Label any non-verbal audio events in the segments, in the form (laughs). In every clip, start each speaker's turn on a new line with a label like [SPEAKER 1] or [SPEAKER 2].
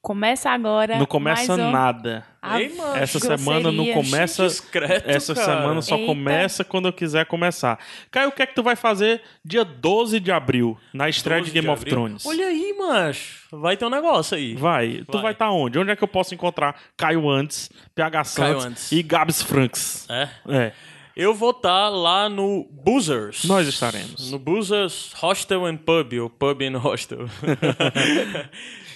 [SPEAKER 1] Começa agora.
[SPEAKER 2] Não começa
[SPEAKER 1] mais um-
[SPEAKER 2] nada.
[SPEAKER 1] a
[SPEAKER 3] Ei, mano,
[SPEAKER 2] Essa
[SPEAKER 1] grosserias.
[SPEAKER 2] semana não começa.
[SPEAKER 3] discreto,
[SPEAKER 2] Essa
[SPEAKER 3] cara.
[SPEAKER 2] semana só
[SPEAKER 1] Eita.
[SPEAKER 2] começa quando eu quiser começar. Caio, o que é que tu vai fazer dia 12 de abril, na estreia de
[SPEAKER 3] 12
[SPEAKER 2] Game of
[SPEAKER 3] abril.
[SPEAKER 2] Thrones?
[SPEAKER 3] Olha aí, macho. Vai ter um negócio aí.
[SPEAKER 2] Vai. Tu
[SPEAKER 3] Vai.
[SPEAKER 2] vai estar onde? Onde é que eu posso encontrar Caio Antes, PH Santos
[SPEAKER 3] Antes.
[SPEAKER 2] e Gabs Franks?
[SPEAKER 3] É.
[SPEAKER 2] É.
[SPEAKER 3] Eu vou estar lá no Boozers.
[SPEAKER 2] Nós estaremos.
[SPEAKER 3] No Boozers Hostel and Pub, ou Pub and
[SPEAKER 2] (laughs)
[SPEAKER 3] Hostel.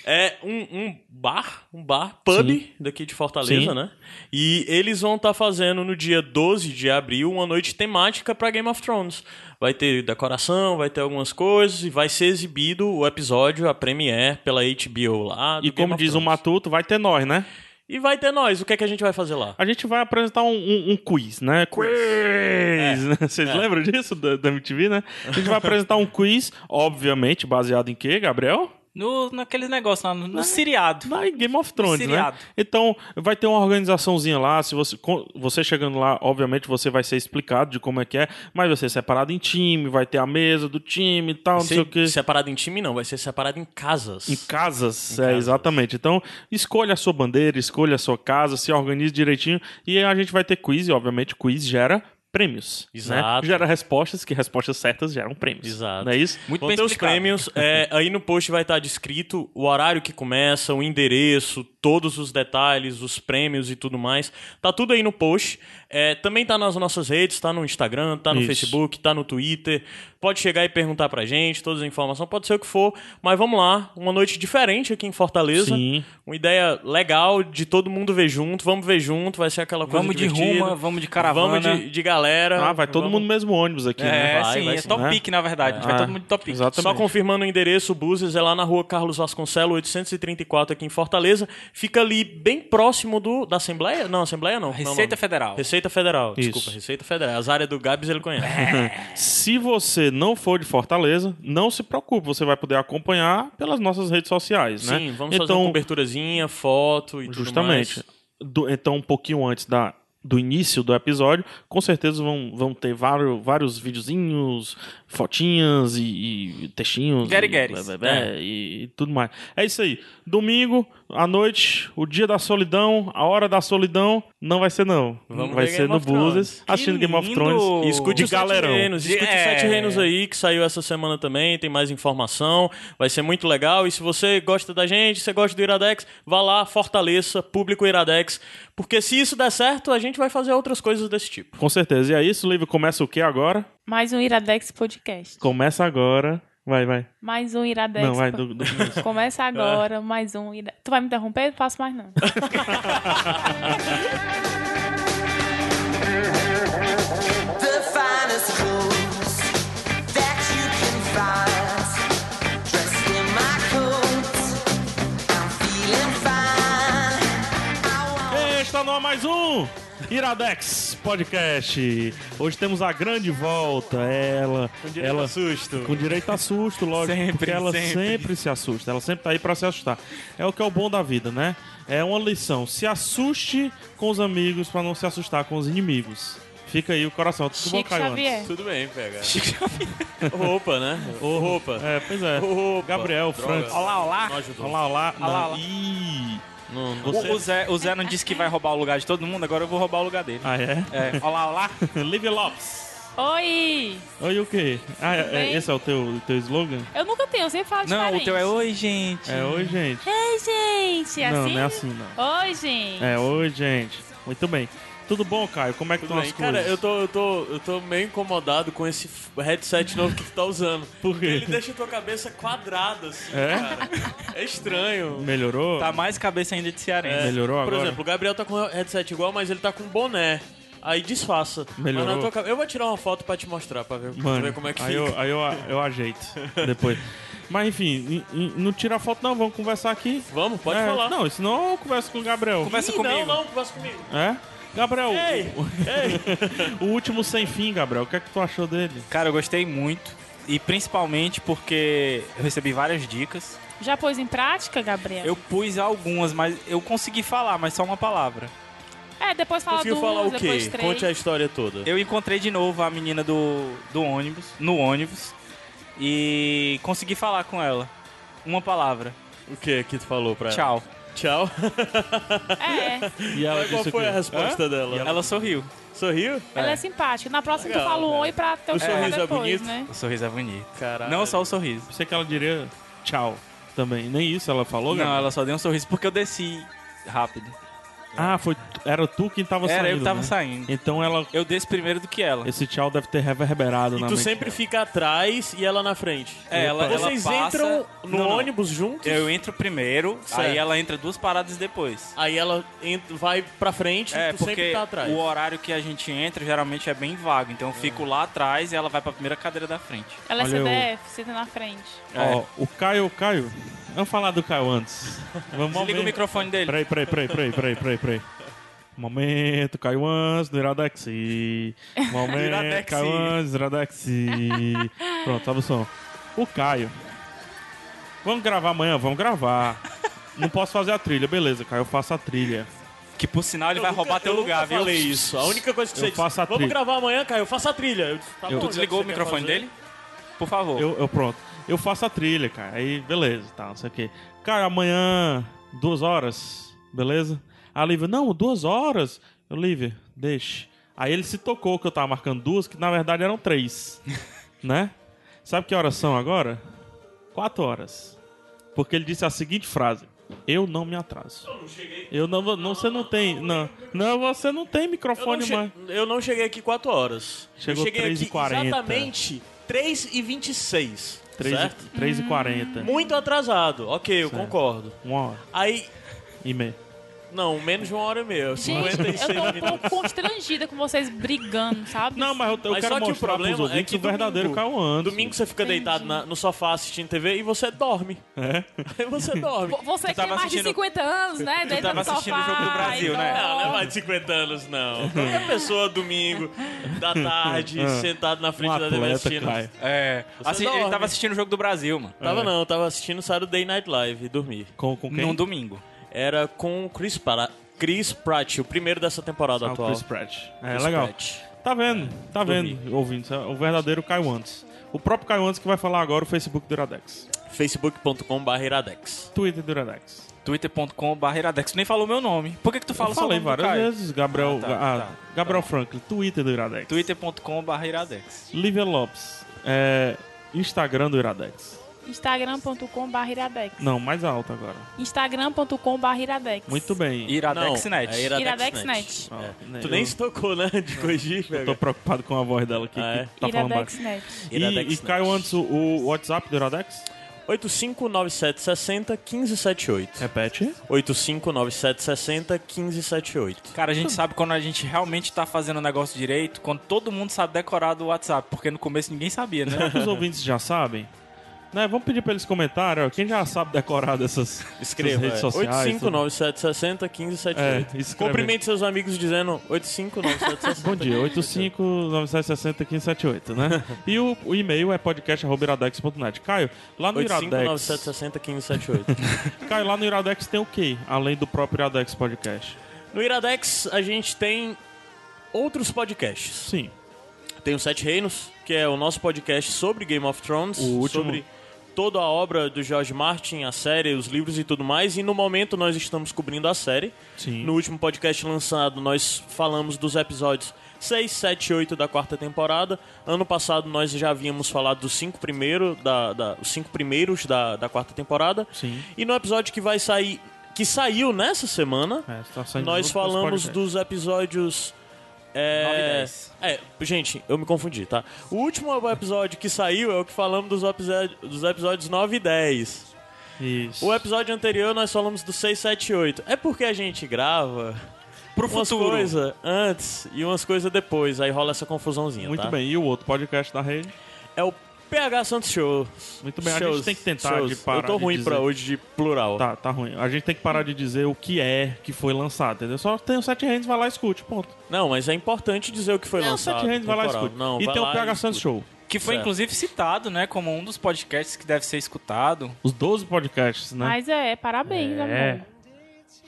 [SPEAKER 3] é um, um bar, um bar, pub daqui de Fortaleza,
[SPEAKER 2] Sim.
[SPEAKER 3] né? E eles vão estar fazendo no dia 12 de abril uma noite temática para Game of Thrones. Vai ter decoração, vai ter algumas coisas e vai ser exibido o episódio, a premiere, pela HBO lá. do
[SPEAKER 2] E
[SPEAKER 3] Game
[SPEAKER 2] como
[SPEAKER 3] of
[SPEAKER 2] diz o
[SPEAKER 3] Thrones.
[SPEAKER 2] Matuto, vai ter nós, né?
[SPEAKER 3] E vai ter nós. O que é que a gente vai fazer lá?
[SPEAKER 2] A gente vai apresentar um, um- um quiz, né? Quiz! né? (laughs)
[SPEAKER 3] É.
[SPEAKER 2] Vocês lembram disso da, da MTV, né? A gente vai apresentar um quiz, obviamente, baseado em quê, Gabriel?
[SPEAKER 4] No, naquele negócio lá, no, no seriado.
[SPEAKER 2] Na Game of Thrones, né?
[SPEAKER 4] Seriado.
[SPEAKER 2] Então, vai ter uma organizaçãozinha lá. Se você, com- você chegando lá, obviamente, você vai ser explicado de como é que é, mas vai ser separado em time, vai ter a mesa do time e tal, não
[SPEAKER 3] Vai ser
[SPEAKER 2] sei o quê.
[SPEAKER 3] Separado em time, não. Vai ser separado em casas.
[SPEAKER 2] Em casas,
[SPEAKER 3] Em
[SPEAKER 2] é,
[SPEAKER 3] casas.
[SPEAKER 2] exatamente. Então, escolha a sua bandeira, escolha a sua casa, se organize direitinho. E a gente vai ter quiz, e obviamente, quiz gera prêmios. né?
[SPEAKER 3] Exato.
[SPEAKER 2] Gera respostas, que respostas certas geram prêmios.
[SPEAKER 3] Exato.
[SPEAKER 2] Não é isso?
[SPEAKER 4] Muito
[SPEAKER 3] Vão
[SPEAKER 4] bem
[SPEAKER 3] ter os
[SPEAKER 4] explicado.
[SPEAKER 3] prêmios. é, aí no post vai estar descrito o horário que começa, o endereço, todos os detalhes, os prêmios e tudo mais. Tá tudo aí no post. É, também tá nas nossas redes, tá no Instagram, tá no
[SPEAKER 2] Isso.
[SPEAKER 3] Facebook, tá no Twitter. Pode chegar e perguntar pra gente, todas as informações, pode ser o que for. Mas vamos lá, uma noite diferente aqui em Fortaleza.
[SPEAKER 2] Sim.
[SPEAKER 3] Uma ideia legal de todo mundo ver junto. Vamos ver junto, vai ser aquela coisa
[SPEAKER 4] Vamos de
[SPEAKER 3] divertida.
[SPEAKER 4] ruma, vamos de caravana.
[SPEAKER 3] Vamos de, de galera.
[SPEAKER 2] Ah, vai todo
[SPEAKER 3] Então, Vamos-
[SPEAKER 2] mundo no mesmo ônibus aqui, né?
[SPEAKER 4] É,
[SPEAKER 3] vai,
[SPEAKER 4] sim,
[SPEAKER 3] vai
[SPEAKER 4] é
[SPEAKER 3] sim,
[SPEAKER 4] top
[SPEAKER 2] né?
[SPEAKER 4] pick, na verdade. A gente vai
[SPEAKER 2] Ah,
[SPEAKER 4] todo mundo de top pick.
[SPEAKER 2] exatamente.
[SPEAKER 3] Só confirmando o endereço, o Búzios é lá na rua Carlos Vasconcelos, 834, aqui em Fortaleza. Fica ali bem próximo do da Assembleia? Não, Assembleia não. Qual é o
[SPEAKER 4] Receita
[SPEAKER 3] nome?
[SPEAKER 4] Federal. (laughs)
[SPEAKER 3] Receita Federal,
[SPEAKER 2] Isso.
[SPEAKER 3] desculpa, Receita Federal. As áreas do Gabs ele
[SPEAKER 4] É.
[SPEAKER 3] conhece.
[SPEAKER 2] Se você não for de Fortaleza, não se preocupe, você vai poder acompanhar pelas nossas redes sociais, né?
[SPEAKER 3] Sim, vamos fazer uma
[SPEAKER 2] então,
[SPEAKER 3] coberturazinha, foto e
[SPEAKER 2] justamente.
[SPEAKER 3] tudo mais.
[SPEAKER 2] do- então, um pouquinho antes da, do início do episódio, com certeza vão, vão ter vários, vários videozinhos, fotinhas e, e textinhos.
[SPEAKER 4] Gary
[SPEAKER 2] e,
[SPEAKER 4] Garys.
[SPEAKER 2] blá, blá, blá,
[SPEAKER 3] né?
[SPEAKER 2] e, e tudo mais. É isso aí. Domingo, à noite, o dia da solidão, a hora da solidão, não vai ser não.
[SPEAKER 3] Vamos
[SPEAKER 2] vai
[SPEAKER 3] ver
[SPEAKER 2] ser
[SPEAKER 3] Game
[SPEAKER 2] no
[SPEAKER 3] of Thrones.
[SPEAKER 2] Buses, assistindo Game of
[SPEAKER 4] lindo!
[SPEAKER 2] Thrones.
[SPEAKER 3] E escute
[SPEAKER 2] De
[SPEAKER 3] o Sete
[SPEAKER 2] galerão.
[SPEAKER 3] Reinos, escute o
[SPEAKER 4] É.
[SPEAKER 3] Sete Reinos aí, que saiu essa semana também, tem mais informação, vai ser muito legal. E se você gosta da gente, você gosta do Iradex, vá lá, fortaleça, público Iradex, porque se isso der certo, a gente vai fazer outras coisas desse tipo.
[SPEAKER 2] Com certeza. E é isso, o livro começa o que agora?
[SPEAKER 1] Mais um Iradex Podcast.
[SPEAKER 2] Começa agora. Vai, vai.
[SPEAKER 1] Mais um Iradex.
[SPEAKER 2] Não, vai,
[SPEAKER 1] po-
[SPEAKER 2] do- do-
[SPEAKER 1] (laughs) Começa agora, mais um Iradex. Tu vai me interromper? Não faço mais não.
[SPEAKER 2] Tá
[SPEAKER 5] The finest clothes that you can find. Dressed in my coat, I'm feeling fine. I want.
[SPEAKER 2] (laughs) Está no ar mais um Iradex Podcast. Hoje temos a grande volta, ela, ela
[SPEAKER 3] susto.
[SPEAKER 2] com direito a susto, lógico,
[SPEAKER 4] Sempre,
[SPEAKER 2] porque ela sempre.
[SPEAKER 4] sempre.
[SPEAKER 2] se assusta, ela sempre tá aí para se assustar. É o que é o bom da vida, né? É uma lição, se assuste com os amigos para não se assustar com os inimigos. Fica aí o coração. Tudo bom,
[SPEAKER 1] Chico
[SPEAKER 2] Caio Antes?
[SPEAKER 1] Xavier.
[SPEAKER 3] Tudo bem,
[SPEAKER 2] (laughs)
[SPEAKER 3] pega. roupa, né? Ô, roupa.
[SPEAKER 2] É, pois é.
[SPEAKER 3] Opa,
[SPEAKER 2] Gabriel,
[SPEAKER 3] droga.
[SPEAKER 2] Franks.
[SPEAKER 4] Olá, olá.
[SPEAKER 3] Não ajudou.
[SPEAKER 2] Olá, olá.
[SPEAKER 4] Olá,
[SPEAKER 2] Não,
[SPEAKER 4] olá.
[SPEAKER 2] Ih.
[SPEAKER 3] Não, não-
[SPEAKER 4] O, o Zé, o Zé não disse que vai roubar o lugar de todo mundo, agora eu vou roubar o lugar dele.
[SPEAKER 2] Ah, é?
[SPEAKER 4] É, olá, olá.
[SPEAKER 2] (laughs) Live Lopes.
[SPEAKER 1] Oi!
[SPEAKER 2] Oi, o quê? Ah, é- é-
[SPEAKER 1] bem?
[SPEAKER 2] esse é o teu, teu slogan?
[SPEAKER 1] Eu nunca tenho, eu sempre falo
[SPEAKER 4] Não,
[SPEAKER 1] diferente.
[SPEAKER 4] o teu é oi, gente.
[SPEAKER 2] É, oi, gente.
[SPEAKER 1] Ei, gente! É
[SPEAKER 2] Não,
[SPEAKER 1] assim?
[SPEAKER 2] não é assim, não.
[SPEAKER 1] Oi, gente!
[SPEAKER 2] É, oi, gente. Muito bem. Tudo bom, Caio? Como é que
[SPEAKER 3] Tudo
[SPEAKER 2] estão as
[SPEAKER 3] bem. Cara,
[SPEAKER 2] coisas?
[SPEAKER 3] eu tô, eu, tô, eu tô meio incomodado com esse f- headset novo que tu tá usando.
[SPEAKER 2] Por quê?
[SPEAKER 3] Ele deixa a tua cabeça quadrada, assim,
[SPEAKER 2] É?
[SPEAKER 3] cara. É estranho.
[SPEAKER 2] Melhorou?
[SPEAKER 4] Tá mais cabeça ainda de cearense.
[SPEAKER 2] Melhorou
[SPEAKER 3] Por
[SPEAKER 2] agora?
[SPEAKER 3] exemplo, o Gabriel tá com o headset igual, mas ele tá com boné. Aí disfarça. Mas
[SPEAKER 2] Melhorou?
[SPEAKER 3] na tua cabe- Eu vou tirar uma foto pra te mostrar, pra ver, pra
[SPEAKER 2] Mano,
[SPEAKER 3] ver como é que
[SPEAKER 2] aí,
[SPEAKER 3] fica.
[SPEAKER 2] eu, aí eu, eu ajeito depois. Mas enfim, n- n- não tira foto não, vamos conversar aqui.
[SPEAKER 3] Vamos, pode
[SPEAKER 2] É,
[SPEAKER 3] falar.
[SPEAKER 2] Não, senão eu converso com o Gabriel.
[SPEAKER 4] Conversa
[SPEAKER 3] Ih,
[SPEAKER 4] comigo.
[SPEAKER 3] Não, não, conversa comigo.
[SPEAKER 2] É? Gabriel,
[SPEAKER 3] Ei,
[SPEAKER 2] (laughs) o, o último sem fim, Gabriel, o que é que tu achou dele?
[SPEAKER 4] Cara, eu gostei muito. E principalmente porque eu recebi várias dicas.
[SPEAKER 1] Já pôs em prática, Gabriel?
[SPEAKER 4] Eu pus algumas, mas eu consegui falar, mas só uma palavra.
[SPEAKER 1] É, depois fala
[SPEAKER 3] Conseguiu
[SPEAKER 1] duas,
[SPEAKER 3] falar o
[SPEAKER 1] depois
[SPEAKER 3] quê?
[SPEAKER 1] três.
[SPEAKER 3] Conte a história toda.
[SPEAKER 4] Eu encontrei de novo a menina do, do ônibus, no ônibus, e consegui falar com ela. Uma palavra.
[SPEAKER 3] O que que tu falou pra ela?
[SPEAKER 4] Tchau.
[SPEAKER 3] Tchau.
[SPEAKER 1] É,
[SPEAKER 2] E ela
[SPEAKER 3] (laughs) Qual
[SPEAKER 2] disse o
[SPEAKER 3] foi
[SPEAKER 2] quê?
[SPEAKER 3] a resposta dela?
[SPEAKER 4] Ela sorriu.
[SPEAKER 3] sorriu?
[SPEAKER 1] ela é simpática. Na próxima
[SPEAKER 3] Legal,
[SPEAKER 1] tu fala um
[SPEAKER 3] velho.
[SPEAKER 1] oi pra teu
[SPEAKER 3] O
[SPEAKER 1] cara
[SPEAKER 3] sorriso é
[SPEAKER 1] depois,
[SPEAKER 3] bonito.
[SPEAKER 1] né?
[SPEAKER 4] O sorriso é bonito.
[SPEAKER 3] Caralho.
[SPEAKER 4] Não só o sorriso.
[SPEAKER 2] Pensei É? que ela diria tchau também. Nem isso ela falou,
[SPEAKER 4] Não,
[SPEAKER 2] Gabriel?
[SPEAKER 4] ela só deu um sorriso porque eu desci rápido.
[SPEAKER 2] Ah, foi... era tu quem tava
[SPEAKER 4] Era
[SPEAKER 2] saindo.
[SPEAKER 4] eu que tava
[SPEAKER 2] né?
[SPEAKER 4] saindo.
[SPEAKER 2] Então ela.
[SPEAKER 4] Eu desci primeiro do que ela.
[SPEAKER 2] Esse tchau deve ter reverberado
[SPEAKER 3] E
[SPEAKER 2] na
[SPEAKER 3] tu
[SPEAKER 2] mente
[SPEAKER 3] sempre
[SPEAKER 2] dela.
[SPEAKER 3] fica atrás e ela na frente.
[SPEAKER 4] né? É, ela- ela
[SPEAKER 3] Vocês
[SPEAKER 4] passa-
[SPEAKER 3] entram no
[SPEAKER 4] Não, não.
[SPEAKER 3] ônibus juntos?
[SPEAKER 4] Eu entro primeiro,
[SPEAKER 3] Certo.
[SPEAKER 4] aí ela entra duas paradas depois.
[SPEAKER 3] Aí ela ent- vai pra frente
[SPEAKER 4] É,
[SPEAKER 3] e tu sempre
[SPEAKER 4] porque
[SPEAKER 3] tá atrás.
[SPEAKER 4] o horário que a gente entra geralmente é bem vago. Então eu fico lá atrás e ela vai pra primeira cadeira da frente.
[SPEAKER 1] Ela é
[SPEAKER 2] Olha o-
[SPEAKER 1] CDF, senta na frente.
[SPEAKER 2] Ó, o Caio, o Caio. Vamos falar do Caio antes. Vamos
[SPEAKER 4] Desliga o
[SPEAKER 2] momento.
[SPEAKER 4] microfone dele.
[SPEAKER 2] Peraí, peraí, peraí, peraí, peraí, peraí, peraí. Momento, Caio Anz, do Iradexi. Momento,
[SPEAKER 4] Iradexi.
[SPEAKER 2] Caio Anz, do Iradexi. Pronto, sobe o som. O Caio. Vamos gravar amanhã? Vamos gravar. Não posso fazer a trilha, beleza, Caio, eu faço a trilha.
[SPEAKER 4] Que por sinal ele
[SPEAKER 3] Eu
[SPEAKER 4] vai
[SPEAKER 3] nunca-
[SPEAKER 4] roubar teu
[SPEAKER 3] eu
[SPEAKER 4] lugar,
[SPEAKER 3] nunca
[SPEAKER 4] viu?
[SPEAKER 3] falei isso. A única coisa que
[SPEAKER 2] Eu
[SPEAKER 3] você disse,
[SPEAKER 2] faço a
[SPEAKER 3] vamos
[SPEAKER 2] trilha."
[SPEAKER 3] gravar amanhã, cara, eu faço a trilha. Eu disse, tá
[SPEAKER 2] Eu-
[SPEAKER 3] bom, já
[SPEAKER 4] Tu desligou o
[SPEAKER 3] que você quer
[SPEAKER 4] microfone
[SPEAKER 3] fazer.
[SPEAKER 4] dele? Por favor.
[SPEAKER 2] Eu, eu pronto. Eu faço a trilha, cara. Aí, beleza, tá, não sei o quê. Cara, amanhã, duas horas, beleza? A Lívia, não, duas horas. Eu, Lívia, deixa. Aí ele se tocou que eu tava marcando duas, que na verdade eram três. né? Sabe que horas são agora? Quatro horas. Porque ele disse a seguinte frase: Eu não me atraso. Eu não, vou- não você não tem, não, não você não tem
[SPEAKER 3] Eu não,
[SPEAKER 2] microfone
[SPEAKER 3] che-
[SPEAKER 2] mais.
[SPEAKER 3] eu não cheguei aqui 4 horas.
[SPEAKER 2] Chegou
[SPEAKER 3] eu cheguei
[SPEAKER 2] 3 e
[SPEAKER 3] aqui
[SPEAKER 2] 40.
[SPEAKER 3] exatamente 3 e 26 certo? Hum.
[SPEAKER 2] 3 e 40
[SPEAKER 3] Muito atrasado, ok, eu
[SPEAKER 2] Certo.
[SPEAKER 3] concordo.
[SPEAKER 2] uma hora
[SPEAKER 3] Aí,
[SPEAKER 2] e meia.
[SPEAKER 3] não, menos de uma hora e meia.
[SPEAKER 1] Gente,
[SPEAKER 3] 56
[SPEAKER 1] eu tô um
[SPEAKER 3] minutos.
[SPEAKER 1] pouco constrangida com vocês brigando, sabe?
[SPEAKER 2] Não, mas eu, eu
[SPEAKER 3] Mas
[SPEAKER 2] quero
[SPEAKER 3] só que o
[SPEAKER 2] mostrar
[SPEAKER 3] problema
[SPEAKER 2] pros
[SPEAKER 3] é
[SPEAKER 2] ouvintes
[SPEAKER 3] que
[SPEAKER 2] o verdadeiro
[SPEAKER 3] domingo-
[SPEAKER 2] Caio Anderson.
[SPEAKER 3] Domingo você fica
[SPEAKER 1] Entendi.
[SPEAKER 3] deitado na- no sofá assistindo TV e você dorme.
[SPEAKER 2] É.
[SPEAKER 3] Aí você dorme.
[SPEAKER 1] Vo- Você que tem
[SPEAKER 4] tava
[SPEAKER 1] mais de
[SPEAKER 4] assistindo-
[SPEAKER 1] 50 anos, né? Deita
[SPEAKER 4] tava
[SPEAKER 1] no sofá. então,
[SPEAKER 4] assistindo o Jogo do Brasil,
[SPEAKER 1] e
[SPEAKER 4] né?
[SPEAKER 1] dorme.
[SPEAKER 3] Não, não é mais de 50 anos, não. Qualquer pessoa, domingo, da tarde,
[SPEAKER 2] Ah.
[SPEAKER 3] sentado na
[SPEAKER 2] Um
[SPEAKER 3] frente da TV
[SPEAKER 2] atleta,
[SPEAKER 3] assistindo.
[SPEAKER 2] Caio.
[SPEAKER 4] É.
[SPEAKER 3] Você
[SPEAKER 4] assi-
[SPEAKER 3] dorme.
[SPEAKER 4] Ele tava assistindo o jogo do Brasil, mano.
[SPEAKER 3] Tava
[SPEAKER 2] É.
[SPEAKER 3] não, tava assistindo Saturday Night Live e dormi.
[SPEAKER 2] Com, com quem?
[SPEAKER 4] Num domingo.
[SPEAKER 3] Era com o Chris, Para... Chris Pratt, o primeiro dessa temporada
[SPEAKER 2] Ah, o
[SPEAKER 3] atual.
[SPEAKER 2] Chris Pratt. É,
[SPEAKER 3] Chris
[SPEAKER 2] legal.
[SPEAKER 3] Pratt.
[SPEAKER 2] Tá vendo, tá
[SPEAKER 3] Dormi.
[SPEAKER 2] vendo, ouvindo. O verdadeiro Caio Antes. O próprio Caio Antes que vai falar agora o Facebook do Iradex.
[SPEAKER 3] facebook.com.br iradex.
[SPEAKER 2] Twitter do Iradex.
[SPEAKER 4] twitter.com.br iradex. Tu nem falou meu nome. Por que, que tu fala
[SPEAKER 2] Eu
[SPEAKER 4] só
[SPEAKER 2] falei
[SPEAKER 4] o nome do
[SPEAKER 2] várias
[SPEAKER 4] Caio?
[SPEAKER 2] vezes. Gabriel,
[SPEAKER 4] Ah, tá,
[SPEAKER 2] ah,
[SPEAKER 4] tá, tá.
[SPEAKER 2] Gabriel Franklin, Twitter do Iradex.
[SPEAKER 4] twitter.com.br iradex.
[SPEAKER 2] Lívia Lopes, é, Instagram do Iradex.
[SPEAKER 1] Instagram.com.br iradex.
[SPEAKER 2] Não, mais alto agora.
[SPEAKER 1] Instagram.com.br iradex.
[SPEAKER 2] Muito bem.
[SPEAKER 4] Iradexnet.
[SPEAKER 3] Não, é Iradex,
[SPEAKER 1] Iradexnet.
[SPEAKER 2] Ó,
[SPEAKER 3] É. Tu
[SPEAKER 2] eu
[SPEAKER 3] nem se tocou, né? De corrigir,
[SPEAKER 2] Ah. Tô
[SPEAKER 3] velho.
[SPEAKER 2] preocupado com a voz dela aqui,
[SPEAKER 3] Ah,
[SPEAKER 2] que tá falando baixo.
[SPEAKER 1] Iradexnet.
[SPEAKER 4] né?
[SPEAKER 2] E, e Caio Antes, o, o WhatsApp do Iradex?
[SPEAKER 3] 8597601578.
[SPEAKER 2] Repete.
[SPEAKER 3] 8597601578.
[SPEAKER 4] Cara, a gente sabe quando a gente realmente tá fazendo o negócio direito, quando todo mundo sabe decorar do WhatsApp, porque no começo ninguém
[SPEAKER 2] (laughs)
[SPEAKER 4] sabia, né?
[SPEAKER 2] (laughs) Os ouvintes já sabem. Né, vamos pedir pra eles comentarem. ó, Quem já sabe decorar dessas,
[SPEAKER 3] Escreva.
[SPEAKER 2] essas redes sociais? tudo.
[SPEAKER 3] 8597601578.
[SPEAKER 2] É, escreve.
[SPEAKER 3] Cumprimente seus amigos dizendo
[SPEAKER 2] Bom
[SPEAKER 3] 8597601578.
[SPEAKER 2] dia, 85-960-1578, né? (laughs) E o, o e-mail é podcast.iradex.net. Caio, lá no Iradex.
[SPEAKER 3] 8597601578.
[SPEAKER 2] Caio, lá no Iradex tem o quê? Além do próprio Iradex Podcast.
[SPEAKER 3] (laughs) No Iradex a gente tem outros podcasts.
[SPEAKER 2] Sim.
[SPEAKER 3] Tem o Sete Reinos, que é o nosso podcast sobre Game of Thrones,
[SPEAKER 2] O último.
[SPEAKER 3] sobre toda a obra do George Martin, a série, os livros e tudo mais. E no momento nós estamos cobrindo a série.
[SPEAKER 2] Sim.
[SPEAKER 3] No último podcast lançado, nós falamos dos episódios 6, 7 e 8 da quarta temporada. Ano passado nós já havíamos falado dos cinco, primeiro, da, da- os cinco primeiros da, da quarta temporada.
[SPEAKER 2] Sim.
[SPEAKER 3] E no episódio que vai sair. que saiu nessa semana.
[SPEAKER 2] É, tá saindo
[SPEAKER 3] Nós
[SPEAKER 2] junto com esse
[SPEAKER 3] falamos
[SPEAKER 2] podcast.
[SPEAKER 3] dos episódios.
[SPEAKER 4] Nove e
[SPEAKER 3] É,
[SPEAKER 4] dez.
[SPEAKER 3] é, gente, eu me confundi, tá? O último episódio que saiu é o que falamos dos, episé- dos episódios 9 e 10.
[SPEAKER 2] Isso.
[SPEAKER 3] O episódio anterior nós falamos do 6, 7 e 8. É porque a gente grava
[SPEAKER 4] Pro
[SPEAKER 3] umas
[SPEAKER 4] futuro.
[SPEAKER 3] coisas antes e umas coisas depois, aí rola essa confusãozinha,
[SPEAKER 2] Muito
[SPEAKER 3] tá?
[SPEAKER 2] bem. E o outro podcast da rede?
[SPEAKER 3] É o PH Santos Show.
[SPEAKER 2] Muito bem, a gente tem que tentar de parar
[SPEAKER 3] Eu tô
[SPEAKER 2] de
[SPEAKER 3] ruim
[SPEAKER 2] dizer.
[SPEAKER 3] pra hoje de plural.
[SPEAKER 2] Tá, tá ruim. A gente tem que parar de dizer o que é que foi lançado, entendeu? Só tem o Sete Reinos, vai lá e escute, ponto.
[SPEAKER 3] Não, mas é importante dizer o que foi
[SPEAKER 2] Tem o
[SPEAKER 3] lançado.
[SPEAKER 2] Sete Reinos, vai lá e
[SPEAKER 3] temporal.
[SPEAKER 2] escute.
[SPEAKER 3] Não,
[SPEAKER 2] e
[SPEAKER 3] vai
[SPEAKER 2] tem
[SPEAKER 3] lá
[SPEAKER 2] o PH
[SPEAKER 3] e
[SPEAKER 2] Santos
[SPEAKER 3] escute.
[SPEAKER 2] Show.
[SPEAKER 4] Que foi
[SPEAKER 3] Certo.
[SPEAKER 4] inclusive citado, né, como um dos podcasts que deve ser escutado.
[SPEAKER 2] Os 12 podcasts, né?
[SPEAKER 1] Mas é, parabéns,
[SPEAKER 2] É.
[SPEAKER 1] amor.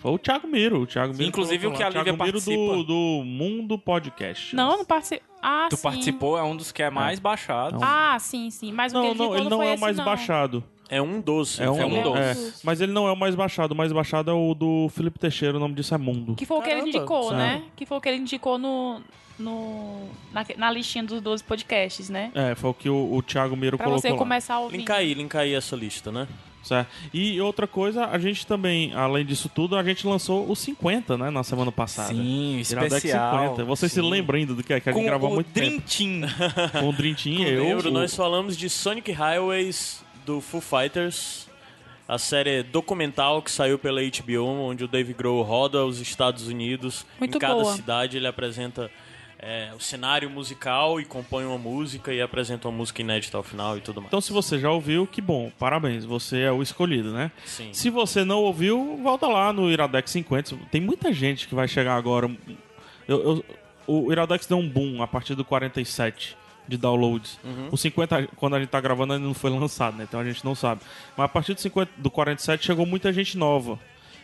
[SPEAKER 2] Foi o Thiago Miro. O Thiago Miro
[SPEAKER 4] Inclusive,
[SPEAKER 2] colocou
[SPEAKER 4] o que
[SPEAKER 2] lá.
[SPEAKER 4] a Lívia
[SPEAKER 2] Thiago Miro do,
[SPEAKER 4] participa.
[SPEAKER 2] do Mundo Podcast.
[SPEAKER 1] Não, eu não participei. Ah,
[SPEAKER 4] Tu
[SPEAKER 1] sim.
[SPEAKER 4] participou, é um dos que é mais baixado.
[SPEAKER 1] Ah, sim, sim. Mas o que
[SPEAKER 2] Não,
[SPEAKER 1] ele
[SPEAKER 2] não,
[SPEAKER 1] ficou
[SPEAKER 2] ele não
[SPEAKER 1] foi
[SPEAKER 2] é o
[SPEAKER 1] esse,
[SPEAKER 2] mais
[SPEAKER 1] não.
[SPEAKER 2] baixado.
[SPEAKER 3] É um doce.
[SPEAKER 2] É um,
[SPEAKER 4] É um doce.
[SPEAKER 2] é. Mas ele não é o mais baixado. O mais baixado é o do Felipe Teixeira, o nome disso é Mundo.
[SPEAKER 1] Que foi o que ele
[SPEAKER 3] Caramba,
[SPEAKER 1] indicou,
[SPEAKER 2] sabe?
[SPEAKER 1] né? Que foi o que ele indicou no, no, na, na listinha dos 12 podcasts, né?
[SPEAKER 2] É, foi o que o, o Thiago Miro
[SPEAKER 1] Pra
[SPEAKER 2] colocou
[SPEAKER 1] você
[SPEAKER 2] lá.
[SPEAKER 1] começar a ouvir.
[SPEAKER 3] Linkar aí, linkar aí essa lista, né?
[SPEAKER 2] Certo? E outra coisa, a gente também, além disso tudo, a gente lançou o 50, né, na semana passada.
[SPEAKER 4] Sim,
[SPEAKER 2] Iradex
[SPEAKER 4] especial.
[SPEAKER 2] 50. Vocês se
[SPEAKER 4] Sim.
[SPEAKER 2] lembram ainda do que é que a gente
[SPEAKER 4] Com
[SPEAKER 2] gravou há
[SPEAKER 4] o
[SPEAKER 2] muito
[SPEAKER 4] Dream
[SPEAKER 2] tempo.
[SPEAKER 4] Team.
[SPEAKER 2] Com o Dream Team, eu,
[SPEAKER 3] Lembro,
[SPEAKER 2] o-
[SPEAKER 3] nós falamos de Sonic Highways do Foo Fighters, a série documental que saiu pela HBO, onde o Dave Grohl roda os Estados Unidos.
[SPEAKER 1] Muito
[SPEAKER 3] em cada
[SPEAKER 1] boa.
[SPEAKER 3] cidade ele apresenta é, o cenário musical e compõe uma música e apresenta uma música inédita ao final e tudo mais.
[SPEAKER 2] Então, se você já ouviu, que bom, parabéns, você é o escolhido, né?
[SPEAKER 3] Sim.
[SPEAKER 2] Se você não ouviu, volta lá no Iradex 50. Tem muita gente que vai chegar agora. Eu- eu- o Iradex deu um boom a partir do 47 de downloads.
[SPEAKER 3] Uhum.
[SPEAKER 2] O 50, quando a gente tá gravando, ainda não foi lançado, né? Então a gente não sabe. Mas a partir do, 50 do 47 chegou muita gente nova.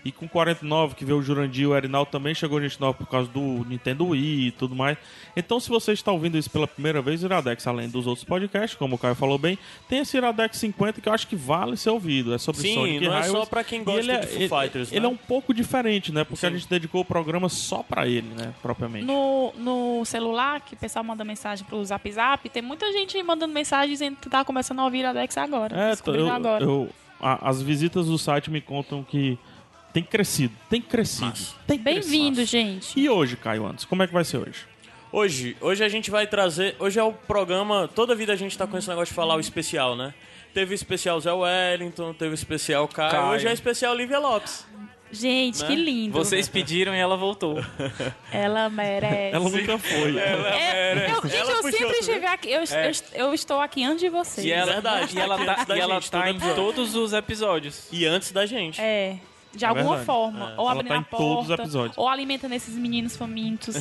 [SPEAKER 2] E com 49, que veio o Jurandir e o Erinaldo, também chegou gente nova por causa do Nintendo Wii e tudo mais. Então, se você está ouvindo isso pela primeira vez, o Iradex, além dos outros podcasts, como o Caio falou bem, tem esse Iradex 50 que eu acho que vale ser ouvido. É sobre
[SPEAKER 3] Sim,
[SPEAKER 2] Sonic
[SPEAKER 3] não é só
[SPEAKER 2] Highways.
[SPEAKER 3] pra quem
[SPEAKER 2] E
[SPEAKER 3] gosta
[SPEAKER 2] ele
[SPEAKER 3] de Foo
[SPEAKER 2] ele-
[SPEAKER 3] Fighters,
[SPEAKER 2] Ele
[SPEAKER 3] né?
[SPEAKER 2] é um pouco diferente, né? Porque a
[SPEAKER 3] Sim.
[SPEAKER 2] gente dedicou o programa só pra ele, né? Propriamente.
[SPEAKER 1] No, no celular, que o pessoal manda mensagem pro Zap Zap, tem muita gente mandando mensagem dizendo que tá começando a ouvir a Alex agora.
[SPEAKER 2] É, tô-
[SPEAKER 1] descobriu
[SPEAKER 2] eu,
[SPEAKER 1] agora.
[SPEAKER 2] eu- a- as visitas do site me contam que tem crescido, tem crescido.
[SPEAKER 3] Massa.
[SPEAKER 2] Tem
[SPEAKER 1] Bem-vindo,
[SPEAKER 2] crescido.
[SPEAKER 1] gente.
[SPEAKER 2] E hoje, Caio Anderson, como é que vai ser hoje?
[SPEAKER 3] Hoje, hoje a gente vai trazer. Hoje é o programa. Toda vida a gente tá com esse negócio de falar o especial, né? Teve o especial Zé Wellington, teve o especial Caio.
[SPEAKER 4] Caio.
[SPEAKER 3] Hoje é o especial Lívia Lopes.
[SPEAKER 1] Gente,
[SPEAKER 3] Né?
[SPEAKER 1] que lindo.
[SPEAKER 4] (laughs) Vocês pediram e ela voltou.
[SPEAKER 1] Ela merece.
[SPEAKER 2] (laughs) Ela nunca
[SPEAKER 3] (laughs)
[SPEAKER 2] foi.
[SPEAKER 1] É, eu, gente,
[SPEAKER 3] Ela
[SPEAKER 1] eu
[SPEAKER 3] puxou
[SPEAKER 1] sempre
[SPEAKER 3] tudo.
[SPEAKER 2] né?
[SPEAKER 1] estive aqui. Eu,
[SPEAKER 2] É.
[SPEAKER 1] eu est- eu estou aqui antes de vocês.
[SPEAKER 4] E ela,
[SPEAKER 3] Verdade,
[SPEAKER 4] e ela
[SPEAKER 3] tá aqui antes
[SPEAKER 4] tá,
[SPEAKER 3] da
[SPEAKER 4] e ela
[SPEAKER 3] gente,
[SPEAKER 4] tá
[SPEAKER 3] todo
[SPEAKER 4] em
[SPEAKER 3] episódio.
[SPEAKER 4] todos os episódios.
[SPEAKER 3] E antes da gente.
[SPEAKER 1] É. De
[SPEAKER 2] É
[SPEAKER 1] alguma
[SPEAKER 2] verdade.
[SPEAKER 1] forma. Ou
[SPEAKER 2] Ela
[SPEAKER 1] abrindo
[SPEAKER 2] tá
[SPEAKER 1] a
[SPEAKER 2] em
[SPEAKER 1] porta.
[SPEAKER 2] todos os episódios.
[SPEAKER 1] Ou alimentando esses meninos
[SPEAKER 2] (laughs)
[SPEAKER 1] famintos.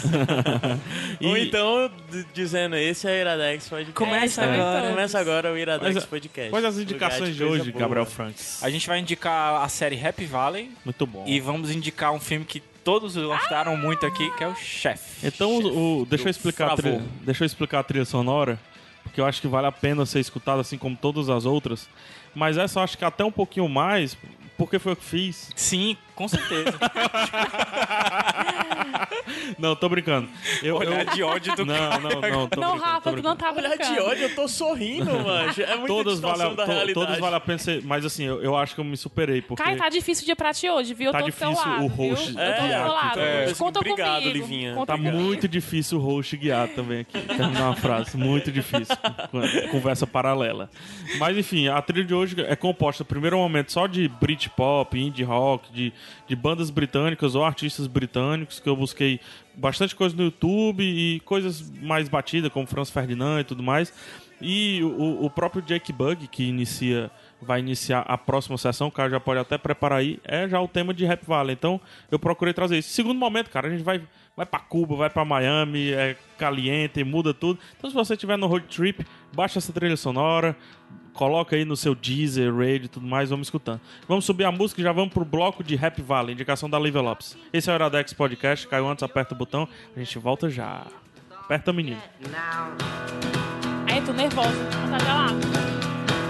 [SPEAKER 3] Ou
[SPEAKER 2] E-
[SPEAKER 3] então, d- dizendo, esse é o Iradex Podcast.
[SPEAKER 4] Começa
[SPEAKER 3] É,
[SPEAKER 1] agora.
[SPEAKER 3] Começa agora o Iradex
[SPEAKER 2] Mas-
[SPEAKER 3] Podcast.
[SPEAKER 2] Quais as
[SPEAKER 3] Lugar
[SPEAKER 2] indicações de
[SPEAKER 3] coisa
[SPEAKER 2] hoje,
[SPEAKER 3] boa.
[SPEAKER 2] Gabriel Franks?
[SPEAKER 4] A gente vai indicar a série Happy Valley
[SPEAKER 2] Muito bom.
[SPEAKER 4] e vamos indicar um filme que todos gostaram muito aqui, que é o Chefe.
[SPEAKER 2] Então, o, o- deixa, eu explicar a
[SPEAKER 4] Favor.
[SPEAKER 2] trilha, deixa eu explicar a trilha sonora, porque eu acho que vale a pena ser escutada, assim como todas as outras. Mas essa eu acho que até um pouquinho mais, porque foi o que fiz.
[SPEAKER 4] Sim, com (laughs) certeza.
[SPEAKER 2] Não, tô brincando. Eu,
[SPEAKER 4] Olhar
[SPEAKER 2] eu-
[SPEAKER 4] de ódio do
[SPEAKER 2] Não, não, não. Tô
[SPEAKER 1] não,
[SPEAKER 2] brincando,
[SPEAKER 1] Rafa,
[SPEAKER 2] tô
[SPEAKER 1] tu
[SPEAKER 2] brincando. é
[SPEAKER 1] não tá
[SPEAKER 3] Olhar de
[SPEAKER 1] brincando.
[SPEAKER 3] ódio, eu tô sorrindo, mano. É muita
[SPEAKER 2] Todas vale,
[SPEAKER 3] distorção
[SPEAKER 2] a,
[SPEAKER 3] da
[SPEAKER 2] to-
[SPEAKER 3] realidade.
[SPEAKER 2] todas vale a pena ser, mas assim, eu, eu acho que eu me superei, porque...
[SPEAKER 1] Caio, tá difícil dia pra ti hoje, viu? Eu
[SPEAKER 2] Tá
[SPEAKER 1] tô do teu
[SPEAKER 2] difícil
[SPEAKER 1] lado,
[SPEAKER 2] o
[SPEAKER 1] viu?
[SPEAKER 2] host
[SPEAKER 1] Eu tô do
[SPEAKER 3] guiar
[SPEAKER 1] teu
[SPEAKER 3] aqui
[SPEAKER 1] lado.
[SPEAKER 3] também. É.
[SPEAKER 1] Conta
[SPEAKER 3] Obrigado,
[SPEAKER 1] comigo.
[SPEAKER 3] Livinha.
[SPEAKER 1] Conta
[SPEAKER 2] Tá
[SPEAKER 1] comigo.
[SPEAKER 2] muito difícil o host guiar também aqui. Terminar uma frase. Muito difícil. Com- Conversa paralela. Mas enfim, a trilha de hoje é composta, no primeiro momento, só de Britpop, indie rock, de, de bandas britânicas ou artistas britânicos, que eu busquei bastante coisa no YouTube e coisas mais batidas, como Franz Ferdinand e tudo mais. E o, o próprio Jake Bug, que inicia. Vai iniciar a próxima sessão, o cara já pode até preparar aí. É já o tema de Rap Valley. Então eu procurei trazer isso. Segundo momento, cara, a gente vai Vai pra Cuba, vai pra Miami, é caliente, muda tudo. Então, se você estiver no road trip, baixa essa trilha sonora, coloca aí no seu Deezer, Raid e tudo mais, vamos escutando. Vamos subir a música e já vamos pro bloco de Rap Valley, indicação da Lívia Lopes. Esse é o Iradex Podcast, caiu antes, aperta o botão, a gente volta já. Aperta, menino.
[SPEAKER 5] Now
[SPEAKER 1] Aí, tô nervosa. Tá já lá.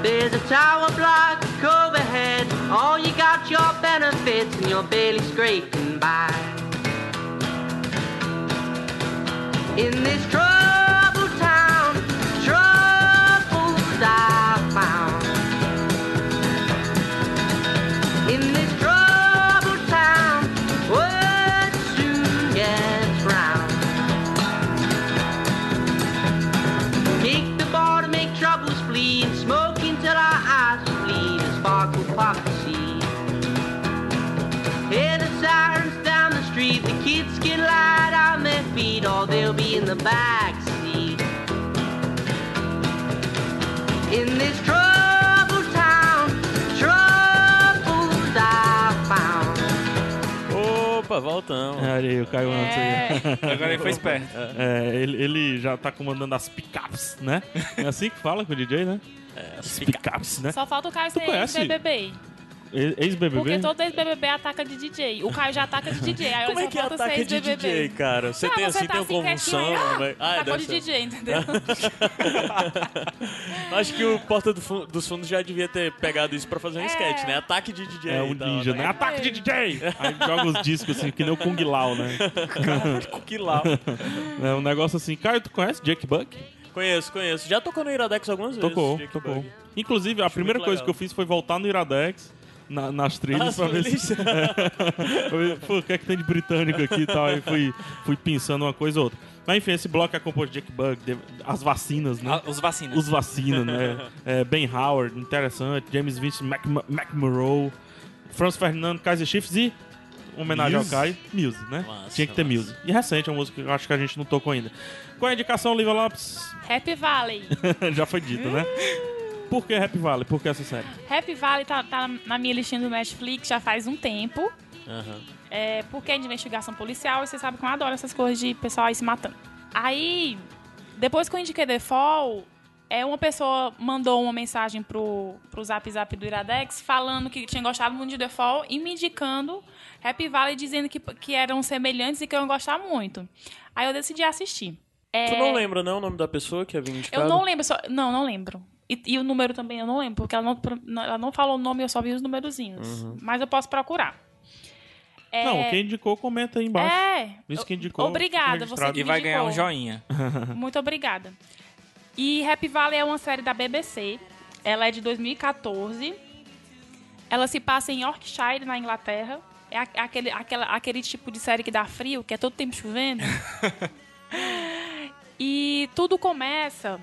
[SPEAKER 5] there's a tower block overhead. All you got your benefits and your barely scraping by. In this troubled town, troubles are found. In this troubled town, word soon gets round. Kick the ball to make troubles flee and smoke until our eyes bleed and sparkle prophecy. Hear the sirens down the street, the kids can light on their feet or they'll be in the back seat. In this troubled town, troubles are found.
[SPEAKER 3] Opa, voltamos.
[SPEAKER 2] Aí, o Caio antes aí.
[SPEAKER 1] É.
[SPEAKER 4] Agora ele foi esperto.
[SPEAKER 2] É, ele, ele já tá comandando as picapes, né? É assim que fala com o DJ, né?
[SPEAKER 3] É,
[SPEAKER 2] As picapes, né?
[SPEAKER 1] É,
[SPEAKER 3] (laughs)
[SPEAKER 1] Só falta o Caio ser
[SPEAKER 2] conhece?
[SPEAKER 1] ex-BBB.
[SPEAKER 2] E-
[SPEAKER 1] Porque
[SPEAKER 2] Ex-BBB?
[SPEAKER 1] todo ex-BBB ataca de DJ. O Caio já ataca de DJ. Aí
[SPEAKER 3] Como
[SPEAKER 1] ele só
[SPEAKER 3] é que é
[SPEAKER 1] falta ser
[SPEAKER 3] ataque de
[SPEAKER 1] ex-BBB.
[SPEAKER 3] DJ, cara? Você
[SPEAKER 1] Não,
[SPEAKER 3] tem assim,
[SPEAKER 1] tá
[SPEAKER 3] tem uma
[SPEAKER 1] quietinho
[SPEAKER 3] convulsão,
[SPEAKER 1] aí, ah,
[SPEAKER 3] velho. Ah, é,
[SPEAKER 1] atacou de
[SPEAKER 3] deve ser.
[SPEAKER 1] DJ, entendeu?
[SPEAKER 3] (laughs) Acho que o Porta do Fu- dos Fundos já devia ter pegado isso pra fazer um
[SPEAKER 1] É.
[SPEAKER 3] sketch, né? Ataque de DJ.
[SPEAKER 2] É o
[SPEAKER 3] e tal,
[SPEAKER 2] ninja, né?
[SPEAKER 3] né?
[SPEAKER 2] Ataque de DJ! Aí joga os discos assim, que nem o Kung Lao, né?
[SPEAKER 3] Que lá.
[SPEAKER 2] É um negócio assim. Cara, tu conhece Jack Buck?
[SPEAKER 3] Conheço, conheço. Já tocou no Iradex algumas
[SPEAKER 2] Tocou,
[SPEAKER 3] vezes. Jack
[SPEAKER 2] tocou.
[SPEAKER 3] Bug.
[SPEAKER 2] Inclusive, a primeira
[SPEAKER 3] muito
[SPEAKER 2] coisa
[SPEAKER 3] legal.
[SPEAKER 2] que eu fiz foi voltar no Iradex, na- nas
[SPEAKER 3] Ah,
[SPEAKER 2] trilhas, (laughs) pra ver se...
[SPEAKER 3] Feliz-
[SPEAKER 2] Eu- Pô, o que é que tem de britânico aqui e tal? Aí fui, fui pensando uma coisa ou outra. Mas enfim, esse bloco é composto de Jack Bug, de- as vacinas, né?
[SPEAKER 4] Ah, Os vacinas.
[SPEAKER 2] Os vacinas, né? É, ben Howard, interessante. James Vincent Mac McMurrow, Franz Ferdinando, Kaiser Chiefs e homenagem
[SPEAKER 3] Muse?
[SPEAKER 2] ao Kai, Muse, né?
[SPEAKER 3] Massa,
[SPEAKER 2] Tinha que ter
[SPEAKER 3] massa.
[SPEAKER 2] Muse. E recente, é uma música que eu acho que a gente não tocou ainda. Qual é a indicação, Lívia Lopes? (laughs)
[SPEAKER 1] Happy Valley.
[SPEAKER 2] Já foi dito, né? Por que Rap Valley? Por que essa série?
[SPEAKER 1] Happy Valley tá, tá na minha listinha do Netflix já faz um tempo.
[SPEAKER 3] Aham.
[SPEAKER 1] É, porque é de investigação policial e você sabe que eu adoro essas coisas de pessoal aí se matando. Aí, depois que eu indiquei The Fall, é, uma pessoa mandou uma mensagem pro, pro Zap Zap do Iradex falando que tinha gostado muito de The Fall e me indicando Happy Valley dizendo que, que eram semelhantes e que eu ia gostar muito. Aí eu decidi assistir. É,
[SPEAKER 3] Tu não lembra, não, o nome da pessoa que havia indicado?
[SPEAKER 1] Eu não lembro, só, não, não lembro. E, e o número também eu não lembro, porque ela não, pro- não- ela não falou o nome, eu só vi os numerozinhos. Mas eu posso procurar. É,
[SPEAKER 2] Não, quem indicou, comenta aí embaixo.
[SPEAKER 1] é.
[SPEAKER 2] Isso que indicou,
[SPEAKER 1] Obrigada,
[SPEAKER 2] registrado.
[SPEAKER 1] você que
[SPEAKER 4] E
[SPEAKER 1] me
[SPEAKER 4] vai ganhar um
[SPEAKER 1] indicou.
[SPEAKER 4] joinha.
[SPEAKER 1] Muito obrigada. E Happy Valley é uma série da BBC. Ela é de 2014. Ela se passa em Yorkshire, na Inglaterra. É a- aquele, aquela, aquele tipo de série que dá frio, que é todo tempo chovendo. e tudo começa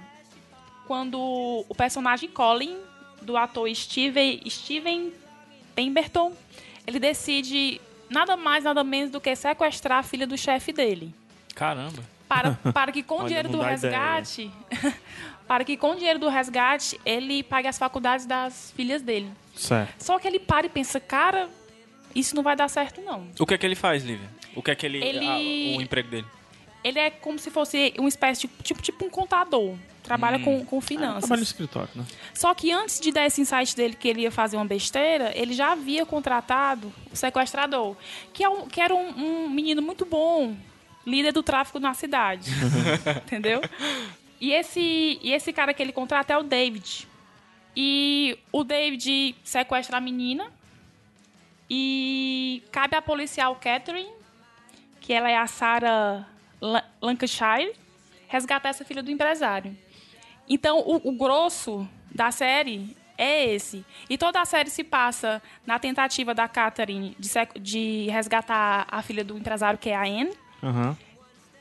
[SPEAKER 1] quando o personagem Colin, do ator Steven, Steven Pemberton, ele decide nada mais, nada menos do que sequestrar a filha do chefe dele
[SPEAKER 4] Caramba.
[SPEAKER 2] (laughs)
[SPEAKER 1] para, para que com o
[SPEAKER 2] Olha,
[SPEAKER 1] dinheiro do
[SPEAKER 2] mudar a ideia.
[SPEAKER 1] resgate, (laughs) para que com o dinheiro do resgate ele pague as faculdades das filhas dele.
[SPEAKER 2] Certo.
[SPEAKER 1] Só que ele para e pensa, cara, isso não vai dar certo não.
[SPEAKER 4] O que é que ele faz, Lívia? O que é que ele...
[SPEAKER 1] Ele-
[SPEAKER 4] ah, o emprego dele.
[SPEAKER 1] Ele é como se fosse uma espécie de tipo, tipo um contador, trabalha
[SPEAKER 2] Hum.
[SPEAKER 1] com,
[SPEAKER 2] Ah,
[SPEAKER 1] com finanças.
[SPEAKER 2] Trabalho Tá no escritório, né?
[SPEAKER 1] Só que antes de dar esse insight dele que ele ia fazer uma besteira, ele já havia contratado o sequestrador, que, é um- que era um, um menino muito bom, líder do tráfico na cidade. entendeu? E esse, e esse cara que ele contrata é o David. E o David sequestra a menina. E cabe à policial Catherine, que ela é a Sarah Lan- Lancashire, resgatar essa filha do empresário. Então, o, o grosso da série é esse. E toda a série se passa na tentativa da Catherine de, sec- de resgatar a filha do empresário, que é a Anne.
[SPEAKER 2] Aham.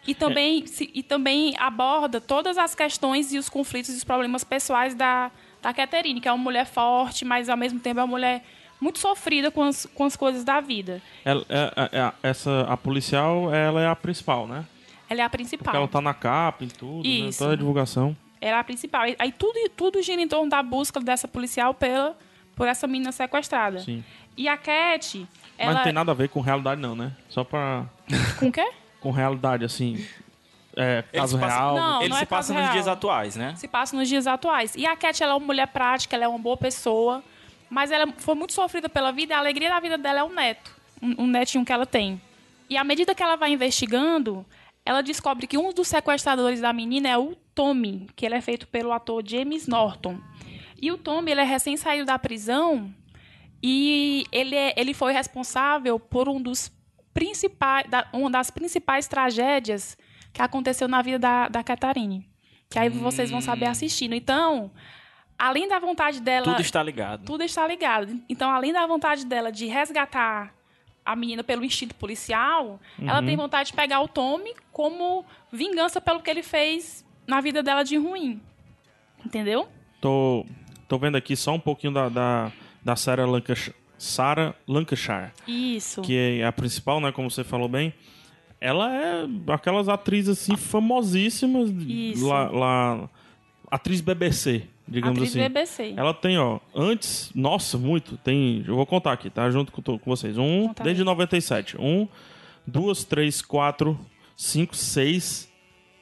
[SPEAKER 1] E
[SPEAKER 2] É.
[SPEAKER 1] também, se- e também aborda todas as questões e os conflitos e os problemas pessoais da, da Catherine, que é uma mulher forte, mas ao mesmo tempo é uma mulher muito sofrida com as, com as coisas da vida.
[SPEAKER 2] Ela- é- é- é- essa, a policial, ela é a principal, né?
[SPEAKER 1] Ela é a
[SPEAKER 2] Porque ela
[SPEAKER 1] principal.
[SPEAKER 2] tá na capa, em tudo, né?
[SPEAKER 1] Isso.
[SPEAKER 2] Toda a divulgação.
[SPEAKER 1] Ela é a principal. E- Aí tudo, tudo gira em torno da busca dessa policial pela, por essa menina sequestrada.
[SPEAKER 2] Sim.
[SPEAKER 1] E a Cat,
[SPEAKER 2] Mas não
[SPEAKER 1] ela.
[SPEAKER 2] tem nada a ver com realidade, não, né? Só pra.
[SPEAKER 1] Com o quê?
[SPEAKER 2] Com realidade, assim. É, caso
[SPEAKER 4] passam-
[SPEAKER 2] real.
[SPEAKER 1] Não,
[SPEAKER 4] ele
[SPEAKER 1] não
[SPEAKER 4] se
[SPEAKER 1] é
[SPEAKER 4] passa
[SPEAKER 1] caso
[SPEAKER 4] nos
[SPEAKER 1] real.
[SPEAKER 4] dias atuais, né?
[SPEAKER 1] se passa nos dias atuais. E a Cat, ela é uma mulher prática, ela é uma boa pessoa, mas ela foi muito sofrida pela vida e a alegria da vida dela é um neto, um, um netinho que ela tem. E à medida que ela vai investigando, ela descobre que um dos sequestradores da menina é o Tommy, que ele é feito pelo ator James Norton. E o Tommy, ele é recém saído da prisão e ele, é- ele foi responsável por um dos principais, da- uma das principais tragédias que aconteceu na vida da, da Catarine. Que aí vocês vão saber assistindo. Então, além da vontade dela.
[SPEAKER 4] Tudo está ligado.
[SPEAKER 1] tudo está ligado. Então, além da vontade dela de resgatar a menina pelo instinto policial, ela tem vontade de pegar o Tommy como vingança pelo que ele fez na vida dela de ruim. Entendeu?
[SPEAKER 2] Tô, tô vendo aqui só um pouquinho da, da, da Sarah Lancashire. Sarah Lancashire,
[SPEAKER 1] Isso.
[SPEAKER 2] que é a principal, né? Como você falou bem. Ela é aquelas atrizes assim famosíssimas
[SPEAKER 1] Isso.
[SPEAKER 2] lá, lá- atriz BBC, digamos
[SPEAKER 1] Atriz
[SPEAKER 2] assim.
[SPEAKER 1] BBC.
[SPEAKER 2] Ela tem, ó, antes, nossa, muito, tem, eu vou contar aqui, tá? Junto com, to- com vocês. Um,
[SPEAKER 1] Conta aí.
[SPEAKER 2] desde 97. Um, duas, três, quatro, cinco, seis,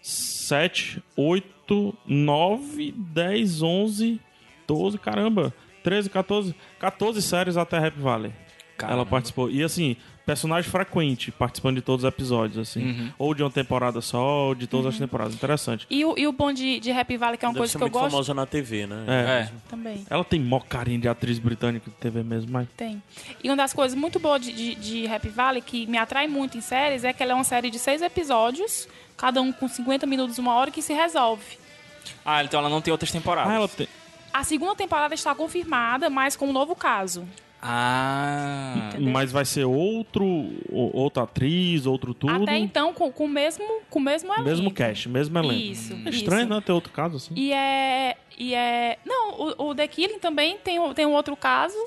[SPEAKER 2] sete, oito, nove, dez, onze, doze, caramba. 13, 14, 14 séries até Rap Valley.
[SPEAKER 4] Caramba.
[SPEAKER 2] Ela participou. E assim, personagem frequente, participando de todos os episódios, assim. Ou de uma temporada só, ou de todas
[SPEAKER 1] Uhum.
[SPEAKER 2] as temporadas. Interessante.
[SPEAKER 1] E o, e o bom de, de Rap Valley, que é uma
[SPEAKER 3] Deve
[SPEAKER 1] coisa
[SPEAKER 3] ser
[SPEAKER 1] que eu
[SPEAKER 3] muito
[SPEAKER 1] gosto
[SPEAKER 3] famosa na TV, né?
[SPEAKER 2] É.
[SPEAKER 4] É.
[SPEAKER 1] também.
[SPEAKER 2] Ela tem mó carinho de atriz britânica de TV mesmo, mas.
[SPEAKER 1] Tem. E uma das coisas muito boas de, de, de Happy Valley, que me atrai muito em séries, é que ela é uma série de seis episódios, cada um com 50 minutos, uma hora, que se resolve.
[SPEAKER 4] Ah, então ela não tem outras temporadas.
[SPEAKER 2] Ah, ela tem.
[SPEAKER 1] A segunda temporada está confirmada, mas com um novo caso.
[SPEAKER 4] Ah.
[SPEAKER 2] Mas vai ser outro, ou- outra atriz, outro tudo.
[SPEAKER 1] Até então, com, com o mesmo, com o mesmo elenco.
[SPEAKER 2] Mesmo cast, mesmo elenco.
[SPEAKER 1] Isso,
[SPEAKER 2] É estranho,
[SPEAKER 1] isso.
[SPEAKER 2] né? Ter outro caso assim.
[SPEAKER 1] E é. E é. Não, o, o The Killing também tem, um- tem um outro caso,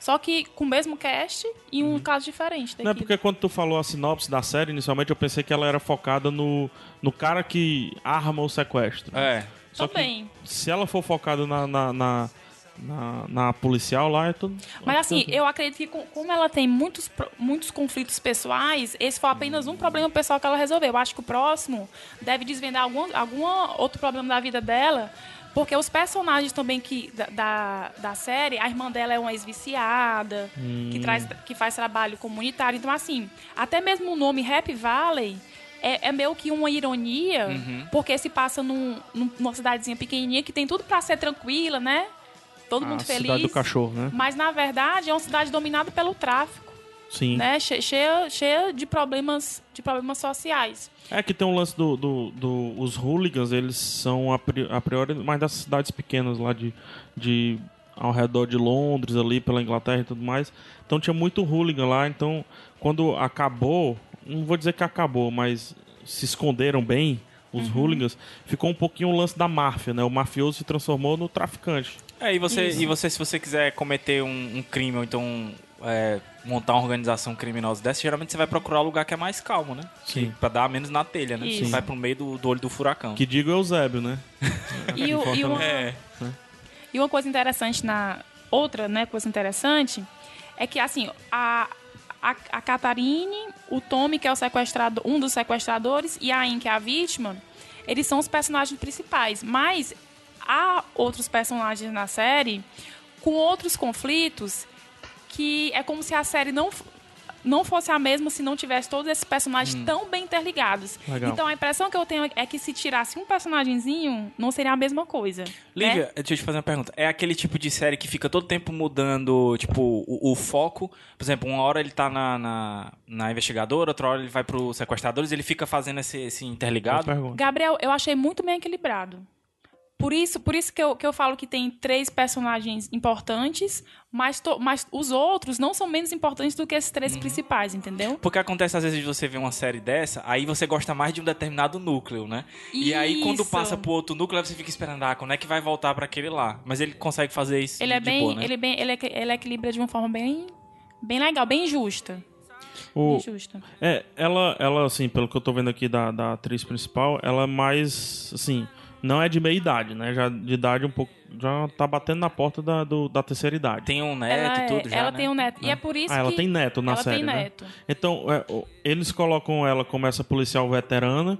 [SPEAKER 1] só que com o mesmo cast e um caso diferente. The
[SPEAKER 2] Uhum. Não é
[SPEAKER 1] Killing.
[SPEAKER 2] porque quando tu falou a sinopse da série, inicialmente eu pensei que ela era focada no, no cara que arma o sequestro.
[SPEAKER 4] É.
[SPEAKER 2] Só
[SPEAKER 1] Também.
[SPEAKER 2] que se ela for focada na, na, na, na- na policial lá, é tudo.
[SPEAKER 1] Mas assim, eu acredito que com- como ela tem muitos, pro- muitos conflitos pessoais, esse foi apenas um problema pessoal que ela resolveu. Eu acho que o próximo deve desvendar algum, algum outro problema da vida dela, porque os personagens também que da, da, da série, a irmã dela é uma ex-viciada,
[SPEAKER 2] Hum.
[SPEAKER 1] que, traz, que faz trabalho comunitário. Então assim, até mesmo o nome Happy Valley... É, é meio que uma ironia,
[SPEAKER 2] Uhum.
[SPEAKER 1] porque se passa num- num- numa cidadezinha pequenininha que tem tudo pra ser tranquila, né? Todo
[SPEAKER 2] a
[SPEAKER 1] mundo feliz.
[SPEAKER 2] cidade do cachorro, né?
[SPEAKER 1] Mas na verdade é uma cidade dominada pelo tráfico,
[SPEAKER 2] Sim.
[SPEAKER 1] né? Che- Cheia, cheia de problemas, de problemas sociais.
[SPEAKER 2] É que tem um lance do, do, do- Os hooligans, eles são a, pri- a priori mais das cidades pequenas lá de, de. ao redor de Londres, ali pela Inglaterra e tudo mais. Então tinha muito hooligan lá. Então, quando acabou, não vou dizer que acabou, mas se esconderam bem os hooligans, ficou um pouquinho o lance da máfia, né? O mafioso se transformou no traficante.
[SPEAKER 4] É, e você, e você, se você quiser cometer um, um crime ou então é, montar uma organização criminosa dessa, geralmente você vai procurar um lugar que é mais calmo, né?
[SPEAKER 2] Sim.
[SPEAKER 4] Pra dar menos na telha, né?
[SPEAKER 1] Isso.
[SPEAKER 4] Você vai pro meio do, do olho do furacão.
[SPEAKER 2] Que digo Eusébio, né?
[SPEAKER 1] E, o- e uma,
[SPEAKER 4] É.
[SPEAKER 1] e uma coisa interessante na outra, né, coisa interessante é que assim, a a, a Catarine, o Tommy que é o sequestrador, um dos sequestradores e a Anne que é a vítima, eles são os personagens principais, mas há outros personagens na série com outros conflitos que é como se a série não, f- não fosse a mesma se não tivesse todos esses personagens tão bem interligados.
[SPEAKER 2] Legal.
[SPEAKER 1] Então a impressão que eu tenho é que se tirasse um personagenzinho, não seria a mesma coisa. né?
[SPEAKER 4] Lívia, deixa eu te fazer uma pergunta. É aquele tipo de série que fica todo tempo mudando, tipo, o, o foco. Por exemplo, uma hora ele tá na, na, na investigadora, outra hora ele vai pro sequestradores, ele fica fazendo esse, esse
[SPEAKER 2] Boa
[SPEAKER 4] interligado.
[SPEAKER 2] pergunta.
[SPEAKER 1] Gabriel, eu achei muito bem equilibrado. Por isso, por isso que, eu, que eu falo que tem três personagens importantes, mas, to- mas os outros não são menos importantes do que esses três
[SPEAKER 4] Uhum.
[SPEAKER 1] principais, entendeu?
[SPEAKER 4] Porque acontece às vezes de você ver uma série dessa, aí você gosta mais de um determinado núcleo, né? E aí quando
[SPEAKER 1] Isso.
[SPEAKER 4] passa pro outro núcleo, aí você fica esperando, ah, quando é que vai voltar pra aquele lá? Mas ele consegue fazer isso
[SPEAKER 1] Ele é
[SPEAKER 4] de
[SPEAKER 1] bem,
[SPEAKER 4] boa, né?
[SPEAKER 1] ele é bem, ele, é- ele equilibra de uma forma bem, bem legal, bem justa,
[SPEAKER 2] O-
[SPEAKER 1] bem justa.
[SPEAKER 2] É, ela, ela, assim, pelo que eu tô vendo aqui da, da atriz principal, ela é mais, assim, não é de meia idade, né? Já de idade um pouco. Já tá batendo na porta da, do- da terceira idade.
[SPEAKER 4] Tem um neto
[SPEAKER 1] Ela,
[SPEAKER 4] e
[SPEAKER 1] é-
[SPEAKER 4] tudo já,
[SPEAKER 1] ela
[SPEAKER 4] né?
[SPEAKER 1] tem um neto. E é por isso
[SPEAKER 2] ah, ela
[SPEAKER 1] que
[SPEAKER 2] tem neto na
[SPEAKER 1] ela
[SPEAKER 2] série,
[SPEAKER 1] tem
[SPEAKER 2] né?
[SPEAKER 1] neto.
[SPEAKER 2] Então, é, o- eles colocam ela como essa policial veterana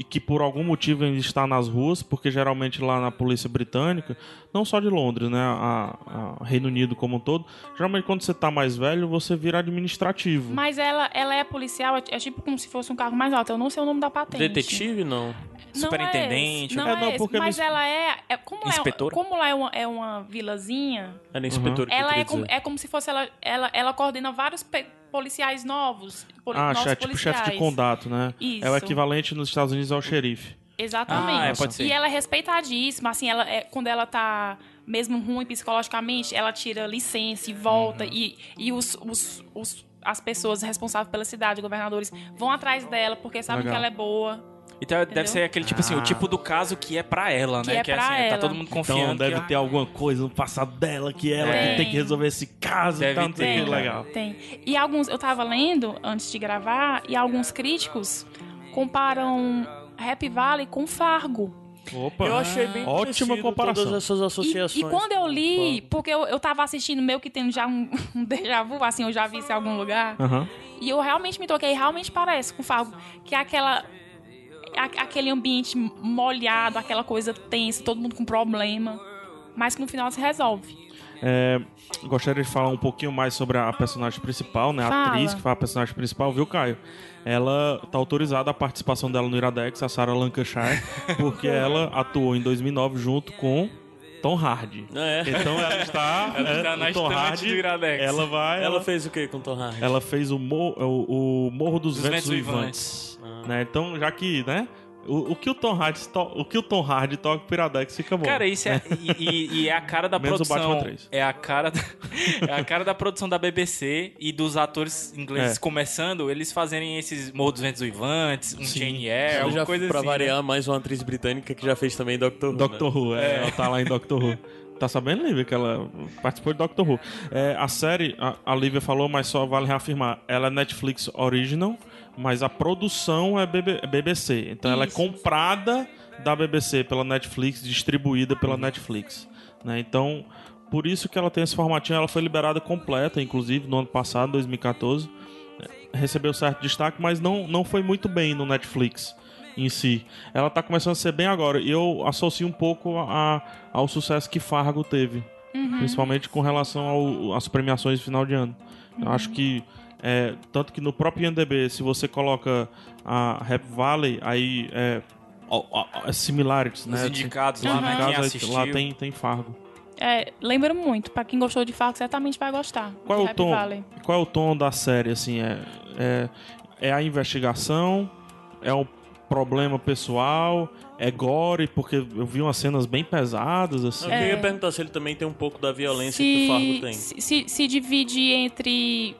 [SPEAKER 2] e que por algum motivo ainda está nas ruas, porque geralmente lá na polícia britânica, não só de Londres, né, a, a Reino Unido como um todo, geralmente quando você tá mais velho, você vira administrativo.
[SPEAKER 1] Mas ela, ela é policial, é é tipo como se fosse um cargo mais alto. Eu não sei o nome da patente.
[SPEAKER 3] Detetive, não.
[SPEAKER 1] Não
[SPEAKER 4] Superintendente, né?
[SPEAKER 1] É esse, não
[SPEAKER 2] é,
[SPEAKER 1] é,
[SPEAKER 2] não,
[SPEAKER 1] esse,
[SPEAKER 2] porque
[SPEAKER 1] mas
[SPEAKER 2] eles-
[SPEAKER 1] ela é, é como
[SPEAKER 4] Inspetora?
[SPEAKER 1] É, como lá é uma, é uma vilazinha,
[SPEAKER 2] Uhum.
[SPEAKER 3] Era inspetor que eu
[SPEAKER 1] ela
[SPEAKER 3] queria
[SPEAKER 1] é como,
[SPEAKER 3] dizer.
[SPEAKER 1] é como se fosse ela, ela, ela coordena vários pe- policiais novos, poli,
[SPEAKER 2] Ah,
[SPEAKER 1] novos
[SPEAKER 2] chefe, tipo
[SPEAKER 1] policiais.
[SPEAKER 2] chefe de condado, né? É o
[SPEAKER 1] Isso.
[SPEAKER 2] equivalente nos Estados Unidos ao xerife.
[SPEAKER 1] Exatamente.
[SPEAKER 4] Ah, é, pode ser.
[SPEAKER 1] E ela é respeitadíssima, assim, ela é, quando ela tá mesmo ruim psicologicamente, ela tira licença e
[SPEAKER 4] Uhum.
[SPEAKER 1] volta. E, e os, os, os- as pessoas responsáveis pela cidade, governadores, vão atrás dela porque sabem
[SPEAKER 2] Legal.
[SPEAKER 1] que ela é boa.
[SPEAKER 4] Então deve
[SPEAKER 1] Entendeu?
[SPEAKER 4] ser aquele tipo assim, o tipo do caso que é pra ela,
[SPEAKER 1] Que
[SPEAKER 4] né?
[SPEAKER 1] é pra
[SPEAKER 4] assim, tá
[SPEAKER 1] ela.
[SPEAKER 4] todo mundo
[SPEAKER 2] Ah. Então
[SPEAKER 4] confiando.
[SPEAKER 2] deve
[SPEAKER 4] que,
[SPEAKER 2] ter alguma coisa no passado dela que ela que
[SPEAKER 1] Tem.
[SPEAKER 2] tem que resolver esse caso e
[SPEAKER 4] Deve
[SPEAKER 2] tal, não sei o
[SPEAKER 1] ter,
[SPEAKER 2] que
[SPEAKER 1] cara.
[SPEAKER 2] legal.
[SPEAKER 1] Tem. E alguns, eu tava lendo antes de gravar, e alguns críticos comparam Happy Valley com Fargo.
[SPEAKER 2] Opa.
[SPEAKER 3] Eu achei bem
[SPEAKER 2] Ótima
[SPEAKER 3] parecido
[SPEAKER 2] comparação.
[SPEAKER 3] Todas essas
[SPEAKER 1] E-
[SPEAKER 3] associações.
[SPEAKER 1] E, quando eu li, porque eu, eu tava assistindo meio que tendo já um, (laughs) um déjà vu, assim, eu já vi isso em algum lugar.
[SPEAKER 2] Aham.
[SPEAKER 1] E eu realmente me toquei, realmente parece com o Fargo, que é aquela. é a- aquele ambiente molhado, aquela coisa tensa, todo mundo com problema. Mas que no final se resolve.
[SPEAKER 2] É, gostaria de falar um pouquinho mais sobre a personagem principal, né? A
[SPEAKER 1] Fala.
[SPEAKER 2] atriz que foi a personagem principal, viu, Caio? Ela tá autorizada a participação dela no Iradex, a Sarah Lancashire, porque ela atuou em 2009 junto com Tom Hardy.
[SPEAKER 3] É.
[SPEAKER 2] Então ela está,
[SPEAKER 4] Ela
[SPEAKER 2] é,
[SPEAKER 4] está na
[SPEAKER 2] o Tom
[SPEAKER 4] estante
[SPEAKER 2] Hardy,
[SPEAKER 4] do Iradex.
[SPEAKER 2] Ela vai,
[SPEAKER 3] Ela fez o que com o Tom Hardy?
[SPEAKER 2] é. ela fez o, Mo- é, o- o Morro dos, Ventos,
[SPEAKER 4] Ventos
[SPEAKER 2] Vivantes. né? Então, já que, né? O, o que o Tom Hardy to- o que o Tom Hardy toca pro Iradex fica bom.
[SPEAKER 4] Cara, isso é. e, e- e é a cara da
[SPEAKER 2] Menos o
[SPEAKER 4] produção.
[SPEAKER 2] Batman 3.
[SPEAKER 4] É a cara da, (laughs) é a cara da produção da BBC e dos atores ingleses
[SPEAKER 2] É.
[SPEAKER 4] começando, eles fazerem esses Morro dos Ventos Uivantes, um
[SPEAKER 2] Sim.
[SPEAKER 4] JNL,
[SPEAKER 2] é
[SPEAKER 3] Eu já
[SPEAKER 4] alguma coisa
[SPEAKER 3] pra
[SPEAKER 4] assim.
[SPEAKER 3] variar mais uma atriz britânica que já fez também Doctor Who. né?
[SPEAKER 2] né? Doctor Who, é, ela tá lá em Doctor Who. Tá sabendo, Lívia, que ela participou de Doctor Who. É, a série, a, a Lívia falou, mas só vale reafirmar, ela é Netflix Original, mas a produção é, BB é BBC. Então ela é
[SPEAKER 1] Isso.
[SPEAKER 2] comprada da BBC pela Netflix, distribuída pela Netflix. né? Então, por isso que ela tem esse formatinho, ela foi liberada completa, inclusive, no ano passado, 2014. É, Recebeu certo destaque, mas não, não foi muito bem no Netflix em si. Ela tá começando a ser bem agora. E eu associo um pouco a, ao sucesso que Fargo teve. Principalmente com relação ao- às premiações de final de ano. Eu acho que. é, tanto que no próprio IMDB, se você coloca a Rap Valley, aí é. ó- ó- ó, é Similarities,
[SPEAKER 4] Os
[SPEAKER 2] né?
[SPEAKER 4] indicados
[SPEAKER 2] Os
[SPEAKER 4] lá, né? Quem
[SPEAKER 2] indicados,
[SPEAKER 4] assistiu.
[SPEAKER 2] lá tem, tem Fargo.
[SPEAKER 1] É, lembra muito. Pra quem gostou de Fargo, certamente vai gostar.
[SPEAKER 2] Qual
[SPEAKER 1] de
[SPEAKER 2] é o
[SPEAKER 1] Happy
[SPEAKER 2] tom?
[SPEAKER 1] Valley.
[SPEAKER 2] Qual é o tom da série assim? É é, é a investigação, é um problema pessoal, é gore porque eu vi umas cenas bem pesadas assim.
[SPEAKER 3] Eu
[SPEAKER 1] É.
[SPEAKER 3] queria perguntar se ele também tem um pouco da violência que o Fargo tem.
[SPEAKER 1] se, se, se divide entre.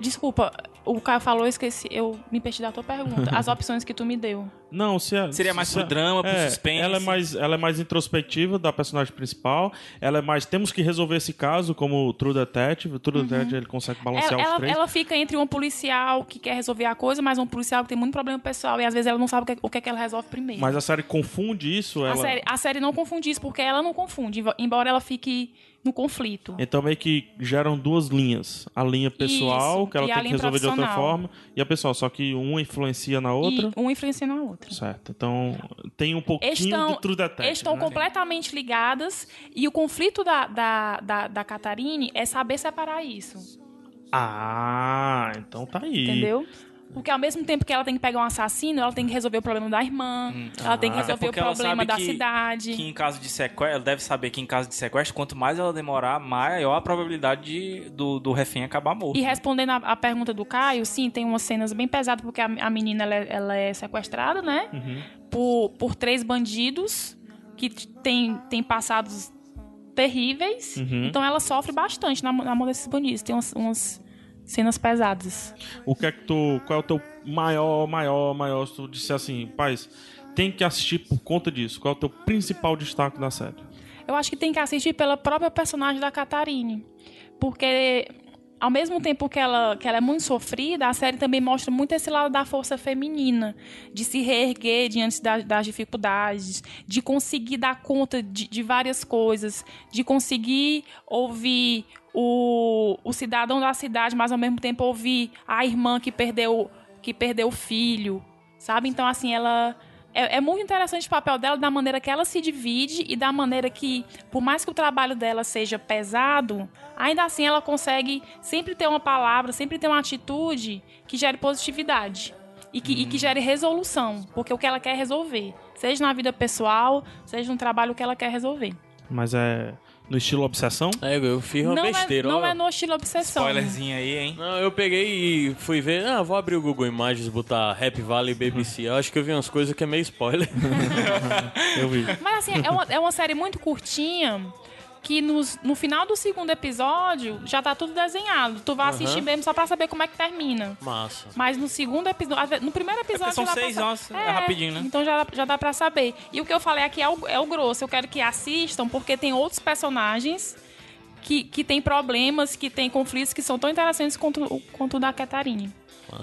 [SPEAKER 1] Desculpa, o Caio falou, eu esqueci. Eu me perdi da tua
[SPEAKER 2] (laughs)
[SPEAKER 1] pergunta. As opções que tu me deu.
[SPEAKER 2] Não, se é-
[SPEAKER 4] Seria
[SPEAKER 2] se-
[SPEAKER 4] mais
[SPEAKER 2] se
[SPEAKER 4] pro
[SPEAKER 2] é-
[SPEAKER 4] drama, pro
[SPEAKER 2] é,
[SPEAKER 4] suspense.
[SPEAKER 2] Ela é mais, ela é mais introspectiva da personagem principal. Ela é mais temos que resolver esse caso como o True Detective. O True Detective ele consegue balancear
[SPEAKER 1] Uhum. Ela,
[SPEAKER 2] os
[SPEAKER 1] ela-
[SPEAKER 2] três.
[SPEAKER 1] ela fica entre um policial que quer resolver a coisa, mas um policial que tem muito problema pessoal e às vezes ela não sabe o que, o que, é que ela resolve primeiro.
[SPEAKER 2] Mas a série confunde isso.
[SPEAKER 1] a,
[SPEAKER 2] ela...
[SPEAKER 1] série, a série não confunde isso, porque ela não confunde, embo- embora ela fique no conflito.
[SPEAKER 2] Então meio que geram duas linhas. A linha pessoal,
[SPEAKER 1] Isso,
[SPEAKER 2] que ela
[SPEAKER 1] e a
[SPEAKER 2] tem que
[SPEAKER 1] linha
[SPEAKER 2] resolver de outra
[SPEAKER 1] profissional.
[SPEAKER 2] forma, e a pessoal, só que uma influencia na outra.
[SPEAKER 1] E um influenciando a outra.
[SPEAKER 2] Certo. Então tem um pouquinho
[SPEAKER 1] Estão,
[SPEAKER 2] do True Detective.
[SPEAKER 1] estão
[SPEAKER 2] né?
[SPEAKER 1] completamente ligadas e o conflito da, da, da, da Catarine é saber separar isso,
[SPEAKER 2] Ah, então tá aí.
[SPEAKER 1] entendeu? Porque ao mesmo tempo que ela tem que pegar um assassino, ela tem que resolver o problema da irmã, ela tem que
[SPEAKER 4] Até
[SPEAKER 1] resolver o
[SPEAKER 4] Hum. Ah, é porque ela
[SPEAKER 1] problema
[SPEAKER 4] sabe
[SPEAKER 1] da
[SPEAKER 4] que-
[SPEAKER 1] cidade.
[SPEAKER 4] Que em caso de sequestro, ela deve saber que em caso de sequestro, quanto mais ela demorar, maior a probabilidade de- do, do refém acabar morto.
[SPEAKER 1] E respondendo a, a pergunta do Caio, sim, tem umas cenas bem pesadas, porque a, a menina ela, é- ela é sequestrada, né?
[SPEAKER 4] Uhum.
[SPEAKER 1] Por, por três bandidos que t- têm têm passados terríveis.
[SPEAKER 4] Uhum.
[SPEAKER 1] Então ela sofre bastante na, mão- na mão desses bandidos. Tem umas, umas cenas pesadas.
[SPEAKER 2] O que é que tu. Qual é o teu maior, maior, maior? Se tu disser assim, paz, tem que assistir por conta disso. Qual é o teu principal destaque da série?
[SPEAKER 1] Eu acho que tem que assistir pela própria personagem da Catarine. Porque, ao mesmo tempo que ela, que ela é muito sofrida, a série também mostra muito esse lado da força feminina. De se reerguer diante da- das dificuldades, de conseguir dar conta de, de várias coisas, de conseguir ouvir o, o cidadão da cidade, mas ao mesmo tempo ouvir a irmã que perdeu, que perdeu o filho, sabe? Então, assim, ela... É, é muito interessante o papel dela, da maneira que ela se divide e da maneira que, por mais que o trabalho dela seja pesado, ainda assim ela consegue sempre ter uma palavra, sempre ter uma atitude que gere positividade e que, e
[SPEAKER 3] Hum.
[SPEAKER 1] que gere resolução, porque o que ela quer é resolver, seja na vida pessoal, seja no trabalho que ela quer resolver.
[SPEAKER 2] Mas é. No estilo obsessão?
[SPEAKER 3] É, eu fiz uma
[SPEAKER 1] não
[SPEAKER 3] besteira,
[SPEAKER 1] é, não
[SPEAKER 3] ó.
[SPEAKER 1] é no estilo obsessão.
[SPEAKER 4] Spoilerzinho aí, hein?
[SPEAKER 3] Não, eu peguei e fui ver. Ah, vou abrir o Google Imagens, botar Rap Valley BBC. Eu acho que eu vi umas coisas que é meio spoiler.
[SPEAKER 2] Eu vi.
[SPEAKER 1] Mas assim, é uma, é uma série muito curtinha que nos- no final do segundo episódio já tá tudo desenhado. Tu vai assistir mesmo só pra saber como é que termina.
[SPEAKER 3] (laughs) Massa.
[SPEAKER 1] Mas no segundo episódio. ah, No primeiro episódio.
[SPEAKER 4] são
[SPEAKER 1] já dá
[SPEAKER 4] seis
[SPEAKER 1] pra sa-
[SPEAKER 4] horas, é rapidinho, né?
[SPEAKER 1] Então já, já dá pra saber. E o que eu falei aqui é o, é o grosso. Eu quero que assistam, porque tem outros personagens que, que têm problemas, que têm conflitos que são tão interessantes quanto, o- quanto o da Catarine.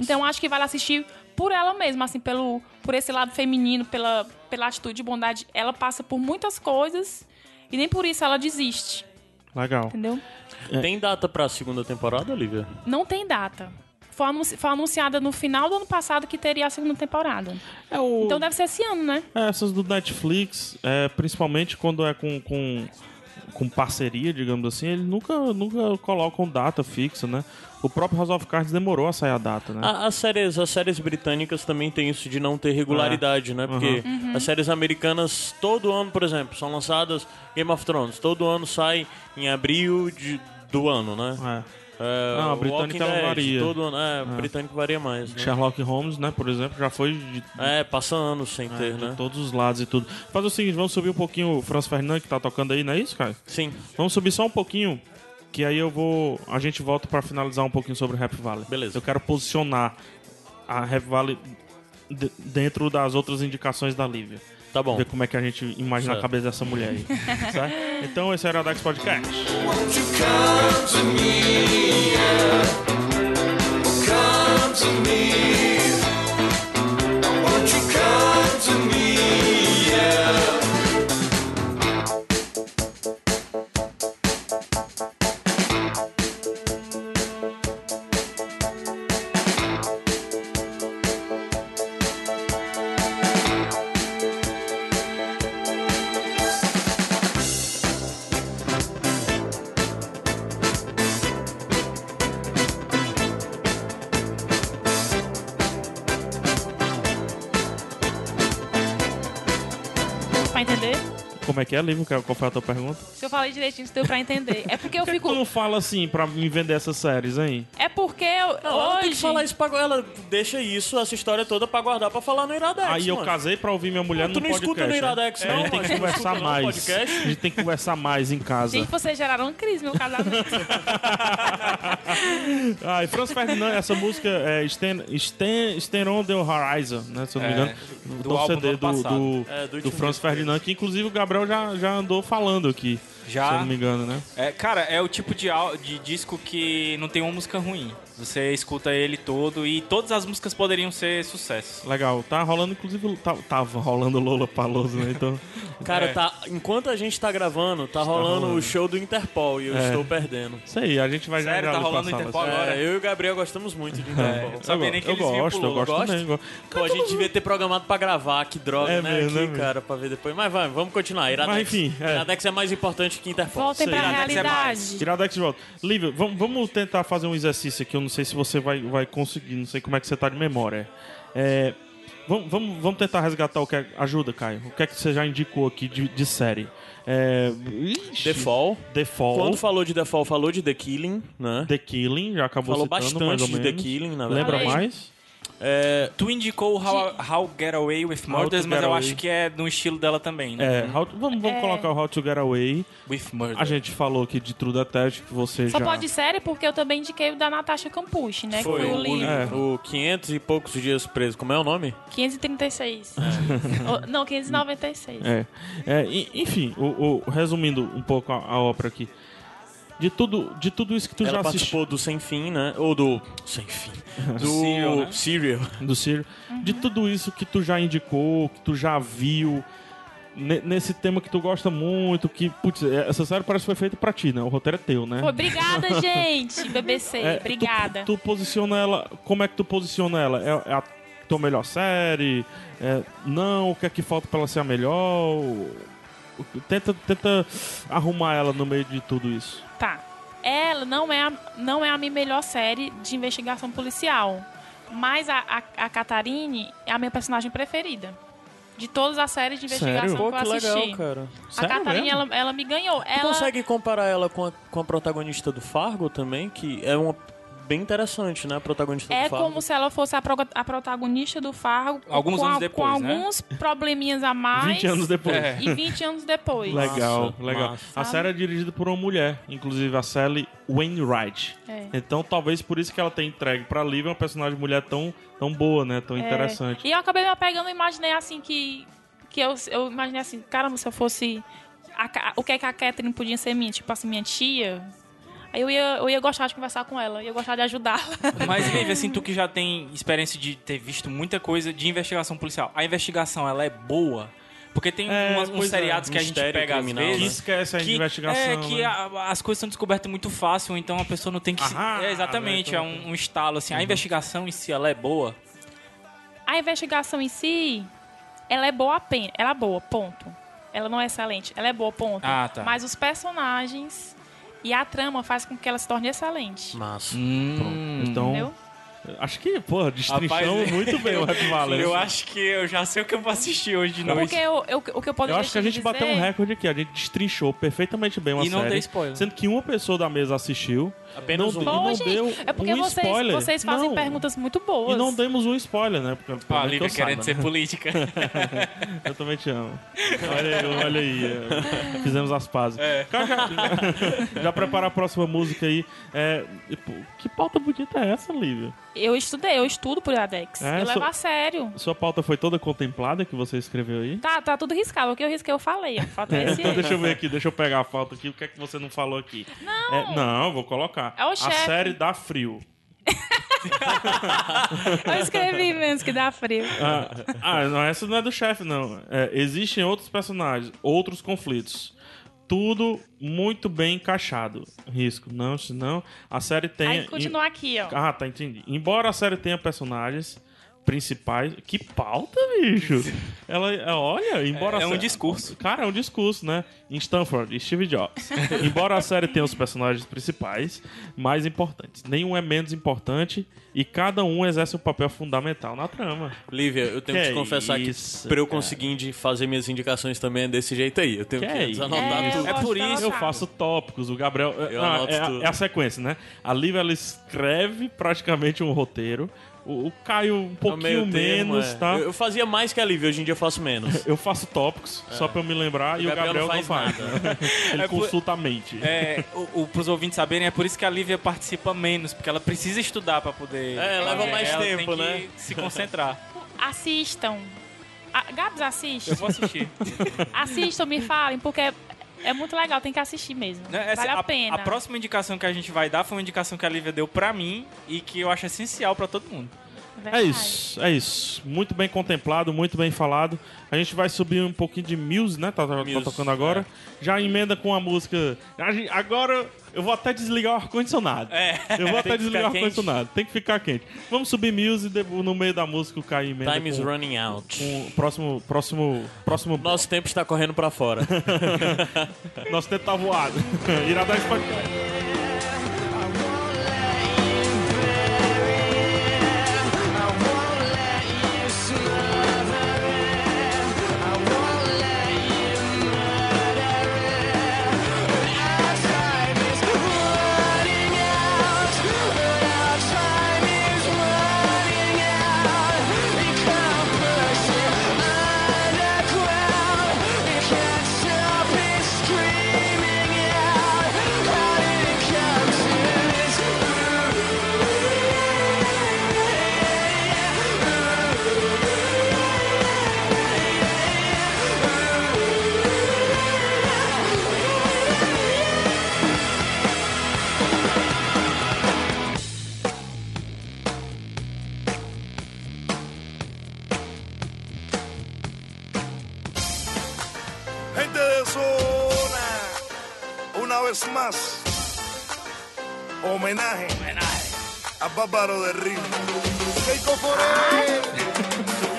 [SPEAKER 1] Então acho que vale assistir por ela mesma, assim, pelo, por esse lado feminino, pela, pela atitude de bondade. Ela passa por muitas coisas e nem por isso ela desiste,
[SPEAKER 2] Legal.
[SPEAKER 1] entendeu?
[SPEAKER 3] Tem data pra segunda temporada, Olivia?
[SPEAKER 1] Não tem data. Foi, anun- foi anunciada no final do ano passado que teria a segunda temporada.
[SPEAKER 2] É o...
[SPEAKER 1] Então deve ser esse ano, né?
[SPEAKER 2] É, essas do Netflix, é, principalmente quando é com, com com parceria, digamos assim, eles nunca, nunca colocam data fixa, né? O próprio House of Cards demorou a sair a data, né?
[SPEAKER 3] A- As séries, as séries britânicas também tem isso de não ter regularidade, né? Porque
[SPEAKER 1] Uhum.
[SPEAKER 3] as séries americanas, todo ano, por exemplo, são lançadas Game of Thrones. Todo ano sai em abril de- do ano, né?
[SPEAKER 2] É.
[SPEAKER 3] É,
[SPEAKER 2] Não, a
[SPEAKER 3] Walking
[SPEAKER 2] britânica, ela
[SPEAKER 3] Dead,
[SPEAKER 2] varia.
[SPEAKER 3] Todo ano, é, a britânica varia mais, né?
[SPEAKER 2] É, Sherlock Holmes, né, por exemplo, já foi de,
[SPEAKER 3] É, passa anos sem ter,
[SPEAKER 2] de
[SPEAKER 3] né?
[SPEAKER 2] todos os lados e tudo. Faz o seguinte, vamos subir um pouquinho o Franz Fernandes que tá tocando aí, não é isso, cara?
[SPEAKER 3] Sim,
[SPEAKER 2] Vamos subir só um pouquinho, que aí eu vou. A gente volta pra finalizar um pouquinho sobre o Rap Valley.
[SPEAKER 3] Beleza.
[SPEAKER 2] Eu quero posicionar a Rap Valley de- dentro das outras indicações da Lívia.
[SPEAKER 3] tá bom.
[SPEAKER 2] Ver como é que a gente imagina
[SPEAKER 3] Certo.
[SPEAKER 2] a cabeça dessa mulher
[SPEAKER 3] (laughs)
[SPEAKER 2] aí. certo? Então esse era o Dax Podcast.
[SPEAKER 1] Deu pra entender?
[SPEAKER 2] Como é que é, Lívia? Qual qual foi a tua pergunta?
[SPEAKER 1] Se eu falei direitinho, se deu pra entender. É porque eu
[SPEAKER 2] Por que que
[SPEAKER 1] fico.
[SPEAKER 2] tu
[SPEAKER 3] (laughs)
[SPEAKER 2] não fala assim pra me vender essas séries, hein?
[SPEAKER 1] É porque eu,
[SPEAKER 3] Ela não tem que
[SPEAKER 1] hoje.
[SPEAKER 3] falar isso pra gu- Ela deixa isso, essa história toda pra guardar pra falar no Iradex.
[SPEAKER 2] Aí eu
[SPEAKER 3] mano.
[SPEAKER 2] casei pra ouvir minha mulher
[SPEAKER 3] Ah,
[SPEAKER 2] no
[SPEAKER 3] tu não
[SPEAKER 2] podcast.
[SPEAKER 3] escuta no
[SPEAKER 2] né?
[SPEAKER 3] Iradex,
[SPEAKER 2] É,
[SPEAKER 3] não,
[SPEAKER 2] A gente tem
[SPEAKER 3] mas
[SPEAKER 2] que
[SPEAKER 3] tu não
[SPEAKER 2] conversar
[SPEAKER 3] escuta no
[SPEAKER 2] mais. A
[SPEAKER 3] podcast?
[SPEAKER 2] gente tem que conversar mais em casa. (laughs)
[SPEAKER 1] Gente, vocês geraram uma crise no meu
[SPEAKER 3] (laughs)
[SPEAKER 1] casamento.
[SPEAKER 2] Ah, e Franz Ferdinand, essa música é Stand, Stand, Stand on the Horizon, né? Se eu não me
[SPEAKER 4] É,
[SPEAKER 2] engano.
[SPEAKER 4] do
[SPEAKER 2] do
[SPEAKER 4] álbum
[SPEAKER 2] CD
[SPEAKER 4] do
[SPEAKER 2] do,
[SPEAKER 4] ano
[SPEAKER 2] do,
[SPEAKER 3] passado. É, do
[SPEAKER 2] do,
[SPEAKER 3] último
[SPEAKER 2] Franz
[SPEAKER 3] disco
[SPEAKER 2] Ferdinand, que inclusive o Gabriel já, já andou falando aqui.
[SPEAKER 4] Já.
[SPEAKER 2] Se eu não me engano, né?
[SPEAKER 4] É, cara, é o tipo de, au- de disco que não tem uma música ruim. Você escuta ele todo e todas as músicas poderiam ser sucesso.
[SPEAKER 2] Legal. Tá rolando, inclusive, tá- tava rolando Lola Paloso, né? Então,
[SPEAKER 3] Cara,
[SPEAKER 4] É.
[SPEAKER 3] tá, enquanto a gente tá gravando, tá rolando,
[SPEAKER 2] rolando.
[SPEAKER 3] o show do Interpol e eu
[SPEAKER 2] É.
[SPEAKER 3] estou perdendo.
[SPEAKER 2] isso aí, a gente vai já
[SPEAKER 4] Sério,
[SPEAKER 2] já
[SPEAKER 4] tá
[SPEAKER 2] ali pra
[SPEAKER 4] rolando
[SPEAKER 2] sala.
[SPEAKER 4] Interpol
[SPEAKER 2] É,
[SPEAKER 4] Agora.
[SPEAKER 3] É, eu e o Gabriel gostamos muito de Interpol.
[SPEAKER 4] Sabia
[SPEAKER 2] eu
[SPEAKER 4] nem que
[SPEAKER 2] eu
[SPEAKER 4] eles vinham
[SPEAKER 2] gosto,
[SPEAKER 4] pro
[SPEAKER 2] eu
[SPEAKER 4] Lola.
[SPEAKER 2] gosto
[SPEAKER 3] Gosta?
[SPEAKER 2] também. Gosto.
[SPEAKER 3] Pô, a gente devia ter programado pra gravar, que droga,
[SPEAKER 2] É
[SPEAKER 3] né?
[SPEAKER 2] mesmo,
[SPEAKER 3] aqui,
[SPEAKER 2] né,
[SPEAKER 3] cara, pra ver depois. Mas vai, vamos continuar. Iradex,
[SPEAKER 2] Mas enfim, é.
[SPEAKER 3] Iradex é mais importante que Interpol.
[SPEAKER 1] Voltem pra
[SPEAKER 4] Iradex é
[SPEAKER 1] realidade.
[SPEAKER 2] Iradex de volta. Lívia, vamos, vamos tentar fazer um exercício aqui. Eu não sei se você vai, vai conseguir, não sei como é que você tá de memória. É, vamos, vamos, vamos tentar resgatar o que é. Ajuda, Caio. O que é que você já indicou aqui de, de série? É, ixi,
[SPEAKER 3] The Fall.
[SPEAKER 2] The Fall.
[SPEAKER 3] Quando falou de The Fall, falou de The Killing, né?
[SPEAKER 2] The Killing, já acabou
[SPEAKER 3] Falou
[SPEAKER 2] citando,
[SPEAKER 3] bastante
[SPEAKER 2] mais ou
[SPEAKER 3] de
[SPEAKER 2] menos.
[SPEAKER 3] The Killing, na
[SPEAKER 2] Lembra
[SPEAKER 1] verdade.
[SPEAKER 2] mais?
[SPEAKER 3] É,
[SPEAKER 4] Tu indicou o How, How Get Away with Murders,
[SPEAKER 2] to
[SPEAKER 4] mas
[SPEAKER 2] Get
[SPEAKER 4] eu
[SPEAKER 2] Away.
[SPEAKER 4] acho que é no estilo dela também, né?
[SPEAKER 2] É,
[SPEAKER 3] Uhum.
[SPEAKER 2] How to- vamos vamos
[SPEAKER 1] É.
[SPEAKER 2] colocar o How to Get Away.
[SPEAKER 4] With Murder.
[SPEAKER 2] A gente falou aqui de True Detective, que você
[SPEAKER 1] Só
[SPEAKER 2] já...
[SPEAKER 1] pode série porque eu também indiquei o da Natasha Campucci, né?
[SPEAKER 3] foi
[SPEAKER 1] que
[SPEAKER 3] o,
[SPEAKER 1] foi o livro.
[SPEAKER 3] o 500 e poucos dias preso. Como é o nome?
[SPEAKER 1] 536. (laughs) Ou- Não, 596.
[SPEAKER 2] É. É, e- enfim, o, o- resumindo um pouco a, a ópera aqui. De tudo, de tudo isso que tu
[SPEAKER 3] Ela
[SPEAKER 2] já
[SPEAKER 3] participou
[SPEAKER 2] assistiu
[SPEAKER 3] do Sem Fim, né? Ou do... Sem Fim. (laughs) Do...
[SPEAKER 4] Serial, né?
[SPEAKER 3] Serial.
[SPEAKER 2] do Ciro, de
[SPEAKER 1] Uhum.
[SPEAKER 2] tudo isso que tu já indicou, que tu já viu, ne- nesse tema que tu gosta muito, que, putz, é, essa série parece que foi feita pra ti, né? O roteiro é teu, né?
[SPEAKER 1] Pô,
[SPEAKER 3] (laughs)
[SPEAKER 1] obrigada, gente. BBC,
[SPEAKER 2] É, tu-
[SPEAKER 1] obrigada.
[SPEAKER 2] Tu, posiciona ela, como é que tu posiciona ela? É, é a tua melhor série? É, não, o que é que falta pra ela ser a melhor? Tenta, tenta arrumar ela no meio de tudo isso.
[SPEAKER 1] Tá. Ela não é a, não é a minha melhor série de investigação policial. Mas a, a, a Catarine é a minha personagem preferida. De todas as séries de investigação
[SPEAKER 2] Sério?
[SPEAKER 1] que
[SPEAKER 3] Pô,
[SPEAKER 1] eu
[SPEAKER 3] que
[SPEAKER 1] assisti.
[SPEAKER 3] legal, cara.
[SPEAKER 1] a
[SPEAKER 2] Sério
[SPEAKER 1] Catarine,
[SPEAKER 2] mesmo?
[SPEAKER 1] ela, ela me ganhou.
[SPEAKER 3] Tu
[SPEAKER 1] Ela,
[SPEAKER 3] consegue comparar ela com a, com a protagonista do Fargo também, que é uma bem interessante, né? A protagonista
[SPEAKER 1] É
[SPEAKER 3] do Fargo.
[SPEAKER 1] como se ela fosse a, proga- a protagonista do Fargo.
[SPEAKER 4] Alguns
[SPEAKER 1] com
[SPEAKER 4] anos
[SPEAKER 1] a-
[SPEAKER 4] depois,
[SPEAKER 1] Com
[SPEAKER 4] né?
[SPEAKER 1] alguns probleminhas
[SPEAKER 3] (laughs)
[SPEAKER 1] a mais.
[SPEAKER 2] 20 anos depois.
[SPEAKER 4] É.
[SPEAKER 1] E 20 anos depois.
[SPEAKER 2] Legal,
[SPEAKER 3] Massa,
[SPEAKER 2] legal.
[SPEAKER 3] massa.
[SPEAKER 2] A série é dirigida por uma mulher, inclusive a Sally Wainwright.
[SPEAKER 1] É.
[SPEAKER 2] Então talvez por isso que ela tenha entregue pra Liv é uma personagem mulher tão, tão boa, né? Tão interessante.
[SPEAKER 1] É. E eu acabei me apegando e imaginei assim que. Que eu, eu imaginei assim, caramba, se eu fosse. a Ca- o que é que a Catherine podia ser minha? Tipo assim, minha tia. Aí eu ia, eu ia gostar de conversar com ela, ia gostar de
[SPEAKER 2] (laughs)
[SPEAKER 1] ajudá-la.
[SPEAKER 4] Mas, Vivi, assim, tu que já tem experiência de ter visto muita coisa de investigação policial, a investigação, ela é boa? Porque tem
[SPEAKER 2] É,
[SPEAKER 4] umas-
[SPEAKER 2] pois
[SPEAKER 4] uns
[SPEAKER 2] é. né?
[SPEAKER 4] seriados que a gente
[SPEAKER 3] Mistério
[SPEAKER 4] pega às
[SPEAKER 3] criminal,
[SPEAKER 4] vezes...
[SPEAKER 2] Que esquece a
[SPEAKER 4] que-
[SPEAKER 2] investigação.
[SPEAKER 4] É, que
[SPEAKER 2] né?
[SPEAKER 4] a- as coisas são descobertas muito fácil, então a pessoa não tem que... se-
[SPEAKER 2] Ahá,
[SPEAKER 4] é, exatamente,
[SPEAKER 2] né,
[SPEAKER 4] é
[SPEAKER 2] então-
[SPEAKER 4] um, um estalo, assim. A investigação em si, ela é boa?
[SPEAKER 1] A investigação em si, ela é boa apenas. Ela é boa, ponto. Ela não é excelente. Ela é boa, ponto.
[SPEAKER 4] Ah, tá.
[SPEAKER 1] Mas os personagens e a trama faz com que ela se torne excelente.
[SPEAKER 3] Massa.
[SPEAKER 2] Então,
[SPEAKER 1] Entendeu?
[SPEAKER 2] acho que, porra, destrinchamos
[SPEAKER 4] Rapaz,
[SPEAKER 2] muito bem
[SPEAKER 4] (laughs)
[SPEAKER 2] o Rap Valeu.
[SPEAKER 4] Eu acho que eu já sei o que eu vou assistir hoje de noite.
[SPEAKER 1] Porque eu, eu- o que eu posso
[SPEAKER 2] então Eu acho que a gente
[SPEAKER 1] dizer,
[SPEAKER 2] bateu um recorde aqui, a gente destrinchou perfeitamente bem uma
[SPEAKER 4] E não
[SPEAKER 2] série.
[SPEAKER 4] deu spoiler.
[SPEAKER 2] Sendo que uma pessoa da mesa assistiu.
[SPEAKER 3] Apenas
[SPEAKER 2] não
[SPEAKER 3] um.
[SPEAKER 2] deu- e
[SPEAKER 1] Bom,
[SPEAKER 2] não
[SPEAKER 1] gente,
[SPEAKER 2] deu
[SPEAKER 1] é porque
[SPEAKER 2] um
[SPEAKER 1] vocês,
[SPEAKER 2] spoiler.
[SPEAKER 1] vocês fazem
[SPEAKER 2] Não.
[SPEAKER 1] perguntas muito boas.
[SPEAKER 2] E não demos um spoiler, né? Porque, pelo
[SPEAKER 4] Ah, a
[SPEAKER 2] menos que
[SPEAKER 4] Lívia
[SPEAKER 2] eu saiba,
[SPEAKER 4] querendo ser
[SPEAKER 2] né?
[SPEAKER 4] política.
[SPEAKER 2] Eu também te amo. Olha aí, olha aí. é, Fizemos as pazes.
[SPEAKER 4] É.
[SPEAKER 2] Cara, já, (laughs) já prepara a próxima música aí. É, e, pô, que pauta bonita é essa, Lívia?
[SPEAKER 1] Eu estudei, eu estudo por Iradex.
[SPEAKER 2] É,
[SPEAKER 1] eu
[SPEAKER 2] só-
[SPEAKER 1] levo a sério.
[SPEAKER 2] Sua pauta foi toda contemplada que você escreveu aí?
[SPEAKER 1] Tá, tá tudo riscado. O que eu risquei, eu falei. O fato é esse.
[SPEAKER 2] Então deixa eu ver aqui, deixa eu pegar a pauta aqui. O que é que você não falou aqui? Não, não vou colocar.
[SPEAKER 1] É o
[SPEAKER 2] a
[SPEAKER 1] chefe.
[SPEAKER 2] série dá frio.
[SPEAKER 1] Eu escrevi menos que dá frio.
[SPEAKER 2] Ah, ah, não, essa não é do chefe, não. É, existem outros personagens, outros conflitos. Tudo muito bem encaixado. Risco. Não, senão. A série tem.
[SPEAKER 1] Aí continua aqui, ó.
[SPEAKER 2] Ah, tá, entendi. Embora a série tenha personagens principais. Que pauta,
[SPEAKER 4] (laughs)
[SPEAKER 2] bicho! Ela, é, olha, embora.
[SPEAKER 4] É- é
[SPEAKER 2] a
[SPEAKER 4] um
[SPEAKER 2] sé-
[SPEAKER 4] discurso.
[SPEAKER 2] Cara, é um discurso, né? Em Stanford, Steve Jobs. embora a série tenha os personagens principais, mais importantes. Nenhum é menos importante e cada um exerce um papel fundamental na trama.
[SPEAKER 3] Lívia, eu tenho que,
[SPEAKER 2] Que
[SPEAKER 3] te confessar
[SPEAKER 2] isso,
[SPEAKER 3] que pra eu
[SPEAKER 2] cara.
[SPEAKER 3] conseguir de fazer minhas indicações também é desse jeito aí. Eu tenho
[SPEAKER 2] Que
[SPEAKER 3] que,
[SPEAKER 2] isso.
[SPEAKER 3] anotar
[SPEAKER 1] É,
[SPEAKER 3] tudo.
[SPEAKER 1] eu- gosto
[SPEAKER 4] por
[SPEAKER 1] de
[SPEAKER 4] isso
[SPEAKER 2] Eu
[SPEAKER 1] Sabe.
[SPEAKER 2] faço tópicos, o Gabriel.
[SPEAKER 3] Eu
[SPEAKER 2] Ah,
[SPEAKER 3] anoto
[SPEAKER 2] é, a-
[SPEAKER 3] tudo.
[SPEAKER 2] é a sequência, né? A Lívia ela escreve praticamente um roteiro. O, o Caio um
[SPEAKER 3] É o meio
[SPEAKER 2] pouquinho
[SPEAKER 3] termo,
[SPEAKER 2] menos,
[SPEAKER 3] é.
[SPEAKER 2] tá?
[SPEAKER 3] Eu, eu fazia mais que a Lívia, hoje em dia eu faço menos.
[SPEAKER 2] Eu faço tópicos,
[SPEAKER 3] É.
[SPEAKER 2] só pra eu me lembrar, e o Gabriel não faz.
[SPEAKER 3] nada.
[SPEAKER 2] (laughs) Ele
[SPEAKER 4] É por-
[SPEAKER 2] consulta a mente.
[SPEAKER 4] É, o, o, pros ouvintes saberem, é por isso que a Lívia participa menos, porque ela precisa estudar pra poder.
[SPEAKER 3] É, leva
[SPEAKER 4] ela-
[SPEAKER 3] mais
[SPEAKER 4] ela
[SPEAKER 3] tempo,
[SPEAKER 4] tem
[SPEAKER 3] né?
[SPEAKER 4] Que se concentrar.
[SPEAKER 1] assim. Assistam. A, Gabs, assiste.
[SPEAKER 4] Eu vou assistir.
[SPEAKER 1] Assistam, me falem, porque é, é muito legal, tem que assistir mesmo.
[SPEAKER 4] Né, essa-
[SPEAKER 1] vale a, pena.
[SPEAKER 4] A próxima indicação que a gente vai dar foi uma indicação que a Lívia deu pra mim e que eu acho essencial pra todo mundo.
[SPEAKER 2] É
[SPEAKER 1] Verdade.
[SPEAKER 2] isso, é isso. Muito bem contemplado, muito bem falado. A gente vai subir um pouquinho de Muse, né? Tá, tá- tá
[SPEAKER 3] Muse,
[SPEAKER 2] tocando agora. Já emenda com a música. A gente- Agora eu vou até desligar o ar-condicionado.
[SPEAKER 4] É.
[SPEAKER 2] Eu vou
[SPEAKER 4] Tem
[SPEAKER 2] até
[SPEAKER 4] que
[SPEAKER 2] desligar o
[SPEAKER 4] ficar quente.
[SPEAKER 2] ar-condicionado. Tem que ficar quente. Vamos subir Muse e de- no meio da música o Caio emenda.
[SPEAKER 3] Time is
[SPEAKER 2] com-
[SPEAKER 3] running out.
[SPEAKER 2] com o próximo, próximo, próximo. Nosso,
[SPEAKER 3] Nosso tempo está correndo pra fora.
[SPEAKER 2] nosso tempo tá voado. Iradex Podcast.
[SPEAKER 6] Gente de zona, una vez más, homenaje, a Bárbaro de Río. Keiko Forever.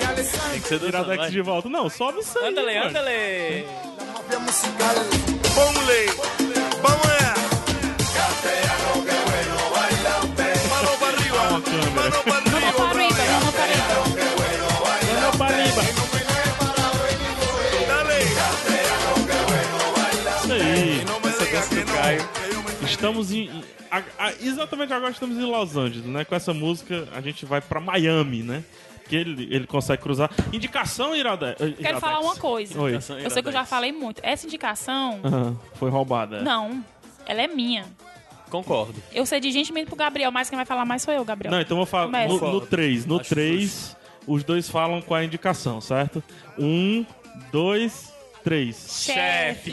[SPEAKER 6] Y Alexander.
[SPEAKER 3] (laughs) Tem que ser dançando,
[SPEAKER 2] Iradex
[SPEAKER 3] vai.
[SPEAKER 2] de volta. Não, sobe isso aí.
[SPEAKER 4] Andale,
[SPEAKER 2] mano.
[SPEAKER 4] andale!
[SPEAKER 6] mafia musical. Ponle, vamos allá. Mano para arriba, mano para arriba,
[SPEAKER 1] Vamos para
[SPEAKER 6] otra
[SPEAKER 1] arriba,
[SPEAKER 6] vez.
[SPEAKER 1] vamos para arriba.
[SPEAKER 2] Mano pra riba.
[SPEAKER 6] Dale,
[SPEAKER 2] Isso aí.
[SPEAKER 6] no me digas que no, que yo me
[SPEAKER 2] Estamos em. em- a- a- exatamente agora estamos em Los Angeles, né? Com essa música a gente vai pra Miami, né? Que ele, ele consegue cruzar. Indicação, Irade... Iradex.
[SPEAKER 1] Quero falar uma coisa.
[SPEAKER 2] Oi.
[SPEAKER 3] Indicação
[SPEAKER 1] Eu sei que eu já
[SPEAKER 3] Iradex.
[SPEAKER 1] falei muito. Essa indicação,
[SPEAKER 2] Aham, foi roubada.
[SPEAKER 1] não. Ela é minha.
[SPEAKER 3] Concordo.
[SPEAKER 1] Eu sei de gente pro Gabriel, mas quem vai falar mais sou eu, Gabriel.
[SPEAKER 2] Não, então vou falar.
[SPEAKER 1] Começa.
[SPEAKER 2] No, no 3. No
[SPEAKER 3] Acho
[SPEAKER 2] 3, os dois falam com a indicação, certo? Um, dois, três. (laughs)
[SPEAKER 1] Chefe.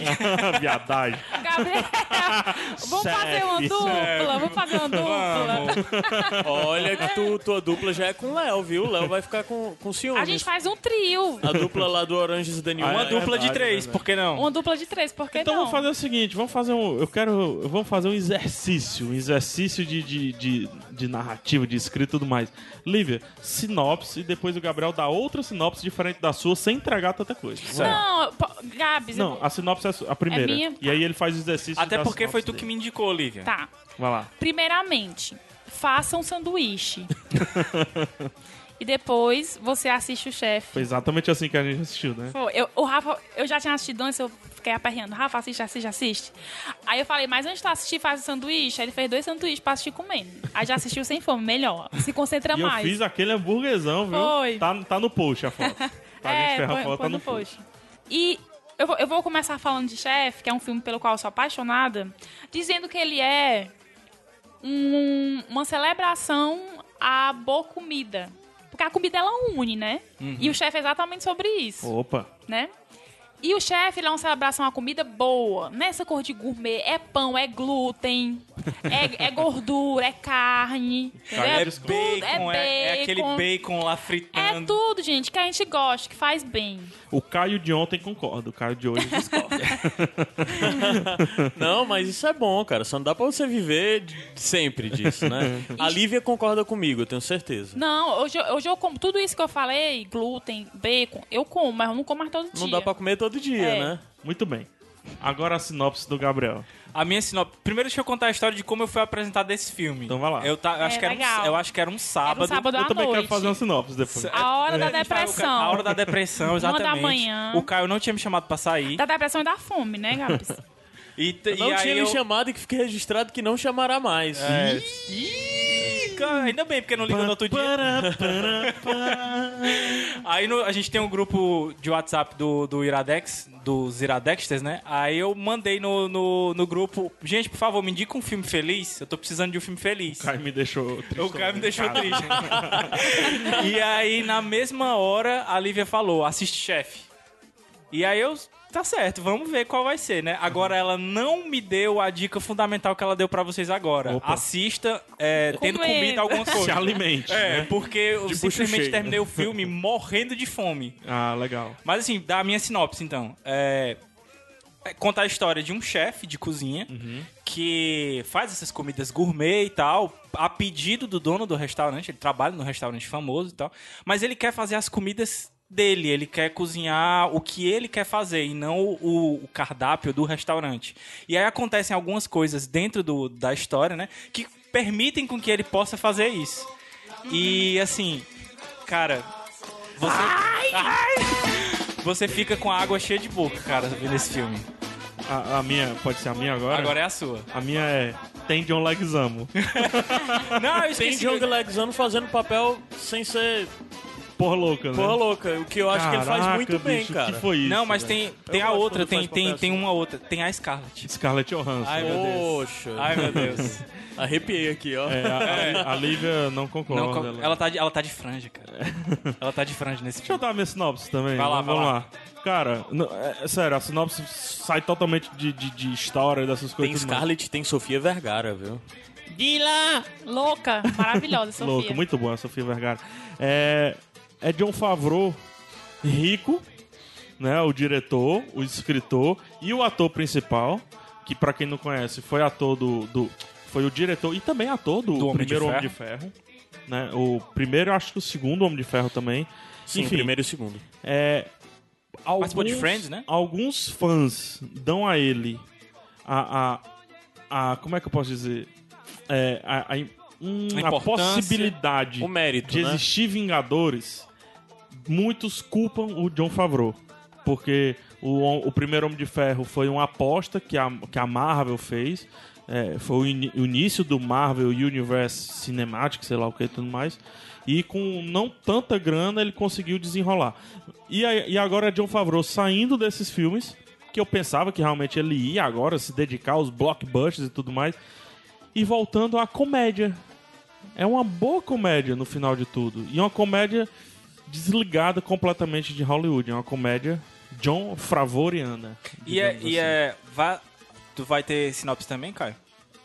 [SPEAKER 2] Viadagem.
[SPEAKER 1] Gabriel,
[SPEAKER 2] (laughs)
[SPEAKER 1] vamos fazer uma
[SPEAKER 2] Chefe.
[SPEAKER 1] dupla, vamos fazer uma dupla.
[SPEAKER 3] Olha que tu, tua dupla já é com o Léo, viu? O Léo vai ficar com, com ciúmes.
[SPEAKER 1] A gente faz um trio,
[SPEAKER 3] A dupla lá do Oranges Daniel.
[SPEAKER 2] Ah,
[SPEAKER 4] Uma
[SPEAKER 2] é
[SPEAKER 4] dupla de
[SPEAKER 2] verdade,
[SPEAKER 4] três,
[SPEAKER 2] verdade.
[SPEAKER 4] por que não?
[SPEAKER 1] uma dupla de três, por que
[SPEAKER 2] Então
[SPEAKER 1] não?
[SPEAKER 2] vamos fazer o seguinte, vamos fazer um. Eu quero. Vamos fazer um exercício. Um exercício de, de, de, de narrativa, de escrita e tudo mais. Lívia, sinopse, e depois o Gabriel dá outra sinopse diferente da sua, sem entregar tanta coisa.
[SPEAKER 1] Não, po- Gabs, eu-
[SPEAKER 2] um Não, a sinopse é a su- a primeira.
[SPEAKER 1] É minha?
[SPEAKER 2] E aí ele faz o exercício
[SPEAKER 4] Até
[SPEAKER 2] da
[SPEAKER 4] porque foi
[SPEAKER 2] sinopse
[SPEAKER 4] tu
[SPEAKER 2] dele.
[SPEAKER 4] que me indicou, Olivia.
[SPEAKER 1] tá.
[SPEAKER 2] Vai lá.
[SPEAKER 1] Primeiramente, faça um
[SPEAKER 2] (laughs)
[SPEAKER 1] sanduíche. e depois você assiste o chefe.
[SPEAKER 2] Foi exatamente assim que a gente assistiu, né?
[SPEAKER 1] Pô, eu, o Rafa, eu já tinha assistido antes, eu fiquei aperreando. Rafa, assiste, assiste, assiste. Aí eu falei, mas antes de assistir, faz o sanduíche. Aí ele fez dois sanduíches pra assistir comendo. Aí já assistiu sem fome, melhor. Se concentra
[SPEAKER 2] E eu
[SPEAKER 1] mais.
[SPEAKER 2] fiz aquele hambúrguerzão, viu?
[SPEAKER 1] Foi.
[SPEAKER 2] Tá, tá no post a
[SPEAKER 1] (laughs)
[SPEAKER 2] foto. Tá, a gente
[SPEAKER 1] é,
[SPEAKER 2] ferra a
[SPEAKER 1] põe-
[SPEAKER 2] foto,
[SPEAKER 1] põe
[SPEAKER 2] tá no post.
[SPEAKER 1] E eu vou, eu vou começar falando de Chefe, que é um filme pelo qual eu sou apaixonada, dizendo que ele é um- uma celebração à boa comida. Porque a comida, ela une, né? E o Chefe é exatamente sobre isso
[SPEAKER 2] Opa.
[SPEAKER 1] né? E o chefe lá, uma celebração à comida boa. Nessa cor de gourmet, é pão, é glúten, é, é gordura, é carne. entendeu?
[SPEAKER 2] Carne
[SPEAKER 1] é,
[SPEAKER 2] de
[SPEAKER 1] tudo,
[SPEAKER 4] Bacon, é, é aquele
[SPEAKER 1] bacon.
[SPEAKER 4] bacon lá
[SPEAKER 1] É
[SPEAKER 4] fritando.
[SPEAKER 1] tudo, gente, que a gente gosta, que faz bem.
[SPEAKER 2] O Caio de ontem concorda, o Caio
[SPEAKER 1] (laughs)
[SPEAKER 2] de hoje discorda.
[SPEAKER 3] Não, mas isso é bom, cara. Só não dá pra você viver de- sempre disso, (laughs) né? A Lívia concorda comigo, eu tenho certeza.
[SPEAKER 1] Não, hoje, eu- hoje eu como tudo isso que eu falei, glúten, bacon, eu como, mas eu não como mais todo dia.
[SPEAKER 3] Não dá pra comer todo dia,
[SPEAKER 1] É.
[SPEAKER 3] né?
[SPEAKER 2] Muito bem. Agora a sinopse do Gabriel.
[SPEAKER 4] A minha sinopse. Primeiro deixa eu contar a história de como eu fui apresentado esse filme.
[SPEAKER 2] Então vai lá.
[SPEAKER 4] Eu, tá, eu acho,
[SPEAKER 1] É,
[SPEAKER 4] que era
[SPEAKER 1] legal.
[SPEAKER 4] um, eu acho que era um sábado.
[SPEAKER 1] sábado à
[SPEAKER 2] eu também quero
[SPEAKER 1] noite.
[SPEAKER 2] fazer uma sinopse depois.
[SPEAKER 1] A hora da
[SPEAKER 4] A gente faz o
[SPEAKER 1] Tá
[SPEAKER 4] ca-
[SPEAKER 1] depressão.
[SPEAKER 4] A hora da depressão, exatamente.
[SPEAKER 1] manhã. Tá.
[SPEAKER 4] O Caio não tinha me chamado pra sair.
[SPEAKER 1] Da depressão e da fome, né, Gabs?
[SPEAKER 4] E, te-
[SPEAKER 3] Não
[SPEAKER 4] e aí
[SPEAKER 3] tinha
[SPEAKER 4] eu...
[SPEAKER 3] me chamado e que fique registrado que não chamará mais.
[SPEAKER 4] É. Ih, cara, ainda bem, porque não ligou no outro dia. Aí no- a gente tem um grupo de WhatsApp do, do Iradex, dos Iradexters, né? Aí eu mandei no, no, no grupo, gente, por favor, me indica um filme feliz. Eu tô precisando de um filme feliz.
[SPEAKER 2] O Caio me deixou triste.
[SPEAKER 4] O cara me deixou triste. (laughs) e aí, na mesma hora, a Lívia falou: assiste chefe. E aí eu. Tá certo, vamos ver qual vai ser, né? Agora ela não me deu a dica fundamental que ela deu pra vocês agora.
[SPEAKER 2] Opa.
[SPEAKER 4] Assista é, tendo
[SPEAKER 1] Comendo.
[SPEAKER 4] comida alguma coisa.
[SPEAKER 2] (laughs) Se alimente.
[SPEAKER 4] É,
[SPEAKER 2] né?
[SPEAKER 4] porque eu
[SPEAKER 2] De bucho
[SPEAKER 4] simplesmente
[SPEAKER 2] cheio.
[SPEAKER 4] terminei o filme morrendo de fome.
[SPEAKER 2] Ah, legal.
[SPEAKER 4] Mas assim, da minha sinopse, então. É, é contar a história de um chefe de cozinha que faz essas comidas gourmet e tal, a pedido do dono do restaurante, ele trabalha num restaurante famoso e tal, mas ele quer fazer as comidas dele, ele quer cozinhar o que ele quer fazer e não o, o cardápio do restaurante. E aí acontecem algumas coisas dentro do, da história, né, que permitem com que ele possa fazer isso. E assim, cara, você você fica com a água cheia de boca, cara, vendo esse filme.
[SPEAKER 2] A, a minha, pode ser a minha agora?
[SPEAKER 4] Agora é a sua.
[SPEAKER 2] A minha é Tem John Leguizamo.
[SPEAKER 4] Não, eu
[SPEAKER 3] Tem
[SPEAKER 4] esqueci.
[SPEAKER 3] Diogo Alexandre fazendo papel sem ser
[SPEAKER 2] Porra louca, né?
[SPEAKER 3] porra louca, o que eu acho que ele faz
[SPEAKER 2] Caraca,
[SPEAKER 3] muito bem,
[SPEAKER 2] bicho,
[SPEAKER 3] cara.
[SPEAKER 2] que foi isso?
[SPEAKER 4] Não, mas
[SPEAKER 2] velho?
[SPEAKER 4] tem, tem
[SPEAKER 3] Eu
[SPEAKER 4] a
[SPEAKER 3] gosto
[SPEAKER 4] outra,
[SPEAKER 3] quando
[SPEAKER 4] tem,
[SPEAKER 3] faz
[SPEAKER 4] tem,
[SPEAKER 3] papel
[SPEAKER 4] tem
[SPEAKER 3] assim.
[SPEAKER 4] uma outra. Tem a Scarlett.
[SPEAKER 2] Scarlett Johansson.
[SPEAKER 4] Ai, meu Deus.
[SPEAKER 3] (laughs) Poxa,
[SPEAKER 4] Ai, meu Deus.
[SPEAKER 3] arrepiei aqui, ó.
[SPEAKER 2] É, a, a- a Lívia não concorda.
[SPEAKER 4] Não, co- ela, tá de, ela tá de franja, cara. Ela tá de franja nesse
[SPEAKER 2] Deixa eu
[SPEAKER 4] filme.
[SPEAKER 2] dar minha sinopse também.
[SPEAKER 4] Vai lá,
[SPEAKER 2] vamos
[SPEAKER 4] vai lá.
[SPEAKER 2] lá. Cara, não, é, é sério, a sinopse sai totalmente de, de, de história, dessas coisas.
[SPEAKER 3] Tem
[SPEAKER 2] e tudo mais.
[SPEAKER 3] Scarlett, tem Sofia Vergara, viu?
[SPEAKER 1] Louca,
[SPEAKER 4] (laughs)
[SPEAKER 1] maravilhosa, Sofia.
[SPEAKER 2] Louco, muito bom a Sofia Vergara. É, é John Favreau, rico, né? O diretor, o escritor e o ator principal, que pra quem não conhece, foi ator do. do- foi o diretor e também ator do,
[SPEAKER 4] Do Homem de
[SPEAKER 2] primeiro Homem de Ferro. Né? O primeiro, eu acho que o segundo Homem de Ferro também.
[SPEAKER 3] Sim,
[SPEAKER 2] Enfim,
[SPEAKER 3] primeiro e segundo.
[SPEAKER 2] é, alguns,
[SPEAKER 4] Participou de Friends, né?
[SPEAKER 2] Alguns fãs dão a ele a. a, a- como é que eu posso dizer? É, a, a- hum,
[SPEAKER 4] A
[SPEAKER 2] a
[SPEAKER 4] importância,
[SPEAKER 2] possibilidade
[SPEAKER 3] O mérito,
[SPEAKER 2] de
[SPEAKER 3] né?
[SPEAKER 2] existir Vingadores, muitos culpam o John Favreau. Porque o, o primeiro Homem de Ferro foi uma aposta que a, que a Marvel fez. é, foi o, ini- o início do Marvel Universe Cinematic, sei lá o que e tudo mais. E com não tanta grana ele conseguiu desenrolar. E, aí- e agora é John Favreau saindo desses filmes, que eu pensava que realmente ele ia agora se dedicar aos blockbusters e tudo mais, e voltando à comédia, é uma boa comédia no final de tudo. E uma comédia desligada completamente de Hollywood. É uma comédia John Favoriana.
[SPEAKER 4] E é.
[SPEAKER 2] digamos
[SPEAKER 4] E
[SPEAKER 2] assim.
[SPEAKER 4] é vá, tu vai ter sinopse também, Caio?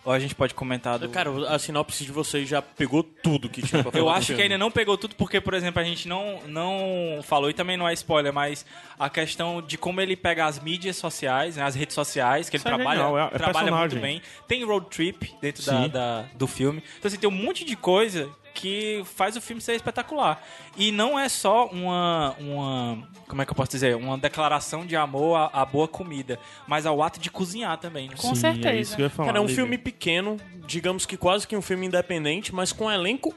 [SPEAKER 4] Ou a gente pode comentar do...
[SPEAKER 3] Cara, a sinopse de vocês já pegou tudo que tinha pra falar
[SPEAKER 4] Eu
[SPEAKER 3] do
[SPEAKER 4] acho que
[SPEAKER 3] filme.
[SPEAKER 4] ainda não pegou tudo, porque, por exemplo, a gente não, não falou, e também não é spoiler, mas a questão de como ele pega as mídias sociais, né, as redes sociais, que ele
[SPEAKER 2] Isso é
[SPEAKER 4] trabalha,
[SPEAKER 2] legal, é- é
[SPEAKER 4] trabalha muito
[SPEAKER 2] personagem.
[SPEAKER 4] bem. Tem road trip dentro da,
[SPEAKER 2] Sim.
[SPEAKER 4] da- do filme. Então, assim, tem um monte de coisa que faz o filme ser espetacular. E não é só uma, uma como é que eu posso dizer? Uma declaração de amor à, à boa comida, mas ao ato de cozinhar também. né?
[SPEAKER 1] Com
[SPEAKER 2] Sim,
[SPEAKER 1] certeza.
[SPEAKER 2] É isso que eu ia falar,
[SPEAKER 3] Cara, é um
[SPEAKER 2] Lívia.
[SPEAKER 3] filme pequeno, digamos que quase que um filme independente, mas com um elenco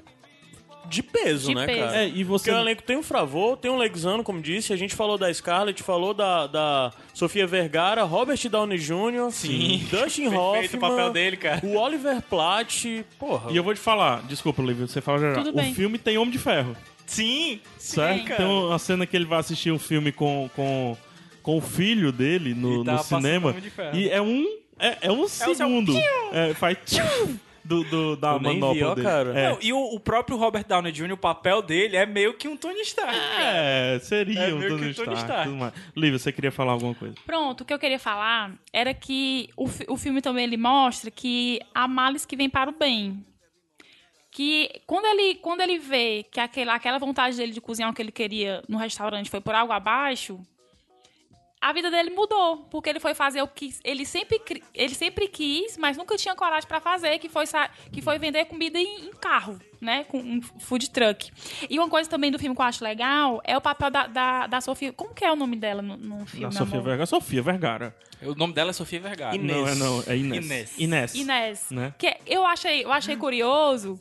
[SPEAKER 3] de peso,
[SPEAKER 1] De
[SPEAKER 3] né,
[SPEAKER 1] peso.
[SPEAKER 3] cara?
[SPEAKER 2] É, e você.
[SPEAKER 3] Porque o elenco tem o Fravô, tem o Lexano, como disse, a gente falou da Scarlett, falou da, da Sofia Vergara, Robert Downey Jr.,
[SPEAKER 4] Sim.
[SPEAKER 3] Dustin
[SPEAKER 4] Perfeito
[SPEAKER 3] Hoffman,
[SPEAKER 4] o papel dele, cara.
[SPEAKER 3] o Oliver Platt, porra.
[SPEAKER 2] E eu vou te falar, desculpa, Lívia, você fala já. já.
[SPEAKER 1] Tudo
[SPEAKER 2] o
[SPEAKER 1] bem.
[SPEAKER 2] filme tem Homem de Ferro.
[SPEAKER 4] Sim, sim,
[SPEAKER 2] Certo?
[SPEAKER 4] cara.
[SPEAKER 2] Então a cena que ele vai assistir um filme com, com, com o filho dele no,
[SPEAKER 4] E tá
[SPEAKER 2] no
[SPEAKER 4] passando
[SPEAKER 2] cinema.
[SPEAKER 4] Homem de Ferro.
[SPEAKER 2] E é um. É, é um segundo. É, faz tchum do, do- da
[SPEAKER 3] Eu nem vi,
[SPEAKER 2] manopla
[SPEAKER 3] ó,
[SPEAKER 2] dele.
[SPEAKER 3] cara.
[SPEAKER 2] É.
[SPEAKER 4] Não, e o, o próprio Robert Downey Jr., o papel dele é meio que um Tony Stark.
[SPEAKER 2] É, seria
[SPEAKER 4] É
[SPEAKER 2] um
[SPEAKER 4] meio que
[SPEAKER 2] Tony
[SPEAKER 4] o Tony
[SPEAKER 2] Stark.
[SPEAKER 4] Stark.
[SPEAKER 2] tudo mais. Lívia, você queria falar alguma coisa?
[SPEAKER 1] Pronto, o que eu queria falar era que o, fi- o filme também ele mostra que há males que vêm para o bem. Que quando ele, quando ele vê que aquela, aquela vontade dele de cozinhar o que ele queria no restaurante foi por água abaixo, a vida dele mudou, porque ele foi fazer o que ele sempre, cri- ele sempre quis, mas nunca tinha coragem para fazer, que foi, sa- que foi vender comida em, em carro, né? Com um food truck. E uma coisa também do filme que eu acho legal é o papel da, da, da Sofia. Como que é o nome dela no, no filme?
[SPEAKER 2] Da
[SPEAKER 1] meu
[SPEAKER 2] Sofia
[SPEAKER 1] amor?
[SPEAKER 2] Vergara. Sofia Vergara.
[SPEAKER 4] O nome dela é Sofia Vergara.
[SPEAKER 3] Inês.
[SPEAKER 2] Não, é não, é Inês.
[SPEAKER 4] Inês.
[SPEAKER 2] Inês.
[SPEAKER 1] Inés.
[SPEAKER 2] Né?
[SPEAKER 1] Que eu achei, eu achei curioso.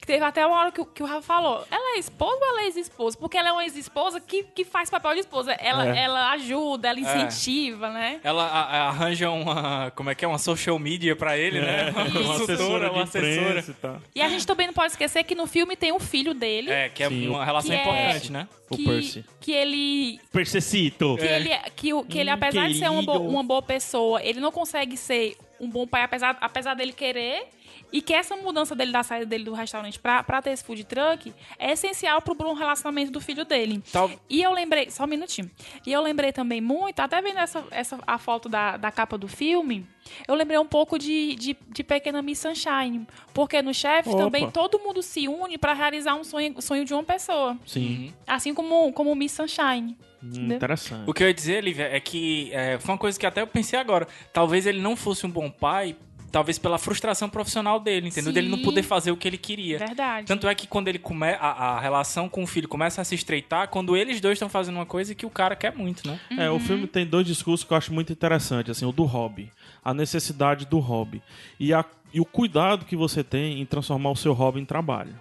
[SPEAKER 1] Que teve até uma hora que, o- que o Rafa falou: ela é esposa ou ela é ex-esposa? Porque ela é uma ex-esposa que, que faz papel de esposa. Ela,
[SPEAKER 2] É.
[SPEAKER 1] ela ajuda, ela incentiva, né?
[SPEAKER 4] Ela a- a- arranja uma, como é que é, uma social media pra ele, né? (laughs) Uma
[SPEAKER 2] É, Uma assessora, uma assessora. E tal.
[SPEAKER 1] E a gente também não pode esquecer que no filme tem o filho dele.
[SPEAKER 4] É, que é
[SPEAKER 2] Sim,
[SPEAKER 4] uma relação
[SPEAKER 1] que é-
[SPEAKER 4] importante, né?
[SPEAKER 2] O
[SPEAKER 1] que,
[SPEAKER 2] Percy.
[SPEAKER 1] Que ele.
[SPEAKER 2] Percecito.
[SPEAKER 1] Que ele, é, que, o- que ele
[SPEAKER 2] É. Hum,
[SPEAKER 1] apesar de ser uma, bo-
[SPEAKER 2] querido.
[SPEAKER 1] uma boa pessoa, ele não consegue ser um bom pai, apesar, apesar dele querer. E que essa mudança dele da saída dele do restaurante pra, pra ter esse food truck é essencial pro bom relacionamento do filho dele.
[SPEAKER 4] Tal-
[SPEAKER 1] E eu lembrei, só um minutinho. E eu lembrei também muito, até vendo essa, essa, a foto da, da capa do filme, eu lembrei um pouco de, de, de Pequena Miss Sunshine. Porque no chefe
[SPEAKER 2] Opa.
[SPEAKER 1] também todo mundo se une pra realizar um sonho, sonho de uma pessoa.
[SPEAKER 2] Sim.
[SPEAKER 1] Assim como, como Miss Sunshine.
[SPEAKER 2] Hum, interessante.
[SPEAKER 4] O que eu ia dizer, Lívia, é que é, foi uma coisa que até eu pensei agora. Talvez ele não fosse um bom pai, talvez pela frustração profissional dele, entendeu?
[SPEAKER 1] Sim.
[SPEAKER 4] Dele não poder fazer o que ele queria.
[SPEAKER 1] Verdade.
[SPEAKER 2] Então,
[SPEAKER 4] Tanto é que quando ele come a, a relação com o filho começa a se estreitar, quando eles dois estão fazendo uma coisa que o cara quer muito, né?
[SPEAKER 2] É, o filme tem dois discursos que eu acho muito interessante, assim, o do hobby, a necessidade do hobby e, a- e o cuidado que você tem em transformar o seu hobby em trabalho.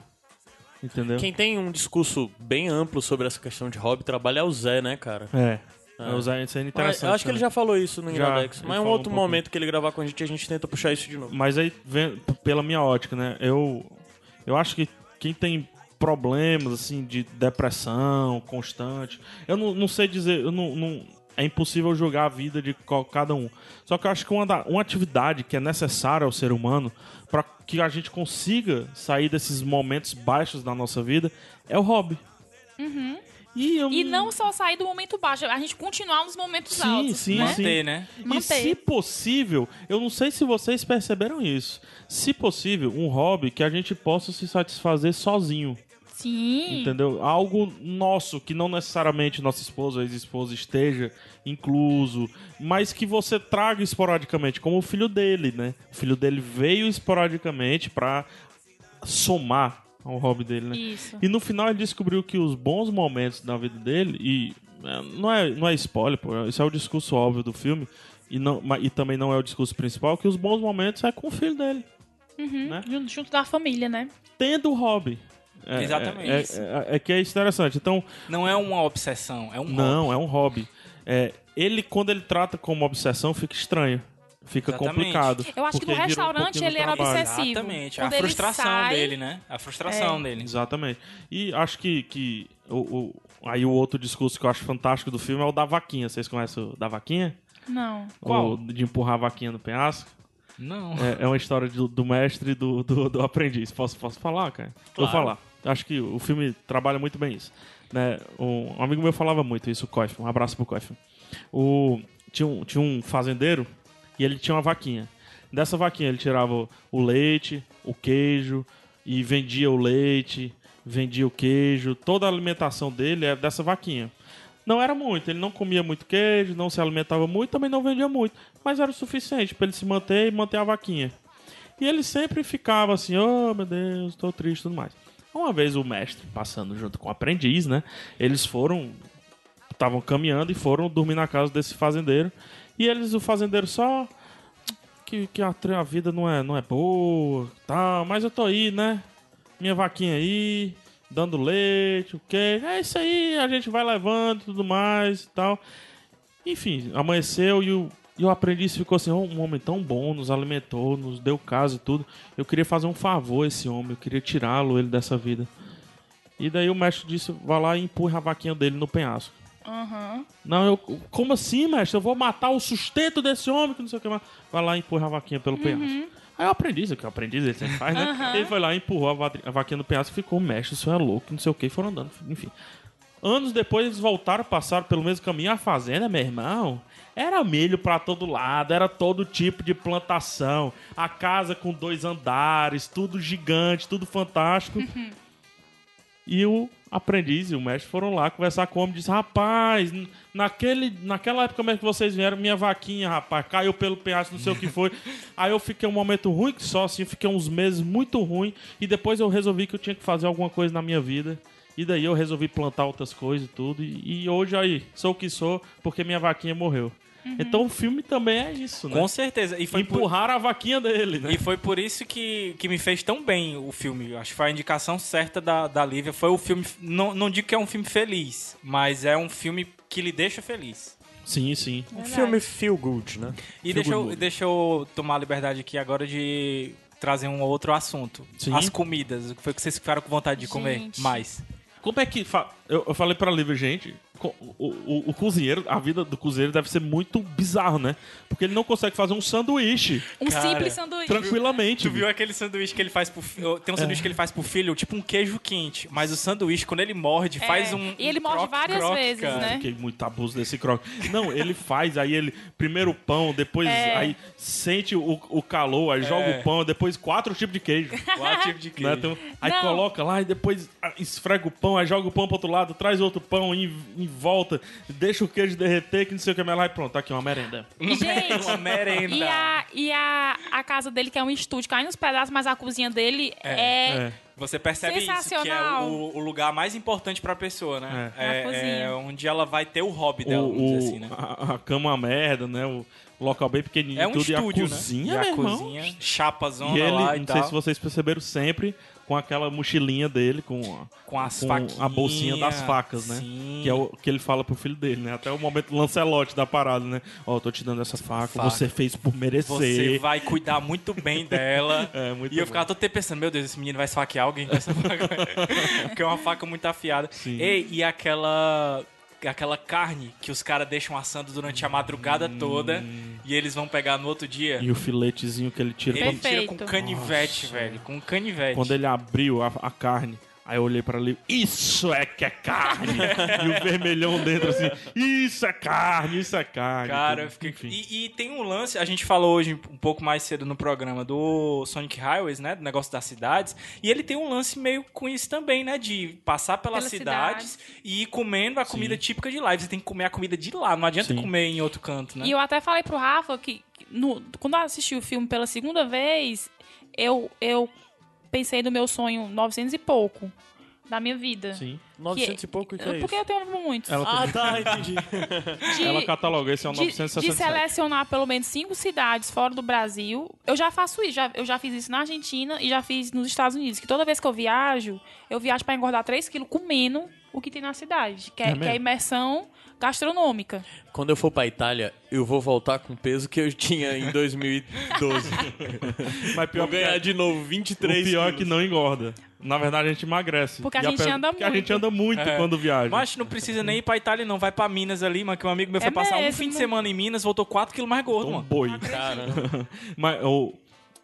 [SPEAKER 2] Entendeu?
[SPEAKER 3] Quem tem um discurso bem amplo sobre essa questão de hobby trabalha é o Zé, né, cara?
[SPEAKER 2] É. É. Usar isso é interessante.
[SPEAKER 3] Mas eu acho que ele
[SPEAKER 2] né?
[SPEAKER 3] já falou isso no
[SPEAKER 2] Já,
[SPEAKER 3] Iradex,
[SPEAKER 2] ele
[SPEAKER 3] mas em
[SPEAKER 2] falou
[SPEAKER 3] um
[SPEAKER 2] um
[SPEAKER 3] outro
[SPEAKER 2] pouquinho.
[SPEAKER 3] momento que ele gravar com a gente, a gente tenta puxar isso de
[SPEAKER 1] É
[SPEAKER 3] novo.
[SPEAKER 2] Mas aí, vem- p- pela minha ótica, né? Eu, eu acho que quem tem problemas, assim, de depressão constante. Eu não, não sei dizer, eu não, não- É impossível julgar a vida de co- cada um. Só que eu acho que uma, da- uma atividade que é necessária ao ser humano para que a gente consiga sair desses momentos baixos da nossa vida é o hobby. E, eu
[SPEAKER 1] Uhum. E não só sair do momento baixo, a gente continuar nos momentos
[SPEAKER 2] Sim,
[SPEAKER 1] altos.
[SPEAKER 2] sim,
[SPEAKER 1] né?
[SPEAKER 2] sim.
[SPEAKER 4] Manter, né?
[SPEAKER 2] E
[SPEAKER 1] Manter.
[SPEAKER 2] se possível, eu não sei se vocês perceberam isso. Se possível, um hobby que a gente possa se satisfazer sozinho,
[SPEAKER 1] Sim.
[SPEAKER 2] entendeu? Algo nosso que não necessariamente nossa esposa ou ex-esposa esteja incluso, mas que você traga esporadicamente, como o filho dele, né? O filho dele veio esporadicamente pra somar ao hobby dele, né?
[SPEAKER 1] Isso.
[SPEAKER 2] E no final ele descobriu que os bons momentos da vida dele, e é, não é, não é spoiler, pô, isso é o discurso óbvio do filme, e, não, ma- e também não é o discurso principal, que os bons momentos é com o filho dele, né?
[SPEAKER 1] Junto, junto da família, né?
[SPEAKER 2] tendo o hobby. É,
[SPEAKER 4] Exatamente.
[SPEAKER 2] É, é- é que é interessante. Então,
[SPEAKER 4] Não é uma obsessão, é um hobby.
[SPEAKER 2] não, é um hobby. É, ele, quando ele trata como obsessão, fica estranho. Fica
[SPEAKER 4] Exatamente.
[SPEAKER 2] complicado.
[SPEAKER 1] Eu acho que
[SPEAKER 2] porque
[SPEAKER 1] no
[SPEAKER 2] virou um
[SPEAKER 1] restaurante
[SPEAKER 2] pouquinho
[SPEAKER 1] ele
[SPEAKER 2] do
[SPEAKER 1] era
[SPEAKER 2] trabalho.
[SPEAKER 1] obsessivo. possível.
[SPEAKER 4] Exatamente.
[SPEAKER 1] Quando
[SPEAKER 4] a
[SPEAKER 1] ele
[SPEAKER 4] frustração
[SPEAKER 1] sai- É.
[SPEAKER 4] dele, né? A frustração dele.
[SPEAKER 2] Exatamente. E acho que, que o, o- aí o outro discurso que eu acho fantástico do filme é o da vaquinha. Vocês conhecem o da vaquinha?
[SPEAKER 1] Não.
[SPEAKER 4] Qual?
[SPEAKER 2] O de empurrar a vaquinha no penhasco.
[SPEAKER 4] Não.
[SPEAKER 2] É, é uma história do, do mestre e do, do, do aprendiz. Posso, posso falar, cara? Vou
[SPEAKER 3] Claro.
[SPEAKER 2] falar. Acho que o filme trabalha muito bem isso. Né? Um, um amigo meu falava muito isso, o Coif. Um abraço pro Coif. O, tinha, um, tinha um fazendeiro e ele tinha uma vaquinha. dessa vaquinha. Ele tirava o- o leite, o queijo e vendia o leite, vendia o queijo. Toda a alimentação dele era dessa vaquinha. Não era muito, ele não comia muito queijo, não se alimentava muito, também não vendia muito, mas era o suficiente para ele se manter e manter a vaquinha. E ele sempre ficava assim, oh meu Deus, tô triste e tudo mais. Uma vez o mestre, passando junto com o aprendiz, né? Eles foram. Estavam caminhando e foram dormir na casa desse fazendeiro. E eles, o fazendeiro só. Que, que a, tra- a vida não é, não é boa, tá, mas eu tô aí, né? Minha vaquinha aí, dando leite, o quê? É isso aí, a gente vai levando e tudo mais e tal. Enfim, amanheceu e o, e o aprendiz ficou assim: "Oh, um homem tão bom, nos alimentou, nos deu casa e tudo. Eu queria fazer um favor a esse homem, eu queria tirá-lo ele dessa vida. E daí o mestre disse: vai lá e empurra a vaquinha dele no penhasco.
[SPEAKER 1] Aham.
[SPEAKER 2] Não, eu. Como assim, mestre? Eu vou matar o sustento desse homem que não sei o que mais. Vai lá e empurra a vaquinha pelo penhasco. Aí o aprendiz, é o que o aprendiz ele sempre faz, né? Ele foi lá, e empurrou a, va- a vaquinha no penhasco e ficou, mestre, isso é louco, não sei o que, e foram andando, enfim. Anos depois eles voltaram, passaram pelo mesmo caminho. A fazenda, meu irmão, era milho pra todo lado, era todo tipo de plantação. A casa com dois andares, tudo gigante, tudo fantástico. E o aprendiz e o mestre foram lá conversar com o homem e disse: Rapaz, n- naquele, naquela época mesmo que vocês vieram, minha vaquinha, rapaz, caiu pelo penhasco, não sei o que
[SPEAKER 4] (laughs)
[SPEAKER 2] foi. Aí eu fiquei um momento ruim que só, assim, fiquei uns meses muito ruim. E depois eu resolvi que eu tinha que fazer alguma coisa na minha vida. E daí eu resolvi plantar outras coisas e tudo. E, e hoje aí, sou o que sou, porque minha vaquinha morreu. Então o filme também é isso, né?
[SPEAKER 4] Uhum. Com certeza. E foi por,
[SPEAKER 2] Empurrar a vaquinha dele, né?
[SPEAKER 4] e foi por isso que, que me fez tão bem o filme. Acho que foi a indicação certa da, da Lívia. Foi o filme. Não, não digo que é um filme feliz, mas é um filme que lhe deixa feliz.
[SPEAKER 2] Sim, sim.
[SPEAKER 3] Um filme feel good, né?
[SPEAKER 2] Feel
[SPEAKER 4] E deixa
[SPEAKER 2] good
[SPEAKER 4] eu,
[SPEAKER 2] movie.
[SPEAKER 4] deixa eu tomar a liberdade aqui agora de trazer um outro assunto.
[SPEAKER 2] Sim.
[SPEAKER 4] As comidas. O que foi que vocês ficaram com vontade de comer
[SPEAKER 1] Gente.
[SPEAKER 4] mais?
[SPEAKER 2] Como é que. fa- Eu, eu falei pra Lívia, gente, co- o, o- o cozinheiro, a vida do cozinheiro deve ser muito bizarro, né? Porque ele não consegue fazer um sanduíche
[SPEAKER 1] Um
[SPEAKER 4] Cara,
[SPEAKER 1] simples sanduíche.
[SPEAKER 2] tranquilamente.
[SPEAKER 4] Tu viu aquele sanduíche que ele faz pro filho?
[SPEAKER 2] É.
[SPEAKER 4] Tem um sanduíche que ele faz pro filho, tipo um queijo quente. Mas o sanduíche, quando ele morde,
[SPEAKER 1] É,
[SPEAKER 4] faz um.
[SPEAKER 1] e ele
[SPEAKER 4] um
[SPEAKER 1] morde
[SPEAKER 4] croque-
[SPEAKER 1] várias
[SPEAKER 4] croque,
[SPEAKER 1] vezes,
[SPEAKER 4] cara.
[SPEAKER 1] né?
[SPEAKER 2] Fiquei muito abuso desse croque. Não, ele faz, aí ele. Primeiro o pão, depois
[SPEAKER 1] É.
[SPEAKER 2] aí sente o, o calor, aí joga o pão, depois quatro tipos de queijo.
[SPEAKER 4] Quatro tipos tipo
[SPEAKER 2] (laughs)
[SPEAKER 4] de
[SPEAKER 2] né?
[SPEAKER 4] queijo.
[SPEAKER 2] Tem um- aí
[SPEAKER 1] Não.
[SPEAKER 2] coloca lá e depois ah, esfrega o pão, aí joga o pão pro outro lado, traz outro pão em, em volta, deixa o queijo derreter, que não sei o que mais lá e pronto, tá aqui uma merenda.
[SPEAKER 1] Gente,
[SPEAKER 4] Uma merenda.
[SPEAKER 1] E, a, e a, a casa dele, que é um estúdio, cai nos pedaços, mas a cozinha dele é.
[SPEAKER 2] É.
[SPEAKER 4] Você percebe isso, que é
[SPEAKER 1] Sensacional.
[SPEAKER 4] o, o lugar mais importante pra pessoa, né?
[SPEAKER 1] É. Na cozinha.
[SPEAKER 4] onde ela vai ter o hobby dela,
[SPEAKER 2] o,
[SPEAKER 4] vamos dizer
[SPEAKER 2] o-
[SPEAKER 4] assim, né?
[SPEAKER 2] a, a cama é uma merda, né? O local bem pequenininho
[SPEAKER 4] É
[SPEAKER 2] e
[SPEAKER 4] um
[SPEAKER 2] tudo. e
[SPEAKER 4] estúdio,
[SPEAKER 2] a
[SPEAKER 4] né?
[SPEAKER 2] cozinha,
[SPEAKER 4] e a
[SPEAKER 2] meu irmão.
[SPEAKER 4] cozinha, chapazona
[SPEAKER 2] E ele,
[SPEAKER 4] lá e
[SPEAKER 2] não
[SPEAKER 4] tal.
[SPEAKER 2] sei se vocês perceberam, sempre com aquela mochilinha dele, com, a-
[SPEAKER 4] Com as
[SPEAKER 2] com
[SPEAKER 4] faquinhas.
[SPEAKER 2] a bolsinha das facas, né?
[SPEAKER 4] Sim.
[SPEAKER 2] Que é o que ele fala pro filho dele, né? Até o momento Lancelote da parada, né? Ó, eu tô te dando essa faca,
[SPEAKER 4] Faca.
[SPEAKER 2] você fez por merecer.
[SPEAKER 4] Você vai cuidar
[SPEAKER 2] (laughs)
[SPEAKER 4] muito bem dela.
[SPEAKER 2] É, muito
[SPEAKER 4] e eu
[SPEAKER 2] bom.
[SPEAKER 4] ficava todo tempo pensando, meu Deus, esse menino vai esfaquear alguém com essa faca.
[SPEAKER 2] (laughs)
[SPEAKER 4] Porque é uma faca muito afiada. Ei, e aquela aquela carne que os caras deixam assando durante a madrugada toda e eles vão pegar no outro dia.
[SPEAKER 2] Hum. E o filetezinho que ele tira
[SPEAKER 4] Ele
[SPEAKER 2] quando,
[SPEAKER 4] tira com
[SPEAKER 1] Perfeito.
[SPEAKER 4] canivete, velho. Com canivete.
[SPEAKER 2] quando ele abriu a, a carne. Aí eu olhei pra ele, isso é que é carne! e o vermelhão dentro assim, isso é carne, isso é carne.
[SPEAKER 4] Cara,
[SPEAKER 2] Tudo.
[SPEAKER 4] eu fiquei.
[SPEAKER 2] Enfim.
[SPEAKER 4] E, e tem um lance, a gente falou hoje um pouco mais cedo no programa do Sonic Highways, né? Do negócio das cidades. E ele tem um lance meio com isso também, né? De passar pelas,
[SPEAKER 1] Pelas
[SPEAKER 4] cidades, e ir comendo a comida típica de lá. E Você tem que comer a comida de lá, não adianta
[SPEAKER 2] Sim.
[SPEAKER 4] comer em outro canto, né?
[SPEAKER 1] E eu até falei pro Rafa que, que no- quando eu assisti o filme pela segunda vez, eu, eu pensei no meu sonho 900 e pouco da minha vida.
[SPEAKER 2] Sim.
[SPEAKER 3] 900 e pouco, o que é
[SPEAKER 1] Porque
[SPEAKER 3] isso?
[SPEAKER 1] eu tenho muitos.
[SPEAKER 2] Ela
[SPEAKER 3] Ah, tá, entendi.
[SPEAKER 1] De-
[SPEAKER 2] Ela catalogou esse é o
[SPEAKER 1] de, de
[SPEAKER 2] 967.
[SPEAKER 1] selecionar pelo menos cinco cidades fora do Brasil. Eu já faço isso, já- eu já fiz isso na Argentina e já fiz nos Estados Unidos. Que toda vez que eu viajo, eu viajo pra engordar 3 quilos comendo o que tem na cidade, que é,
[SPEAKER 2] É
[SPEAKER 1] que é
[SPEAKER 2] mesmo?
[SPEAKER 1] imersão gastronômica.
[SPEAKER 3] (laughs) Quando eu for pra Itália, eu vou voltar com o peso que eu tinha (laughs) em 2012.
[SPEAKER 2] Mas
[SPEAKER 3] vou
[SPEAKER 2] pior
[SPEAKER 3] ganhar
[SPEAKER 2] que,
[SPEAKER 3] de novo 23
[SPEAKER 2] o pior é
[SPEAKER 3] é quilos.
[SPEAKER 2] que não engorda. Na verdade, a gente emagrece.
[SPEAKER 1] Porque a
[SPEAKER 2] E
[SPEAKER 1] gente
[SPEAKER 2] pe-
[SPEAKER 1] anda
[SPEAKER 2] porque a
[SPEAKER 1] muito.
[SPEAKER 2] gente anda muito
[SPEAKER 4] É.
[SPEAKER 2] quando viaja.
[SPEAKER 4] Mas não precisa nem ir pra Itália, não. Vai pra Minas ali, mano. Que um amigo meu
[SPEAKER 1] É
[SPEAKER 4] foi passar um
[SPEAKER 1] mesmo.
[SPEAKER 4] fim de semana em Minas, voltou 4kg mais gordo,
[SPEAKER 2] um
[SPEAKER 4] mano.
[SPEAKER 2] boi.
[SPEAKER 3] Caramba.
[SPEAKER 2] (laughs) Mas, o-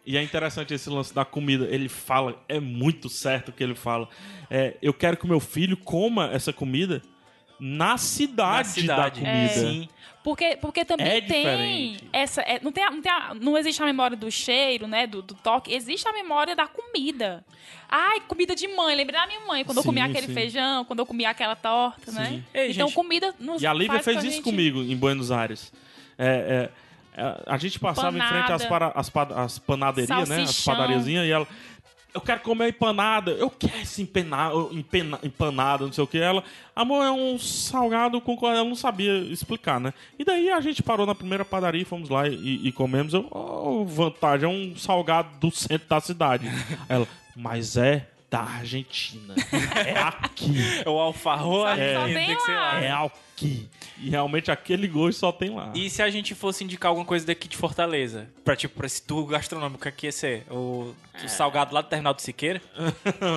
[SPEAKER 2] e é interessante esse lance da comida. Ele fala, é muito certo o que ele fala. É, eu quero que o meu filho coma essa comida na cidade,
[SPEAKER 4] Na cidade.
[SPEAKER 2] da
[SPEAKER 1] É.
[SPEAKER 2] comida.
[SPEAKER 4] Sim.
[SPEAKER 1] Porque, porque também
[SPEAKER 2] É
[SPEAKER 1] tem
[SPEAKER 2] diferente.
[SPEAKER 1] essa. é, não, tem a- não, tem a- não existe a memória do cheiro, né? Do, do toque. Existe a memória da comida. Ai, comida de mãe. Lembrei da minha mãe, quando eu
[SPEAKER 2] Sim,
[SPEAKER 1] comia aquele
[SPEAKER 2] sim.
[SPEAKER 1] feijão, quando eu comia aquela torta, né?
[SPEAKER 4] Ei,
[SPEAKER 1] então,
[SPEAKER 4] gente,
[SPEAKER 1] comida nos
[SPEAKER 2] E a Lívia
[SPEAKER 1] faz
[SPEAKER 2] fez
[SPEAKER 1] com a
[SPEAKER 2] isso
[SPEAKER 1] gente-
[SPEAKER 2] comigo em Buenos Aires. É, é, é, a gente passava em frente
[SPEAKER 1] Panada.
[SPEAKER 2] às, para, às, pa- às panaderias, né? As
[SPEAKER 1] Salsichão.
[SPEAKER 2] padariazinhas e ela. Eu quero comer empanada. Eu quero esse empena, empena- empanada, não sei o que. Ela, amor, é um salgado com qual ela não sabia explicar, né? E daí a gente parou na primeira padaria, fomos lá e, e comemos. Eu, oh, vantagem, é um salgado do centro da cidade. ela, mas é da Argentina. É aqui.
[SPEAKER 4] É o alfarro
[SPEAKER 1] Sabe, só tem
[SPEAKER 4] que ser
[SPEAKER 1] lá.
[SPEAKER 4] lá.
[SPEAKER 2] É aqui. E realmente aquele gosto só tem lá.
[SPEAKER 4] E se a gente fosse indicar alguma coisa daqui de Fortaleza? Pra, tipo, pra esse tour gastronômico aqui, ia ser o, o salgado lá do Terminal do Siqueira.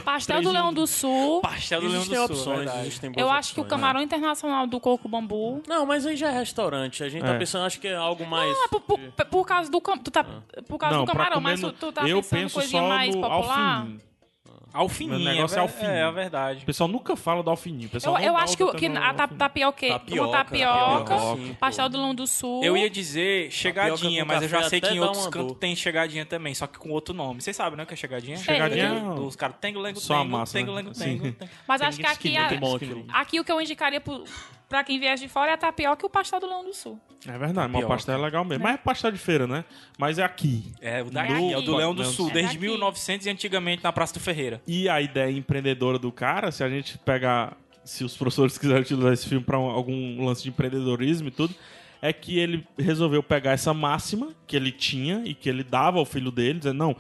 [SPEAKER 1] Pastel do
[SPEAKER 2] Três em um.
[SPEAKER 1] Leão do Sul.
[SPEAKER 4] Pastel do Leão do
[SPEAKER 3] Existem
[SPEAKER 4] Sul,
[SPEAKER 3] opções,
[SPEAKER 4] verdade.
[SPEAKER 3] existem boas
[SPEAKER 1] Eu acho que o
[SPEAKER 3] opções, né?
[SPEAKER 1] camarão internacional do coco bambu.
[SPEAKER 3] Não, mas aí já é restaurante. A gente tá
[SPEAKER 2] É.
[SPEAKER 3] pensando, acho que é algo mais.
[SPEAKER 1] Não, é por, por- por causa do cam- tu tá, por causa
[SPEAKER 2] Ah. Não,
[SPEAKER 1] do
[SPEAKER 2] pra
[SPEAKER 1] camarão,
[SPEAKER 2] comer
[SPEAKER 1] mas
[SPEAKER 2] no-
[SPEAKER 1] tu, tu tá
[SPEAKER 2] eu
[SPEAKER 1] pensando
[SPEAKER 2] penso
[SPEAKER 1] coisinha
[SPEAKER 2] só
[SPEAKER 1] mais
[SPEAKER 2] no
[SPEAKER 1] popular.
[SPEAKER 2] alfininho.
[SPEAKER 4] Alfininha.
[SPEAKER 2] Meu negócio é
[SPEAKER 4] é
[SPEAKER 2] alfininha.
[SPEAKER 4] É, é verdade.
[SPEAKER 2] O pessoal nunca fala do alfininho. O
[SPEAKER 1] Eu,
[SPEAKER 2] pessoal
[SPEAKER 1] eu acho que, o-
[SPEAKER 2] Ronaldo
[SPEAKER 1] que
[SPEAKER 2] tá
[SPEAKER 1] a
[SPEAKER 2] falando
[SPEAKER 1] ta-
[SPEAKER 2] do
[SPEAKER 1] tapioca, uma tapioca,
[SPEAKER 3] tapioca, sim.
[SPEAKER 1] pastel do Leão do Sul.
[SPEAKER 4] Eu ia dizer chegadinha,
[SPEAKER 3] com
[SPEAKER 4] mas eu já
[SPEAKER 3] café
[SPEAKER 4] sei que
[SPEAKER 3] até
[SPEAKER 4] em
[SPEAKER 3] dá
[SPEAKER 4] outros
[SPEAKER 3] uma
[SPEAKER 4] cantos
[SPEAKER 3] dor.
[SPEAKER 4] tem chegadinha também, só que com outro nome. Vocês sabem, né, o que é chegadinha?
[SPEAKER 2] Chegadinha
[SPEAKER 1] É.
[SPEAKER 2] não.
[SPEAKER 4] Os caras tengo, lengo,
[SPEAKER 2] Só a
[SPEAKER 4] tengo,
[SPEAKER 2] massa,
[SPEAKER 4] tengo,
[SPEAKER 2] né?
[SPEAKER 4] lengo,
[SPEAKER 2] Sim.
[SPEAKER 4] tengo, tengo.
[SPEAKER 1] Mas acho que aqui, é
[SPEAKER 2] alfininho.
[SPEAKER 1] a-
[SPEAKER 2] é Muito bom aquilo.
[SPEAKER 1] aqui o que eu indicaria pro- pra quem viesse de fora é a tapioca e o pastel do Leão do Sul.
[SPEAKER 2] É verdade, mas o
[SPEAKER 4] Tapioca.
[SPEAKER 2] pastel é legal mesmo. Mas é pastel de feira, né? Mas é aqui.
[SPEAKER 4] É, o
[SPEAKER 1] É
[SPEAKER 4] daqui, é o
[SPEAKER 1] aqui.
[SPEAKER 4] do Leão do
[SPEAKER 2] Leão do
[SPEAKER 4] Sul,
[SPEAKER 1] Sul. É
[SPEAKER 4] desde
[SPEAKER 1] daqui.
[SPEAKER 4] 1900 e antigamente na Praça do Ferreira.
[SPEAKER 2] E a ideia empreendedora do cara, se a gente pegar... Se os professores quiserem utilizar esse filme pra um- algum lance de empreendedorismo e tudo, é que ele resolveu pegar essa máxima que ele tinha e que ele dava ao filho dele, dizendo, não,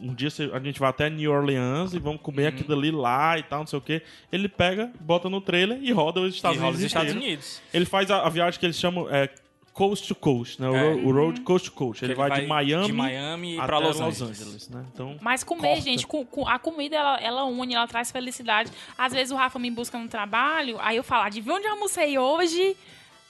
[SPEAKER 2] um dia você- a gente vai até New Orleans e vamos comer
[SPEAKER 4] Uhum.
[SPEAKER 2] aquilo ali lá e tal, não sei o quê. Ele pega, bota no trailer e roda os
[SPEAKER 4] E
[SPEAKER 2] Estados
[SPEAKER 4] rola
[SPEAKER 2] Unidos
[SPEAKER 4] nos Estados
[SPEAKER 2] inteiro.
[SPEAKER 4] Unidos.
[SPEAKER 2] Ele faz a, a viagem que eles chamam é, coast to coast, né? O,
[SPEAKER 4] É.
[SPEAKER 2] ro- o road coast to coast. Ele,
[SPEAKER 4] Ele
[SPEAKER 2] vai,
[SPEAKER 4] vai
[SPEAKER 2] de Miami,
[SPEAKER 4] de Miami
[SPEAKER 2] até
[SPEAKER 4] pra Los
[SPEAKER 2] Angeles.
[SPEAKER 4] Angeles.
[SPEAKER 2] né? Então,
[SPEAKER 1] Mas comer,
[SPEAKER 2] Corta.
[SPEAKER 1] gente, com- com- a comida ela, ela une, ela traz felicidade. Às vezes o Rafa me busca no trabalho, aí eu falo, adivinha onde eu almocei hoje?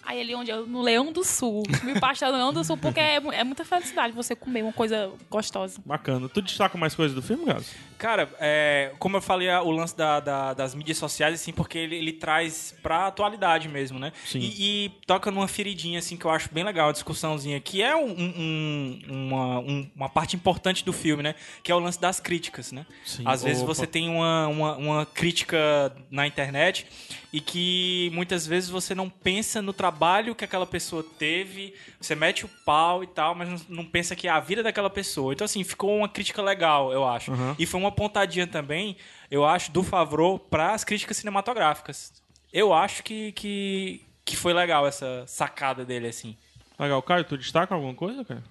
[SPEAKER 1] Aí ele, onde? Eu, no Leão do Sul. Me pastel do Leão do Sul, porque é, mu- é muita felicidade você comer uma coisa gostosa.
[SPEAKER 2] bacana. Tu destaca mais coisas do filme, Gabs?
[SPEAKER 4] Cara, é, como eu falei, a- o lance da- da- das mídias sociais, assim, porque ele, ele traz pra atualidade mesmo, né?
[SPEAKER 2] Sim.
[SPEAKER 4] E, e toca numa feridinha, assim, que eu acho bem legal a discussãozinha, que é um- um- uma, um- uma parte importante do filme, né? Que é o lance das críticas, né?
[SPEAKER 2] Sim.
[SPEAKER 4] Às vezes
[SPEAKER 2] Opa.
[SPEAKER 4] você tem uma, uma, uma crítica na internet e que muitas vezes você não pensa no trabalho que aquela pessoa teve, você mete o pau e tal, mas não- não pensa que é a vida daquela pessoa. Então, assim, ficou uma crítica legal, eu acho.
[SPEAKER 2] Uhum.
[SPEAKER 4] E foi uma pontadinha também, eu acho, do Favreau para as críticas cinematográficas. Eu acho que, que, que foi legal essa sacada dele, assim.
[SPEAKER 2] Legal. Caio, tu destaca alguma coisa, cara?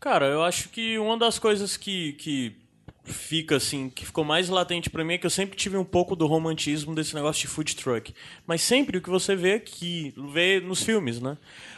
[SPEAKER 3] Cara, eu acho que uma das coisas que, que fica assim, que ficou mais latente pra mim é que eu sempre tive um pouco do romantismo desse negócio de food truck. Mas sempre o que você vê aqui, vê nos filmes, né?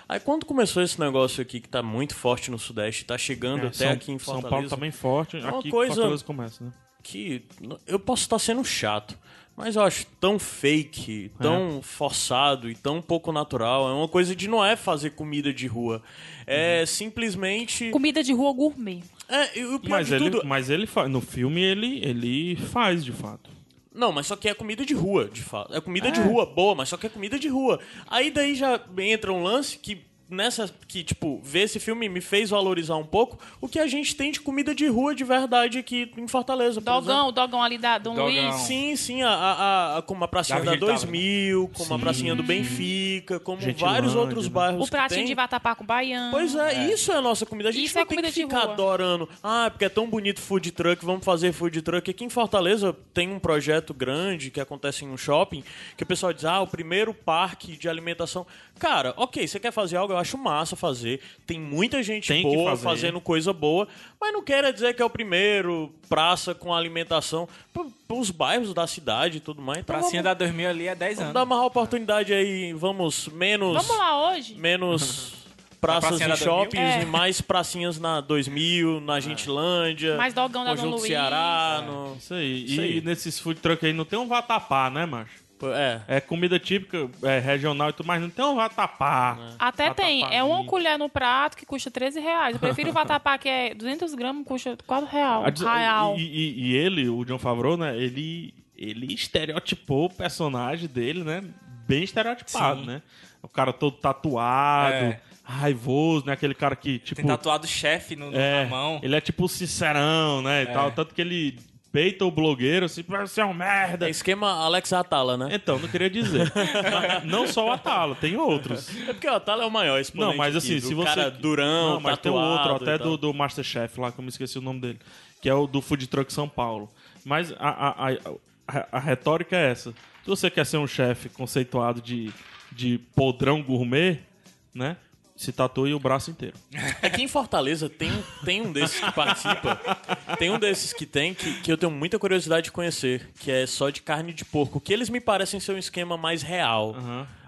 [SPEAKER 3] Aí quando começou esse negócio aqui que tá muito forte no Sudeste, tá chegando até
[SPEAKER 2] É, São-
[SPEAKER 3] aqui em Fortaleza.
[SPEAKER 2] São Paulo também forte.
[SPEAKER 3] uma
[SPEAKER 2] aqui
[SPEAKER 3] coisa-
[SPEAKER 2] Fortaleza começa, né?
[SPEAKER 3] que n- eu posso estar sendo chato, mas eu acho tão fake,
[SPEAKER 2] É.
[SPEAKER 3] tão forçado e tão pouco natural. É uma coisa de não é fazer comida de rua. É
[SPEAKER 2] Uhum.
[SPEAKER 3] simplesmente.
[SPEAKER 1] Comida de rua gourmet.
[SPEAKER 3] É, e o pior
[SPEAKER 2] Mas
[SPEAKER 3] de
[SPEAKER 2] ele,
[SPEAKER 3] tudo.
[SPEAKER 2] mas ele faz. No filme ele, ele faz, de fato.
[SPEAKER 3] Não, mas só que é comida de rua, de fato. É comida de rua, boa, mas só que é comida de rua. Aí daí já entra um lance que. Nessa que, tipo, ver esse filme me fez valorizar um pouco o que a gente tem de comida de rua de verdade aqui em Fortaleza. por exemplo.
[SPEAKER 1] Dogão, o dogão ali da Dom
[SPEAKER 4] Dogão.
[SPEAKER 1] Luiz.
[SPEAKER 3] Sim, sim, a, a, a- como a pracinha
[SPEAKER 4] Da
[SPEAKER 3] da,
[SPEAKER 4] Avenida
[SPEAKER 3] 2000, como a pracinha do Benfica, como
[SPEAKER 2] Gentilândia,
[SPEAKER 3] vários outros
[SPEAKER 2] né?
[SPEAKER 3] bairros
[SPEAKER 1] O pratinho
[SPEAKER 3] que
[SPEAKER 1] de
[SPEAKER 3] tem.
[SPEAKER 1] vatapá com baiano.
[SPEAKER 3] Pois é, isso é a nossa comida. A gente
[SPEAKER 1] Uhum. Isso
[SPEAKER 3] não
[SPEAKER 1] é
[SPEAKER 3] tem
[SPEAKER 1] comida
[SPEAKER 3] que
[SPEAKER 1] de
[SPEAKER 3] ficar
[SPEAKER 1] rua.
[SPEAKER 3] adorando. Ah, porque é tão bonito food truck, vamos fazer food truck. Aqui em Fortaleza tem um projeto grande que acontece em um shopping, que o pessoal diz, ah, o primeiro parque de alimentação. Cara, ok, você quer fazer algo, eu acho massa fazer. Tem muita gente
[SPEAKER 2] Tem que
[SPEAKER 3] boa
[SPEAKER 2] fazer.
[SPEAKER 3] fazendo coisa boa, mas não queira dizer que é o primeiro praça com alimentação. Pô, Os bairros da cidade e tudo mais. Então
[SPEAKER 4] Pracinha
[SPEAKER 3] vamos,
[SPEAKER 4] da 2000 ali é 10
[SPEAKER 3] vamos
[SPEAKER 4] anos.
[SPEAKER 3] dar uma oportunidade aí, vamos menos
[SPEAKER 1] Vamos lá hoje?
[SPEAKER 3] (laughs) menos praças
[SPEAKER 4] pracinha da
[SPEAKER 3] e
[SPEAKER 4] 2000?
[SPEAKER 3] shoppings
[SPEAKER 1] É.
[SPEAKER 3] e mais pracinhas na 2000, na Gentilândia,
[SPEAKER 1] Mais dogão da Dom
[SPEAKER 3] Conjunto
[SPEAKER 1] Luiz.
[SPEAKER 3] Ceará, no...
[SPEAKER 2] Isso aí.
[SPEAKER 3] Isso
[SPEAKER 2] e
[SPEAKER 3] aí.
[SPEAKER 2] nesses food truck aí não tem um vatapá, né, macho?
[SPEAKER 3] é.
[SPEAKER 2] É comida típica, é, regional e tudo, mas não tem um vatapá.
[SPEAKER 1] Até
[SPEAKER 2] Vatapá
[SPEAKER 1] tem. É uma
[SPEAKER 2] ali.
[SPEAKER 1] colher no prato que custa 13 reais. Eu prefiro o vatapá que é 200 gramas, custa 4 real.
[SPEAKER 2] A dis-
[SPEAKER 1] Real.
[SPEAKER 2] E, e- e ele, o John Favreau, né? Ele, ele estereotipou o personagem dele, né? bem estereotipado,
[SPEAKER 4] Sim.
[SPEAKER 2] né? O cara todo tatuado,
[SPEAKER 4] É.
[SPEAKER 2] raivoso, né? Aquele cara que, tipo...
[SPEAKER 4] Tem tatuado chefe no, no-
[SPEAKER 2] É,
[SPEAKER 4] na mão. É.
[SPEAKER 2] ele é tipo sincerão, né? E tal. Tanto que ele peita o blogueiro assim, "Ah, você é um merda.
[SPEAKER 3] É esquema Alex Atala, né?
[SPEAKER 2] Então, não queria
[SPEAKER 4] (laughs)
[SPEAKER 2] dizer. Mas não só o Atala, tem outros.
[SPEAKER 3] É porque o Atala é o maior exponente
[SPEAKER 2] Não, mas
[SPEAKER 3] aqui,
[SPEAKER 2] assim,
[SPEAKER 3] do
[SPEAKER 2] se você.
[SPEAKER 3] Cara durão,
[SPEAKER 2] não, mas tem um
[SPEAKER 3] tatuado
[SPEAKER 2] outro,
[SPEAKER 3] e
[SPEAKER 2] até
[SPEAKER 3] tal.
[SPEAKER 2] do, do Masterchef lá, que eu me esqueci o nome dele. Que é o do Food Truck São Paulo. Mas a, a, a- a- a retórica é essa. Se você quer ser um chefe conceituado de, de podrão gourmet, né? Se tatue o braço inteiro.
[SPEAKER 3] Aqui É em Fortaleza tem, tem um desses que (laughs) participa. Tem um desses que tem que, que eu tenho muita curiosidade de conhecer, que é só de carne de porco, que eles me parecem ser um esquema mais real.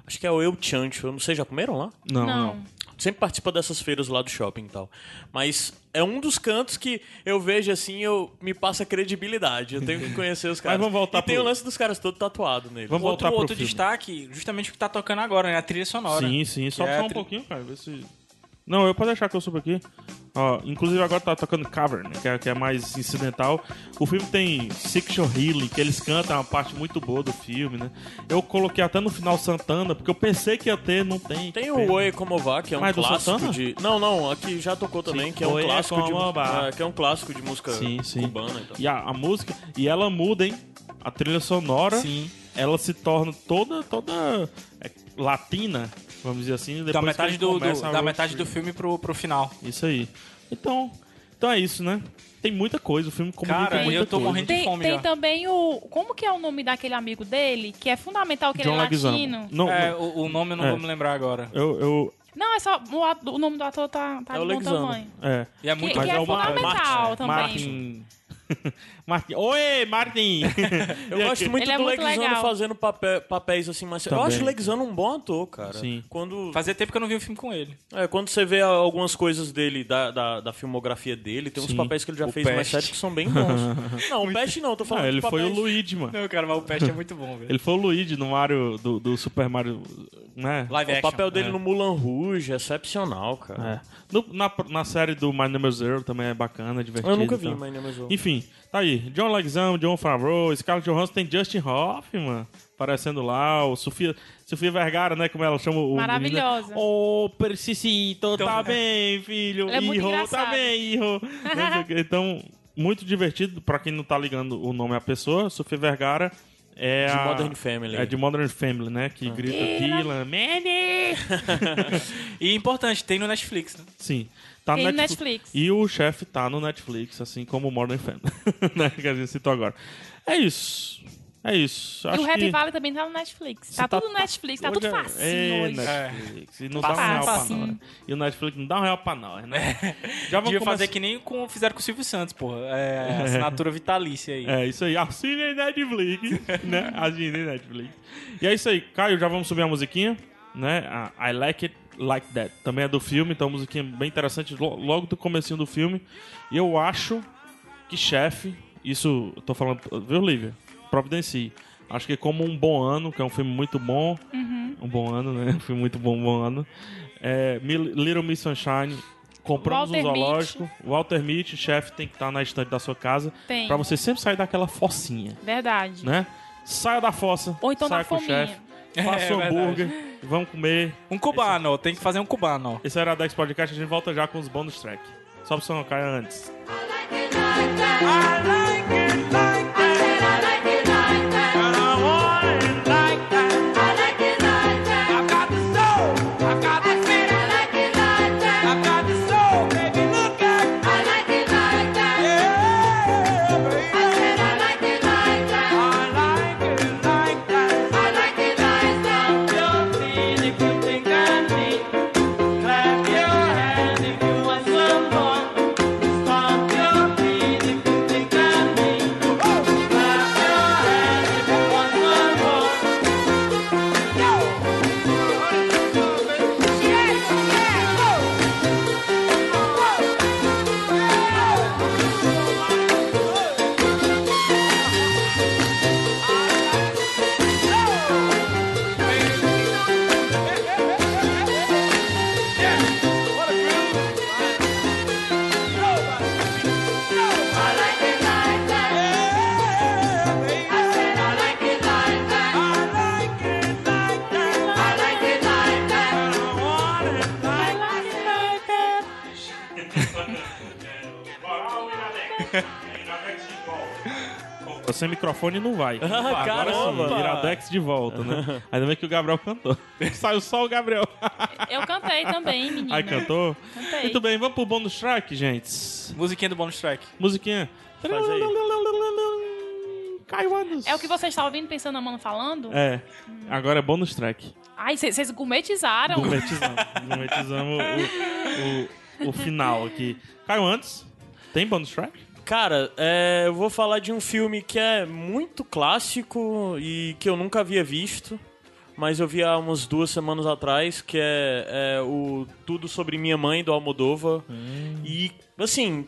[SPEAKER 3] Acho que é o Eu Chancho. Eu não sei, já comeram lá?
[SPEAKER 2] Não,
[SPEAKER 1] Não.
[SPEAKER 2] não.
[SPEAKER 3] Sempre participa dessas feiras lá do shopping e tal. Mas é um dos cantos que eu vejo assim, eu me passa credibilidade. Eu tenho que conhecer
[SPEAKER 2] (laughs)
[SPEAKER 3] os caras.
[SPEAKER 2] vamos voltar
[SPEAKER 3] e tem
[SPEAKER 2] pro-
[SPEAKER 3] o lance dos caras todo tatuado nele.
[SPEAKER 2] Vamos
[SPEAKER 4] outro
[SPEAKER 2] voltar pro
[SPEAKER 4] outro
[SPEAKER 2] filme.
[SPEAKER 4] destaque, justamente o que tá tocando agora, né? A trilha sonora.
[SPEAKER 2] Sim, sim. Só,
[SPEAKER 4] Que é
[SPEAKER 2] só
[SPEAKER 4] a
[SPEAKER 2] um
[SPEAKER 4] tri-
[SPEAKER 2] pouquinho, cara. Ver se... Não, eu posso deixar que eu suba aqui. Ó, inclusive agora tá tocando Cavern, que é, que é mais incidental. O filme tem Section Healing, que eles cantam, é uma parte muito boa do filme, né? Eu coloquei até no final Santana, porque eu pensei que ia ter, não tem.
[SPEAKER 3] Tem
[SPEAKER 2] Que
[SPEAKER 3] o
[SPEAKER 2] pena.
[SPEAKER 3] Oi Como Vá, que é um
[SPEAKER 2] Mas do
[SPEAKER 3] clássico
[SPEAKER 2] Santana?
[SPEAKER 3] de. Não, não, aqui já tocou também,
[SPEAKER 2] Sim,
[SPEAKER 3] que é um
[SPEAKER 2] Oi
[SPEAKER 3] clássico de
[SPEAKER 2] Como
[SPEAKER 3] música.
[SPEAKER 2] Vá.
[SPEAKER 3] é, que é um clássico de música
[SPEAKER 4] né,
[SPEAKER 2] Sim, sim.
[SPEAKER 3] cubana então. e
[SPEAKER 4] então.
[SPEAKER 3] tal.
[SPEAKER 2] E a, a música, e ela muda, hein? A trilha sonora,
[SPEAKER 4] Sim.
[SPEAKER 2] ela se torna toda, toda é, latina, vamos dizer assim.
[SPEAKER 4] Da
[SPEAKER 2] depois
[SPEAKER 4] metade,
[SPEAKER 2] que ele
[SPEAKER 4] do, do-
[SPEAKER 2] começa a
[SPEAKER 4] da
[SPEAKER 2] road
[SPEAKER 4] metade do
[SPEAKER 2] trip.
[SPEAKER 4] filme pro, pro final.
[SPEAKER 2] Isso aí. Então, então é isso, né? Tem muita coisa, o filme comunica
[SPEAKER 4] Cara,
[SPEAKER 2] muita
[SPEAKER 4] eu tô
[SPEAKER 2] coisa.
[SPEAKER 4] morrendo de
[SPEAKER 1] Tem,
[SPEAKER 4] fome
[SPEAKER 1] tem
[SPEAKER 4] já.
[SPEAKER 1] também o. Como que é o nome daquele amigo dele? Que é fundamental que
[SPEAKER 2] John
[SPEAKER 1] ele é
[SPEAKER 2] Leguizamo.
[SPEAKER 1] latino.
[SPEAKER 2] Não,
[SPEAKER 4] É,
[SPEAKER 2] não,
[SPEAKER 4] o, o nome eu não
[SPEAKER 2] É.
[SPEAKER 4] vou me lembrar agora.
[SPEAKER 2] eu, eu,
[SPEAKER 1] Não, é só. O, ato- o nome do ator tá, tá
[SPEAKER 3] É o
[SPEAKER 1] de bom
[SPEAKER 3] Leguizamo.
[SPEAKER 1] tamanho.
[SPEAKER 2] é.
[SPEAKER 4] E é
[SPEAKER 1] Que,
[SPEAKER 4] muito
[SPEAKER 1] que
[SPEAKER 2] Mas
[SPEAKER 1] é,
[SPEAKER 2] é o Mar-
[SPEAKER 1] fundamental também.
[SPEAKER 2] Martin. (laughs) Martin. Oi, Martin!
[SPEAKER 3] Eu gosto muito
[SPEAKER 1] Ele é
[SPEAKER 3] do
[SPEAKER 1] muito
[SPEAKER 3] Leguizano
[SPEAKER 1] legal.
[SPEAKER 3] fazendo papé- papéis assim, mas eu
[SPEAKER 2] Também.
[SPEAKER 3] acho o Leguizano um bom ator, cara.
[SPEAKER 2] Sim.
[SPEAKER 3] Quando,
[SPEAKER 4] Fazia tempo que eu não vi um filme com ele.
[SPEAKER 3] é, quando você vê algumas coisas dele, da, da, da filmografia dele, tem uns
[SPEAKER 2] Sim.
[SPEAKER 3] papéis que ele já
[SPEAKER 4] O
[SPEAKER 3] fez mais
[SPEAKER 4] Peste.
[SPEAKER 3] sérios que são
[SPEAKER 2] (laughs)
[SPEAKER 3] bem bons. não, o Peste não, eu tô falando
[SPEAKER 2] Ah, ele
[SPEAKER 3] de
[SPEAKER 2] foi o
[SPEAKER 3] papéis-
[SPEAKER 2] Luigi, mano.
[SPEAKER 4] (laughs) Não, cara, mas o Peste é muito bom, velho.
[SPEAKER 2] Ele foi o Luigi no Mario do, do Super Mario, né?
[SPEAKER 4] Live
[SPEAKER 3] O
[SPEAKER 4] action.
[SPEAKER 3] papel dele no Mulan Rouge é excepcional, cara.
[SPEAKER 2] É. No- na, na série do My Number Zero também é bacana, divertido.
[SPEAKER 3] Eu nunca
[SPEAKER 2] e
[SPEAKER 3] vi,
[SPEAKER 2] tal.
[SPEAKER 3] mas nem mais eu-
[SPEAKER 2] Enfim, tá aí. John Leguizamo, John Favreau, Scarlett Johansson, tem Justin Hoffman aparecendo lá, o Sofia, Sofia Vergara, né, como ela chama o
[SPEAKER 1] Maravilhosa.
[SPEAKER 2] menino. Ô, Persicito,
[SPEAKER 3] Então, é.
[SPEAKER 2] tá bem, filho.
[SPEAKER 1] Ela é muito
[SPEAKER 2] Hijo, tá
[SPEAKER 1] engraçada.
[SPEAKER 2] bem,
[SPEAKER 1] (laughs)
[SPEAKER 2] hijo. Não sei o quê. então, muito divertido, pra quem não tá ligando o nome à pessoa, Sofia Vergara é
[SPEAKER 3] De
[SPEAKER 2] a-
[SPEAKER 3] Modern Family.
[SPEAKER 2] É de Modern Family, né,
[SPEAKER 1] Ah.
[SPEAKER 2] que grita Dylan, Manny!
[SPEAKER 4] E importante, tem no Netflix, né?
[SPEAKER 2] Sim. Tá
[SPEAKER 1] Tem
[SPEAKER 2] no
[SPEAKER 1] no
[SPEAKER 2] Netflix.
[SPEAKER 1] Netflix.
[SPEAKER 2] E o chefe tá no Netflix, assim como o Modern Family, (laughs) né, que a gente citou agora. É isso. É isso.
[SPEAKER 1] E
[SPEAKER 2] Acho
[SPEAKER 1] o Red
[SPEAKER 2] que
[SPEAKER 1] Valley também tá no Netflix.
[SPEAKER 2] você
[SPEAKER 1] Tá, tudo no Netflix, tá
[SPEAKER 2] hoje
[SPEAKER 1] tudo
[SPEAKER 2] é-
[SPEAKER 1] facinho
[SPEAKER 2] é,
[SPEAKER 1] hoje.
[SPEAKER 2] Netflix. E não dá um
[SPEAKER 1] Facinho.
[SPEAKER 2] real pra
[SPEAKER 1] Facinho.
[SPEAKER 2] nós. E o Netflix não dá um real pra nós, né?
[SPEAKER 4] (laughs)
[SPEAKER 2] Já vamos
[SPEAKER 4] Devia fazer
[SPEAKER 2] começar...
[SPEAKER 4] que nem com, fizeram com o Silvio Santos, pô. É, assinatura vitalícia aí.
[SPEAKER 2] É, isso aí.
[SPEAKER 1] (laughs)
[SPEAKER 2] Assine Netflix, né? Assine Netflix. E é isso aí. Caio, já vamos subir a musiquinha, né? A I Like It Like That. Também é do filme, então a musiquinha é bem interessante lo- logo do comecinho do filme. E eu acho que chefe, isso eu tô falando, viu, Lívia? Providencie. Acho que como um bom ano, que é um filme muito bom,
[SPEAKER 1] Uhum.
[SPEAKER 2] um bom ano, né? (laughs) Um filme muito bom, um bom ano. É, Mi- Little Miss Sunshine, compramos um
[SPEAKER 1] Walter Mitty.
[SPEAKER 2] zoológico. Walter Mitty, chefe, tem que estar na estante da sua casa.
[SPEAKER 1] Tem.
[SPEAKER 2] Pra você sempre sair daquela focinha,
[SPEAKER 1] Verdade.
[SPEAKER 2] né? Saia da fossa.
[SPEAKER 1] Ou então
[SPEAKER 2] saia
[SPEAKER 1] na
[SPEAKER 2] com o
[SPEAKER 1] fominha.
[SPEAKER 2] chefe. Faça
[SPEAKER 4] É,
[SPEAKER 2] um
[SPEAKER 4] verdade.
[SPEAKER 2] hambúrguer. Vamos comer.
[SPEAKER 4] Um cubano, tem que fazer um cubano.
[SPEAKER 2] Esse era a Dex Podcast. A gente volta já com os bônus track. Só pra você não cair antes.
[SPEAKER 5] Clap your hands if you want some more. Stomp your feet if you think I'm
[SPEAKER 2] sem microfone não vai.
[SPEAKER 3] (laughs) Ah, caramba!
[SPEAKER 2] sim, Iradex de volta,
[SPEAKER 3] (laughs)
[SPEAKER 2] né? Ainda bem que o Gabriel cantou. Saiu só o Gabriel.
[SPEAKER 1] Eu cantei
[SPEAKER 2] (laughs)
[SPEAKER 1] também, menina.
[SPEAKER 2] Aí cantou.
[SPEAKER 1] Cantei.
[SPEAKER 2] Muito bem, vamos pro bônus track, gente.
[SPEAKER 4] Musiquinha do bonus track.
[SPEAKER 2] Musiquinha.
[SPEAKER 3] Faz aí.
[SPEAKER 2] Caio Anos.
[SPEAKER 1] É o que vocês estavam ouvindo, pensando na mano falando?
[SPEAKER 2] É, agora é bônus track.
[SPEAKER 1] Ai, vocês- vocês gourmetizaram.
[SPEAKER 2] Gourmetizamos. Gourmetizamos o, o, o final aqui. Caio Antes, tem bônus track?
[SPEAKER 3] Cara, é, eu vou falar de um filme que é muito clássico e que eu nunca havia visto, mas eu vi há umas duas semanas atrás, que é, é o Tudo Sobre Minha Mãe, do Almodova.
[SPEAKER 2] Hum.
[SPEAKER 3] E, assim,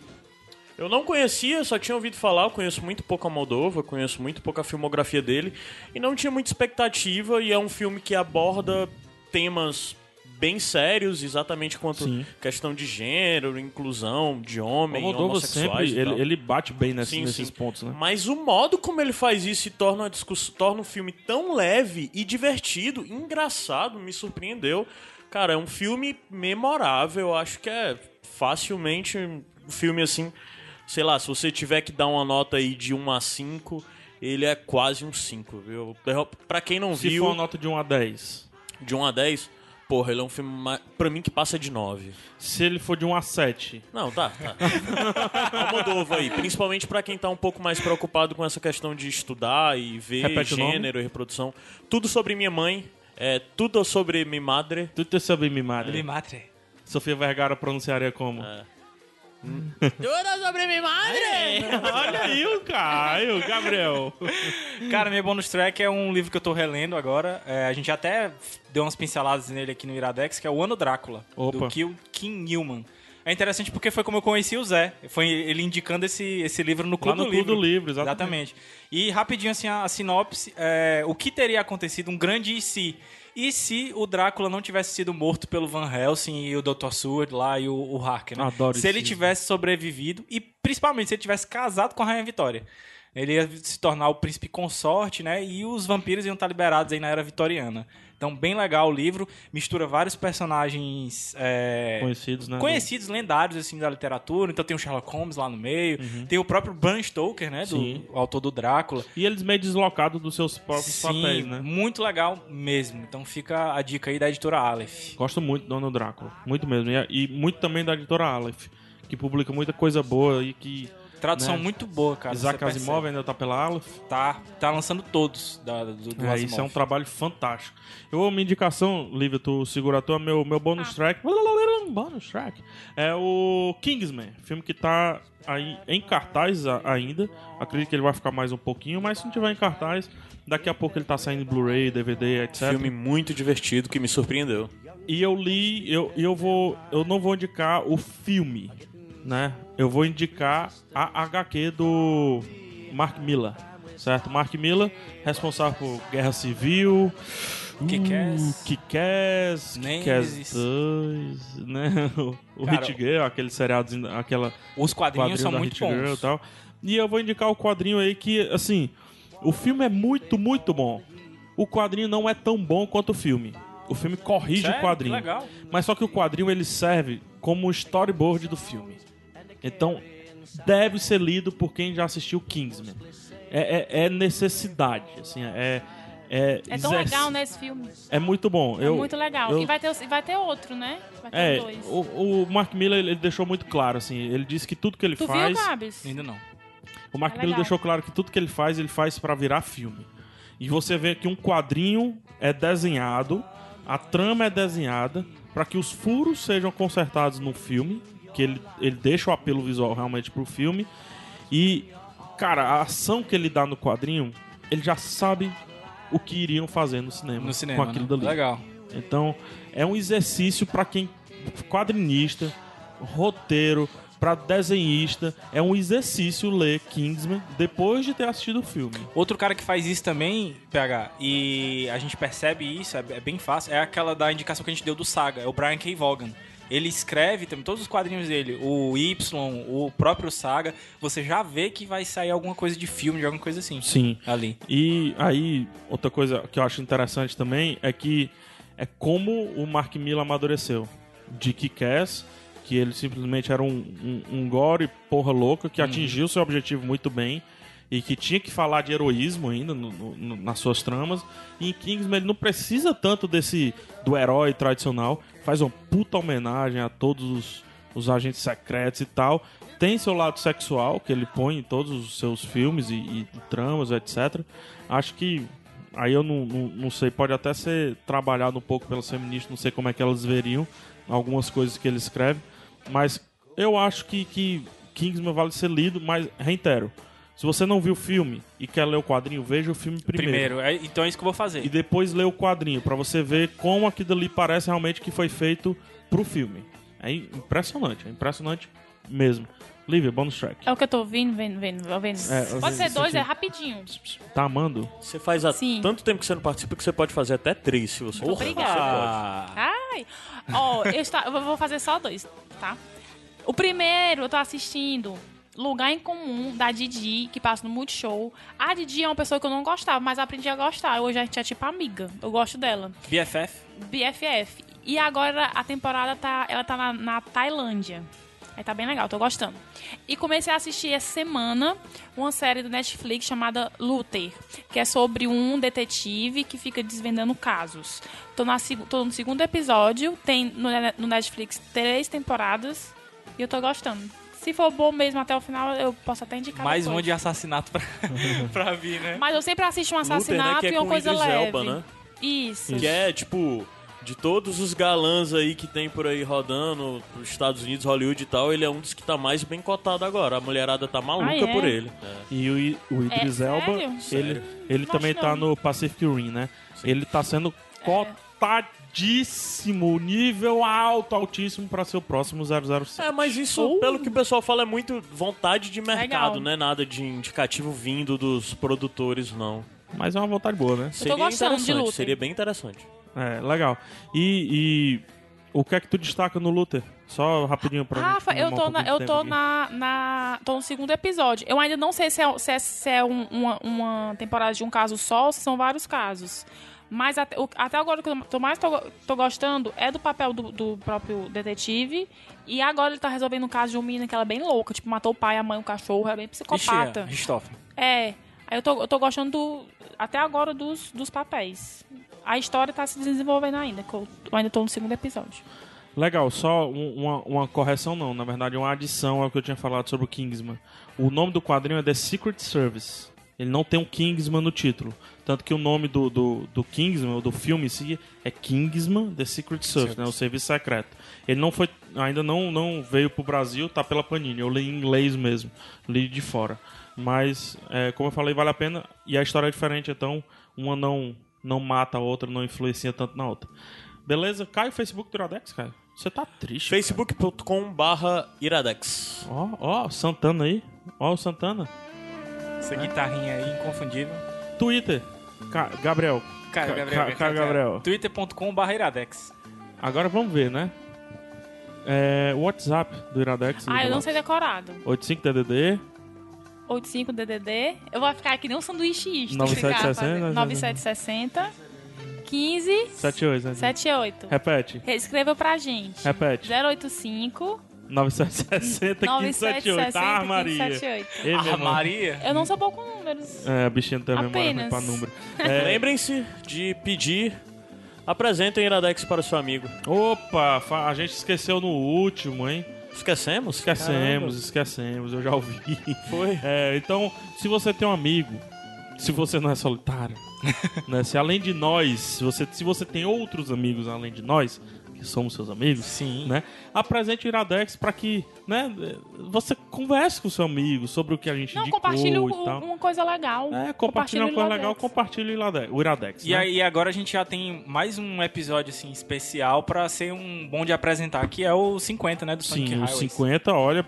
[SPEAKER 3] eu não conhecia, só tinha ouvido falar, eu conheço muito pouco a Moldova, conheço muito pouco a filmografia dele, e não tinha muita expectativa, e é um filme que aborda temas bem sérios, exatamente quanto
[SPEAKER 2] Sim.
[SPEAKER 3] questão de gênero, inclusão de homem,
[SPEAKER 2] Moldova
[SPEAKER 3] homossexuais
[SPEAKER 2] sempre,
[SPEAKER 3] e tal.
[SPEAKER 2] ele, ele bate bem nesses,
[SPEAKER 3] Sim,
[SPEAKER 2] nesses
[SPEAKER 3] sim.
[SPEAKER 2] pontos, né?
[SPEAKER 3] Mas o modo como ele faz isso e torna, a discuss- torna o filme tão leve e divertido, engraçado, me surpreendeu. Cara, é um filme memorável, eu acho que é facilmente um filme assim, sei lá, se você tiver que dar uma nota aí de 1 a 5, ele é quase um 5, viu? Pra quem não
[SPEAKER 2] Se
[SPEAKER 3] viu,
[SPEAKER 2] for uma nota de 1 a 10,
[SPEAKER 3] de 1 a 10, porra, ele é um filme, ma- pra mim, que passa de 9.
[SPEAKER 2] se ele for de 1 a 7,
[SPEAKER 3] Não,
[SPEAKER 2] (laughs)
[SPEAKER 3] tá, tá. Almodóvar aí, principalmente pra quem tá um pouco mais preocupado com essa questão de estudar e ver
[SPEAKER 2] Repete o nome.
[SPEAKER 3] gênero e reprodução. Tudo sobre minha mãe, é tudo sobre minha madre.
[SPEAKER 2] tudo é sobre mimada.
[SPEAKER 4] Matre.
[SPEAKER 2] Sofia Vergara pronunciaria como?
[SPEAKER 3] É.
[SPEAKER 2] (laughs)
[SPEAKER 3] Tudo sobre minha madre.
[SPEAKER 2] É, Olha aí o Caio, Gabriel.
[SPEAKER 4] Cara, meu bonus track é um livro que eu tô relendo agora. É, a gente até deu umas pinceladas nele aqui no Iradex, que é O Ano Drácula,
[SPEAKER 2] Opa.
[SPEAKER 4] do Kill Kim Newman. É interessante porque foi como eu conheci o Zé. Foi ele indicando esse, esse livro no Clube
[SPEAKER 2] no
[SPEAKER 4] do
[SPEAKER 2] Clube
[SPEAKER 4] Livro.
[SPEAKER 2] do Livro, exatamente.
[SPEAKER 4] exatamente. E rapidinho, assim, a, a sinopse é o que teria acontecido, um grande e se. E se o Drácula não tivesse sido morto pelo Van Helsing e o Dr. Seward lá e o, o Harker, né?
[SPEAKER 2] Adoro
[SPEAKER 4] se
[SPEAKER 2] esse
[SPEAKER 4] ele
[SPEAKER 2] livro.
[SPEAKER 4] tivesse sobrevivido e principalmente se ele tivesse casado com a Rainha Vitória. Ele ia se tornar o príncipe consorte, né? E os vampiros iam estar liberados aí na era vitoriana. Então, bem legal o livro. Mistura vários personagens é,
[SPEAKER 2] Conhecidos, né?
[SPEAKER 4] conhecidos, lendários, assim, da literatura. Então, tem o Sherlock Holmes lá no meio. Tem o próprio Bram Stoker, né? Do,
[SPEAKER 2] Uhum. Sim.
[SPEAKER 4] o autor do Drácula.
[SPEAKER 2] E eles meio deslocados dos seus próprios papéis, né?
[SPEAKER 4] muito legal mesmo. Então, fica a dica aí da editora Aleph.
[SPEAKER 2] Gosto muito do Ano Drácula. Muito mesmo. E, e muito também da editora Aleph, que publica muita coisa boa e que.
[SPEAKER 4] Tradução
[SPEAKER 2] né?
[SPEAKER 4] muito boa, cara.
[SPEAKER 2] Isaac
[SPEAKER 4] você percebe.
[SPEAKER 2] Asimov ainda tá pela Aleph.
[SPEAKER 4] Tá, tá lançando todos da, do, do
[SPEAKER 2] É,
[SPEAKER 4] Asimov.
[SPEAKER 2] isso é um trabalho fantástico. Eu vou minha indicação, Lívia, tu segura a tua, meu, meu bonus track. Bonus track. É o Kingsman, filme que tá aí em cartaz a- ainda. Acredito que ele vai ficar mais um pouquinho, mas se não tiver em cartaz, daqui a pouco ele tá saindo em Blu-ray, DVD, etc.
[SPEAKER 3] Filme muito divertido que me surpreendeu.
[SPEAKER 2] E eu li, eu, e eu vou. Eu não vou indicar o filme, né? Eu vou indicar a HQ do Mark Miller. Certo? Mark Miller, responsável por Guerra Civil.
[SPEAKER 4] Kick-Ass.
[SPEAKER 2] Kikés,
[SPEAKER 4] Nemesis.
[SPEAKER 2] Kikés 2, é né? (laughs) O, o
[SPEAKER 4] Cara,
[SPEAKER 2] Hit Girl, aquele seriado, aquela
[SPEAKER 4] Os quadrinhos
[SPEAKER 2] quadrinho
[SPEAKER 4] são
[SPEAKER 2] da
[SPEAKER 4] muito
[SPEAKER 2] Hit Girl e
[SPEAKER 4] bons.
[SPEAKER 2] tal. E eu vou indicar o quadrinho aí que, assim, o filme é muito, muito bom. O quadrinho não é tão bom quanto o filme. O filme corrige
[SPEAKER 4] Sério?
[SPEAKER 2] o quadrinho.
[SPEAKER 4] Que legal.
[SPEAKER 2] Mas só que o quadrinho ele serve como storyboard do filme. Então, deve ser lido por quem já assistiu Kingsman. É, é- é necessidade, assim, é... É,
[SPEAKER 1] É tão
[SPEAKER 2] exerce-
[SPEAKER 1] legal, né, esse filme?
[SPEAKER 2] É muito bom.
[SPEAKER 1] É
[SPEAKER 2] eu,
[SPEAKER 1] muito legal.
[SPEAKER 2] eu-
[SPEAKER 1] E vai ter, os- vai ter outro, né? Vai ter
[SPEAKER 2] é,
[SPEAKER 1] dois.
[SPEAKER 2] o, o Mark Miller ele deixou muito claro, assim, ele disse que tudo que ele
[SPEAKER 1] Tu
[SPEAKER 2] faz...
[SPEAKER 1] viu, Gabs?
[SPEAKER 4] Ainda não.
[SPEAKER 2] Uhum. O Mark
[SPEAKER 1] É
[SPEAKER 2] Miller
[SPEAKER 1] legal.
[SPEAKER 2] deixou claro que tudo que ele faz, ele faz pra virar filme. E você vê que um quadrinho é desenhado, a trama é desenhada pra que os furos sejam consertados no filme, que ele, ele deixa o apelo visual realmente pro filme. E, cara, a ação que ele dá no quadrinho, ele já sabe o que iriam fazer no cinema,
[SPEAKER 4] No cinema.
[SPEAKER 2] com aquilo
[SPEAKER 4] né?
[SPEAKER 2] dali.
[SPEAKER 4] Legal.
[SPEAKER 2] Então, é um exercício para quem quadrinista, roteiro, para desenhista, é um exercício ler Kingsman depois de ter assistido o filme.
[SPEAKER 4] Outro cara que faz isso também, PH, e a gente percebe isso, é, é bem fácil, é aquela da indicação que a gente deu do Saga, é o Brian K. Vaughan. Ele escreve também todos os quadrinhos dele, o Y, o próprio Saga, você já vê que vai sair alguma coisa de filme, de alguma coisa assim.
[SPEAKER 2] Sim.
[SPEAKER 4] Ali.
[SPEAKER 2] E aí, outra coisa que eu acho interessante também é que é como o Mark Miller amadureceu. De Kick-Ass, que ele simplesmente era um, um, um gore porra louca que atingiu seu objetivo muito bem. e que tinha que falar de heroísmo ainda no- no- no- nas suas tramas. E em Kingsman ele não precisa tanto desse do herói tradicional, faz uma puta homenagem a todos os, os agentes secretos e tal. Tem seu lado sexual que ele põe em todos os seus filmes e, e tramas, etc. Acho que aí eu não, não, não sei, pode até ser trabalhado um pouco pelas feministas, não sei como é que elas veriam algumas coisas que ele escreve, mas eu acho que, que Kingsman vale ser lido, mas reitero, se você não viu o filme e quer ler o quadrinho, veja o filme primeiro.
[SPEAKER 4] Primeiro, é- então é isso que eu vou
[SPEAKER 2] E
[SPEAKER 4] fazer.
[SPEAKER 2] depois lê o quadrinho, pra você ver como aquilo ali parece realmente que foi feito pro filme. É impressionante, é impressionante mesmo. Lívia, bônus track.
[SPEAKER 1] É o que eu tô ouvindo, vendo, vendo, vendo.
[SPEAKER 2] É, eu
[SPEAKER 1] Pode ser
[SPEAKER 2] senti-
[SPEAKER 1] dois, é rapidinho.
[SPEAKER 2] Tá amando?
[SPEAKER 3] Você faz há
[SPEAKER 1] Sim.
[SPEAKER 3] tanto tempo que você não participa que você pode fazer até três, se você
[SPEAKER 1] Muito obrigada.
[SPEAKER 4] Ah,
[SPEAKER 1] Ai! Ó, eu, esta- eu vou fazer só dois, tá? O primeiro, eu tô assistindo Lugar em Comum, da Didi, que passa no Multishow. A Didi é uma pessoa que eu não gostava, mas aprendi a gostar. Hoje a gente é tipo amiga. Eu gosto dela.
[SPEAKER 4] BFF.
[SPEAKER 1] BFF. E agora a temporada tá, ela tá na, na Tailândia. Aí tá bem legal, tô gostando. E comecei a assistir essa semana uma série do Netflix chamada Luther, que é sobre um detetive que fica desvendando casos. Tô, na, seg- tô no segundo episódio, tem no, ne- no Netflix três temporadas e eu tô gostando. Se for bom mesmo até o final, eu posso até indicar.
[SPEAKER 4] Mais
[SPEAKER 1] depois.
[SPEAKER 4] uma de assassinato pra, (laughs) pra vir, né?
[SPEAKER 1] Mas eu sempre assisto um assassinato
[SPEAKER 3] que é
[SPEAKER 1] e uma
[SPEAKER 3] com o
[SPEAKER 1] coisa
[SPEAKER 3] Idris
[SPEAKER 1] leve.
[SPEAKER 3] Elba, né?
[SPEAKER 1] Isso.
[SPEAKER 3] Que é, tipo, de todos os galãs aí que tem por aí rodando pros Estados Unidos, Hollywood e tal, ele é um dos que tá mais bem cotado agora. A mulherada tá maluca
[SPEAKER 1] Ah, é?
[SPEAKER 3] por ele.
[SPEAKER 2] E o, I- o Idris
[SPEAKER 1] É,
[SPEAKER 2] Elba,
[SPEAKER 1] sério?
[SPEAKER 2] ele,
[SPEAKER 3] Sério?
[SPEAKER 2] ele
[SPEAKER 1] Não
[SPEAKER 2] também
[SPEAKER 1] acho
[SPEAKER 2] tá
[SPEAKER 1] não. É.
[SPEAKER 2] no Pacific Rim, né? Ele tá sendo cotadíssimo, nível alto, altíssimo pra ser o próximo 007.
[SPEAKER 3] É, mas isso, pelo que o pessoal fala, é muito vontade de mercado,
[SPEAKER 1] Legal.
[SPEAKER 3] não é nada de indicativo vindo dos produtores, não.
[SPEAKER 2] Mas é uma vontade boa, né?
[SPEAKER 3] Seria
[SPEAKER 1] gostando de
[SPEAKER 3] interessante,
[SPEAKER 1] luta.
[SPEAKER 3] seria bem interessante.
[SPEAKER 2] É, legal. E, e o que é que tu destaca no Luther? Só rapidinho pra
[SPEAKER 1] Rafa,
[SPEAKER 2] gente
[SPEAKER 1] eu
[SPEAKER 2] arrumar
[SPEAKER 1] tô,
[SPEAKER 2] um
[SPEAKER 1] na,
[SPEAKER 2] pouquinho de
[SPEAKER 1] eu tô
[SPEAKER 2] tempo
[SPEAKER 1] na, na- tô no segundo episódio. Eu ainda não sei se é, se é- se é um- uma, uma temporada de um caso só ou se são vários casos. Mas até, o- até agora o que eu tô mais tô, tô gostando é do papel do, do próprio detetive. E agora ele tá resolvendo o caso de uma menina que ela é bem louca. Tipo, matou o pai, a mãe, o cachorro. Ela é bem psicopata.
[SPEAKER 4] Ristoffen.
[SPEAKER 1] É. Aí eu tô, eu tô gostando do- até agora dos, dos papéis. A história tá se desenvolvendo ainda. que eu eu ainda tô no segundo episódio.
[SPEAKER 2] aqui. Legal, só um- uma, uma correção não, na verdade uma adição ao que eu tinha falado sobre o Kingsman. O nome do quadrinho é The Secret Service. Ele não tem um Kingsman no título. Tanto que o nome do, do, do Kingsman, ou do filme em si, é Kingsman The Secret Service, né? O Serviço Secreto. Ele não foi. ainda não, não veio pro Brasil, tá pela Panini. Eu li em inglês mesmo, li de fora. Mas, é, como eu falei, vale a pena. E a história é diferente, então uma não, não mata a outra, não influencia tanto na outra. Beleza? Cai o Facebook do Iradex, cara. Você tá triste. cara.
[SPEAKER 3] facebook.com barra iradex.
[SPEAKER 2] Ó, ó, o Santana aí. Ó, o Santana.
[SPEAKER 4] Essa
[SPEAKER 3] Né?
[SPEAKER 4] guitarrinha aí, inconfundível.
[SPEAKER 2] Twitter. Ca- Gabriel.
[SPEAKER 4] Cara,
[SPEAKER 2] Ca-
[SPEAKER 4] Gabriel.
[SPEAKER 2] Ca- Caio Gabriel.
[SPEAKER 4] Twitter.com.br Iradex.
[SPEAKER 2] Agora vamos ver, né? É, o WhatsApp do Iradex.
[SPEAKER 1] Ah, eu não sei decorado.
[SPEAKER 2] 85DDD.
[SPEAKER 1] 85 DDD. Eu vou ficar aqui nem um sanduícheísta.
[SPEAKER 2] 9760,
[SPEAKER 1] 9760 15
[SPEAKER 2] 78, né?
[SPEAKER 1] 78.
[SPEAKER 2] Repete.
[SPEAKER 1] Escreva pra gente.
[SPEAKER 2] Repete.
[SPEAKER 1] 085
[SPEAKER 2] 9760 578.
[SPEAKER 1] 9760
[SPEAKER 2] Ah, Maria.
[SPEAKER 1] 578.
[SPEAKER 2] Ei, meu
[SPEAKER 4] A
[SPEAKER 2] irmão.
[SPEAKER 3] né?
[SPEAKER 4] Maria.
[SPEAKER 1] Eu não sou bom com números.
[SPEAKER 2] É, a bichinha tem a memória ruim
[SPEAKER 1] Ah, Apenas.
[SPEAKER 2] pra número. (laughs) É,
[SPEAKER 3] Lembrem-se de pedir, apresentem iradex para o seu amigo.
[SPEAKER 2] opa, fa- a gente esqueceu no último, hein?
[SPEAKER 3] Esquecemos?
[SPEAKER 2] Esquecemos, esquecemos, eu já
[SPEAKER 4] (laughs)
[SPEAKER 2] ouvi.
[SPEAKER 3] Foi.
[SPEAKER 2] É, então, se você tem um amigo, se você não é
[SPEAKER 4] (laughs)
[SPEAKER 2] solitário, né, se além de nós, se você, se você tem outros amigos além de nós, que somos seus amigos,
[SPEAKER 4] Sim.
[SPEAKER 2] né, apresente o Iradex para que né, você converse com o seu amigo sobre o que a gente
[SPEAKER 1] Não,
[SPEAKER 2] indicou
[SPEAKER 1] compartilhe
[SPEAKER 2] É e
[SPEAKER 1] um-
[SPEAKER 2] tal.
[SPEAKER 1] uma coisa legal.
[SPEAKER 2] É, compartilha uma
[SPEAKER 1] o
[SPEAKER 2] coisa
[SPEAKER 1] Iradex.
[SPEAKER 2] legal, compartilha o Iradex. O Iradex
[SPEAKER 4] E
[SPEAKER 2] né?
[SPEAKER 4] aí agora a gente já tem mais um episódio assim especial pra ser um bom de apresentar, que é o 50, né, do Sonic
[SPEAKER 2] Sim, os
[SPEAKER 4] Highways.
[SPEAKER 2] 50, olha,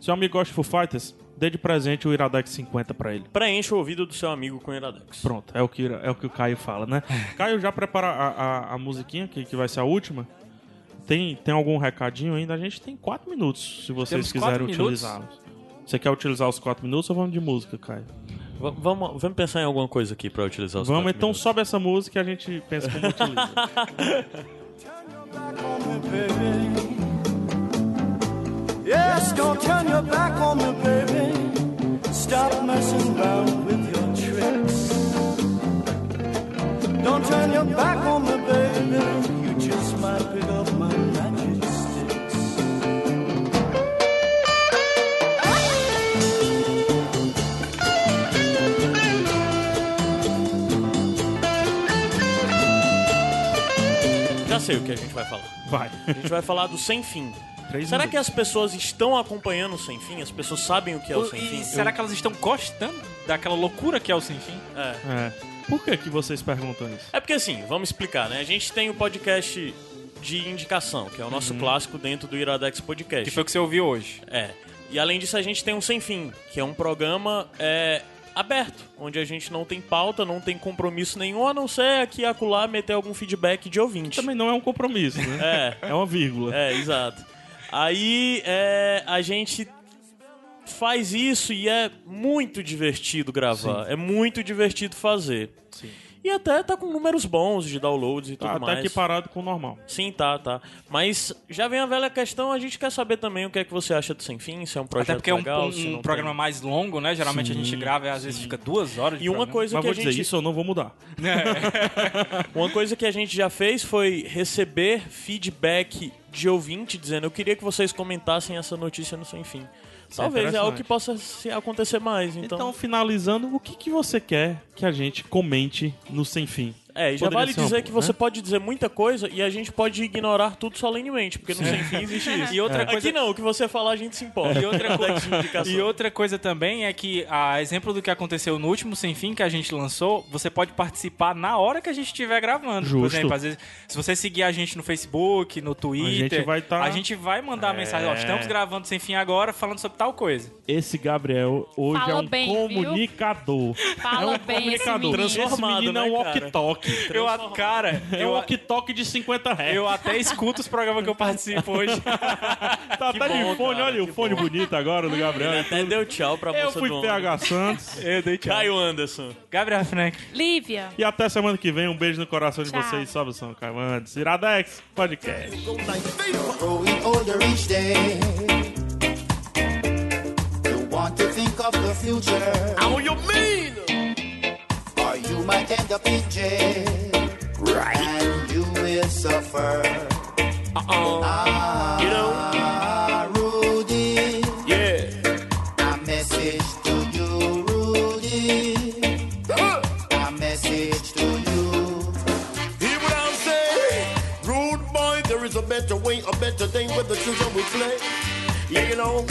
[SPEAKER 2] se um amigo gosta de Foo Fighters, dê de presente o Iradex 50 para ele.
[SPEAKER 3] Preencha o ouvido do seu amigo com iradex.
[SPEAKER 2] Pronto, é o que, é o, que o Caio fala,
[SPEAKER 3] (laughs)
[SPEAKER 2] né? Caio, já prepara a, a, a musiquinha, que, que vai ser a última. Tem, tem algum recadinho ainda? A gente tem quatro minutos, se vocês
[SPEAKER 4] Temos
[SPEAKER 2] quiserem
[SPEAKER 4] quatro minutos?
[SPEAKER 2] utilizá-los. Você quer utilizar os quatro minutos ou vamos de música, Caio?
[SPEAKER 3] V- vamos, vamos pensar em alguma coisa aqui pra utilizar os
[SPEAKER 2] vamos,
[SPEAKER 3] quatro
[SPEAKER 2] então
[SPEAKER 3] minutos.
[SPEAKER 2] sobe essa música e a gente pensa como
[SPEAKER 3] (laughs)
[SPEAKER 2] utiliza.
[SPEAKER 6] Turn your back on me, baby. Yes, don't turn your back on me, baby. Stay
[SPEAKER 7] Stop messing around with your tricks. Don't turn your back on me, baby. You just might pick up my magic sticks.
[SPEAKER 3] Já sei o que a gente vai falar.
[SPEAKER 2] Vai.
[SPEAKER 3] A gente vai falar do Sem Fim.
[SPEAKER 2] Três
[SPEAKER 3] Será
[SPEAKER 2] minutos.
[SPEAKER 3] que as pessoas estão acompanhando o Sem Fim? As pessoas sabem o que é o Sem Fim?
[SPEAKER 4] E será que elas estão gostando daquela loucura que é o Sem Fim?
[SPEAKER 3] É.
[SPEAKER 2] É. Por que, que vocês perguntam isso?
[SPEAKER 3] É porque assim, vamos explicar, né? A gente tem o podcast de indicação, que é o nosso clássico dentro do Iradex Podcast.
[SPEAKER 4] Que foi o que você ouviu hoje.
[SPEAKER 3] É. E além disso, a gente tem um Sem Fim, que é um programa é, aberto, onde a gente não tem pauta, não tem compromisso nenhum, a não ser aqui e acolá meter algum feedback de ouvinte.
[SPEAKER 2] Também não é um compromisso, né?
[SPEAKER 3] É,
[SPEAKER 2] É uma vírgula.
[SPEAKER 3] é, exato. Aí é, a gente faz isso e é muito divertido gravar. É muito divertido fazer. Sim. E até tá com números bons de downloads e tudo
[SPEAKER 2] Tá
[SPEAKER 3] mais.
[SPEAKER 2] até que parado com o normal.
[SPEAKER 3] Sim, tá, tá. Mas já vem a velha questão, a gente quer saber também o que é que você acha do Sem Fim, se é um projeto
[SPEAKER 4] Até porque é um,
[SPEAKER 3] legal,
[SPEAKER 4] um-
[SPEAKER 3] se não
[SPEAKER 4] um programa
[SPEAKER 3] tem.
[SPEAKER 4] mais longo, né? Geralmente a gente grava e às vezes fica duas horas de
[SPEAKER 3] E uma
[SPEAKER 4] programa.
[SPEAKER 3] coisa,
[SPEAKER 2] Mas
[SPEAKER 3] que a
[SPEAKER 2] vou dizer,
[SPEAKER 3] gente,
[SPEAKER 2] isso eu não vou mudar.
[SPEAKER 3] uma coisa que a gente já fez foi receber feedback de ouvinte dizendo eu queria que vocês comentassem essa notícia no Sem Fim. Talvez é, algo
[SPEAKER 2] interessante.
[SPEAKER 3] que possa se acontecer mais, então...
[SPEAKER 2] Então, finalizando, o que, que você quer que a gente comente no Sem Fim?
[SPEAKER 3] é, e já
[SPEAKER 2] Poderia
[SPEAKER 3] vale
[SPEAKER 2] ser uma
[SPEAKER 3] dizer
[SPEAKER 2] boa,
[SPEAKER 3] que você
[SPEAKER 2] né?
[SPEAKER 3] pode dizer muita coisa e a gente pode ignorar tudo solenemente, porque no Sem Fim
[SPEAKER 4] (laughs)
[SPEAKER 3] existe isso. É.
[SPEAKER 4] E outra coisa-
[SPEAKER 3] Aqui não, o que você falar a gente se importa.
[SPEAKER 4] E outra, co-
[SPEAKER 3] Daqui de indicação.
[SPEAKER 4] e outra coisa também é que, a exemplo do que aconteceu no último Sem Fim que a gente lançou, você pode participar na hora que a gente estiver gravando. Por
[SPEAKER 2] Justo.
[SPEAKER 4] exemplo, às vezes, se você seguir a gente no Facebook, no Twitter,
[SPEAKER 2] gente vai tá-
[SPEAKER 4] a gente vai mandar mensagem, ó, estamos gravando Sem Fim agora, falando sobre tal coisa.
[SPEAKER 2] Esse Gabriel hoje
[SPEAKER 1] Fala
[SPEAKER 2] é um
[SPEAKER 1] bem,
[SPEAKER 2] comunicador.
[SPEAKER 1] Fala
[SPEAKER 2] é um
[SPEAKER 1] bem esse
[SPEAKER 2] comunicador.
[SPEAKER 1] menino.
[SPEAKER 2] Esse menino é um
[SPEAKER 3] Transformado, né, cara?
[SPEAKER 2] walk-talk.
[SPEAKER 4] Eu, a- cara,
[SPEAKER 2] É um
[SPEAKER 4] eu, a-
[SPEAKER 2] walk-talk de
[SPEAKER 3] (laughs)
[SPEAKER 2] 50 reais.
[SPEAKER 4] eu até escuto os programas que eu participo hoje.
[SPEAKER 2] Tá até
[SPEAKER 3] bom,
[SPEAKER 2] de fone,
[SPEAKER 3] cara,
[SPEAKER 2] olha o
[SPEAKER 3] que
[SPEAKER 2] fone
[SPEAKER 3] bom.
[SPEAKER 2] bonito agora do
[SPEAKER 3] Ele
[SPEAKER 2] Gabriel.
[SPEAKER 3] até deu tchau pra
[SPEAKER 2] Eu
[SPEAKER 3] moça
[SPEAKER 2] fui
[SPEAKER 3] do ônibus.
[SPEAKER 2] PH Santos.
[SPEAKER 4] Eu dei tchau.
[SPEAKER 3] Caio Anderson.
[SPEAKER 4] Gabriel Frank.
[SPEAKER 1] Lívia.
[SPEAKER 2] E até semana que vem. Um beijo no coração de
[SPEAKER 1] Tchau.
[SPEAKER 2] vocês. Salve São Caimantes. Iradex Podcast.
[SPEAKER 7] growing older each day. You want to think of the future. How you mean? Or you might end up in jail. Right. And you will suffer.
[SPEAKER 6] Uh-uh.
[SPEAKER 7] Uh-oh. Ah, you know. Rudy. Yeah. A message to you, Rudy.
[SPEAKER 6] Uh-huh.
[SPEAKER 7] A message to you.
[SPEAKER 6] Hear what I'm saying? Rude boy, there is a better way, a better thing with the children we play. Yeah, you know.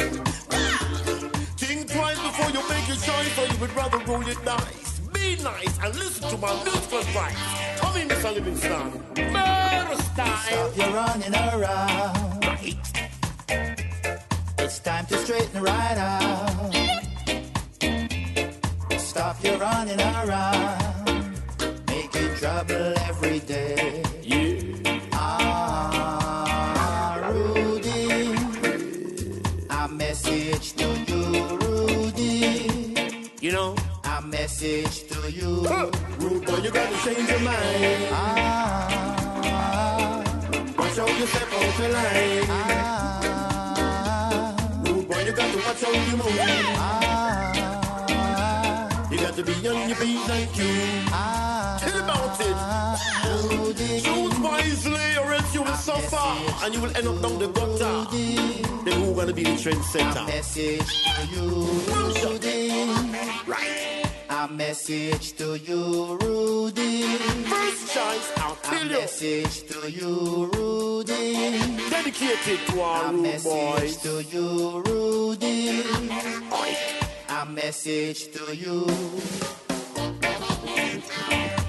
[SPEAKER 6] Think twice before you make your choice, or you would rather roll your dice. Be nice and listen to my musical advice. Come in, Mr. Livingston. Bear style.
[SPEAKER 7] Stop your running around. It's time to straighten right out. Stop your running around. Making trouble every day. Yeah. Ah, Rudy. A message to you, Rudy.
[SPEAKER 6] You know,
[SPEAKER 7] A message to you.
[SPEAKER 6] huh. rude boy, you gotta change your mind.
[SPEAKER 7] Ah,
[SPEAKER 6] Watch out you step off the line. Rude boy, you got to watch out you move.
[SPEAKER 7] ah.
[SPEAKER 6] You got to be on your feet like you. Tell about it. Choose wisely or else you will suffer and you will end up down the gutter. Then who gonna be the trendsetter?
[SPEAKER 7] message to you, Rudy.
[SPEAKER 6] Right.
[SPEAKER 7] A message to you, Rudy.
[SPEAKER 6] First choice, I'll
[SPEAKER 7] A
[SPEAKER 6] tell you.
[SPEAKER 7] message to you, Rudy.
[SPEAKER 6] Dedicated to our
[SPEAKER 7] A
[SPEAKER 6] rude
[SPEAKER 7] message
[SPEAKER 6] boys.
[SPEAKER 7] to you, Rudy. A message to you.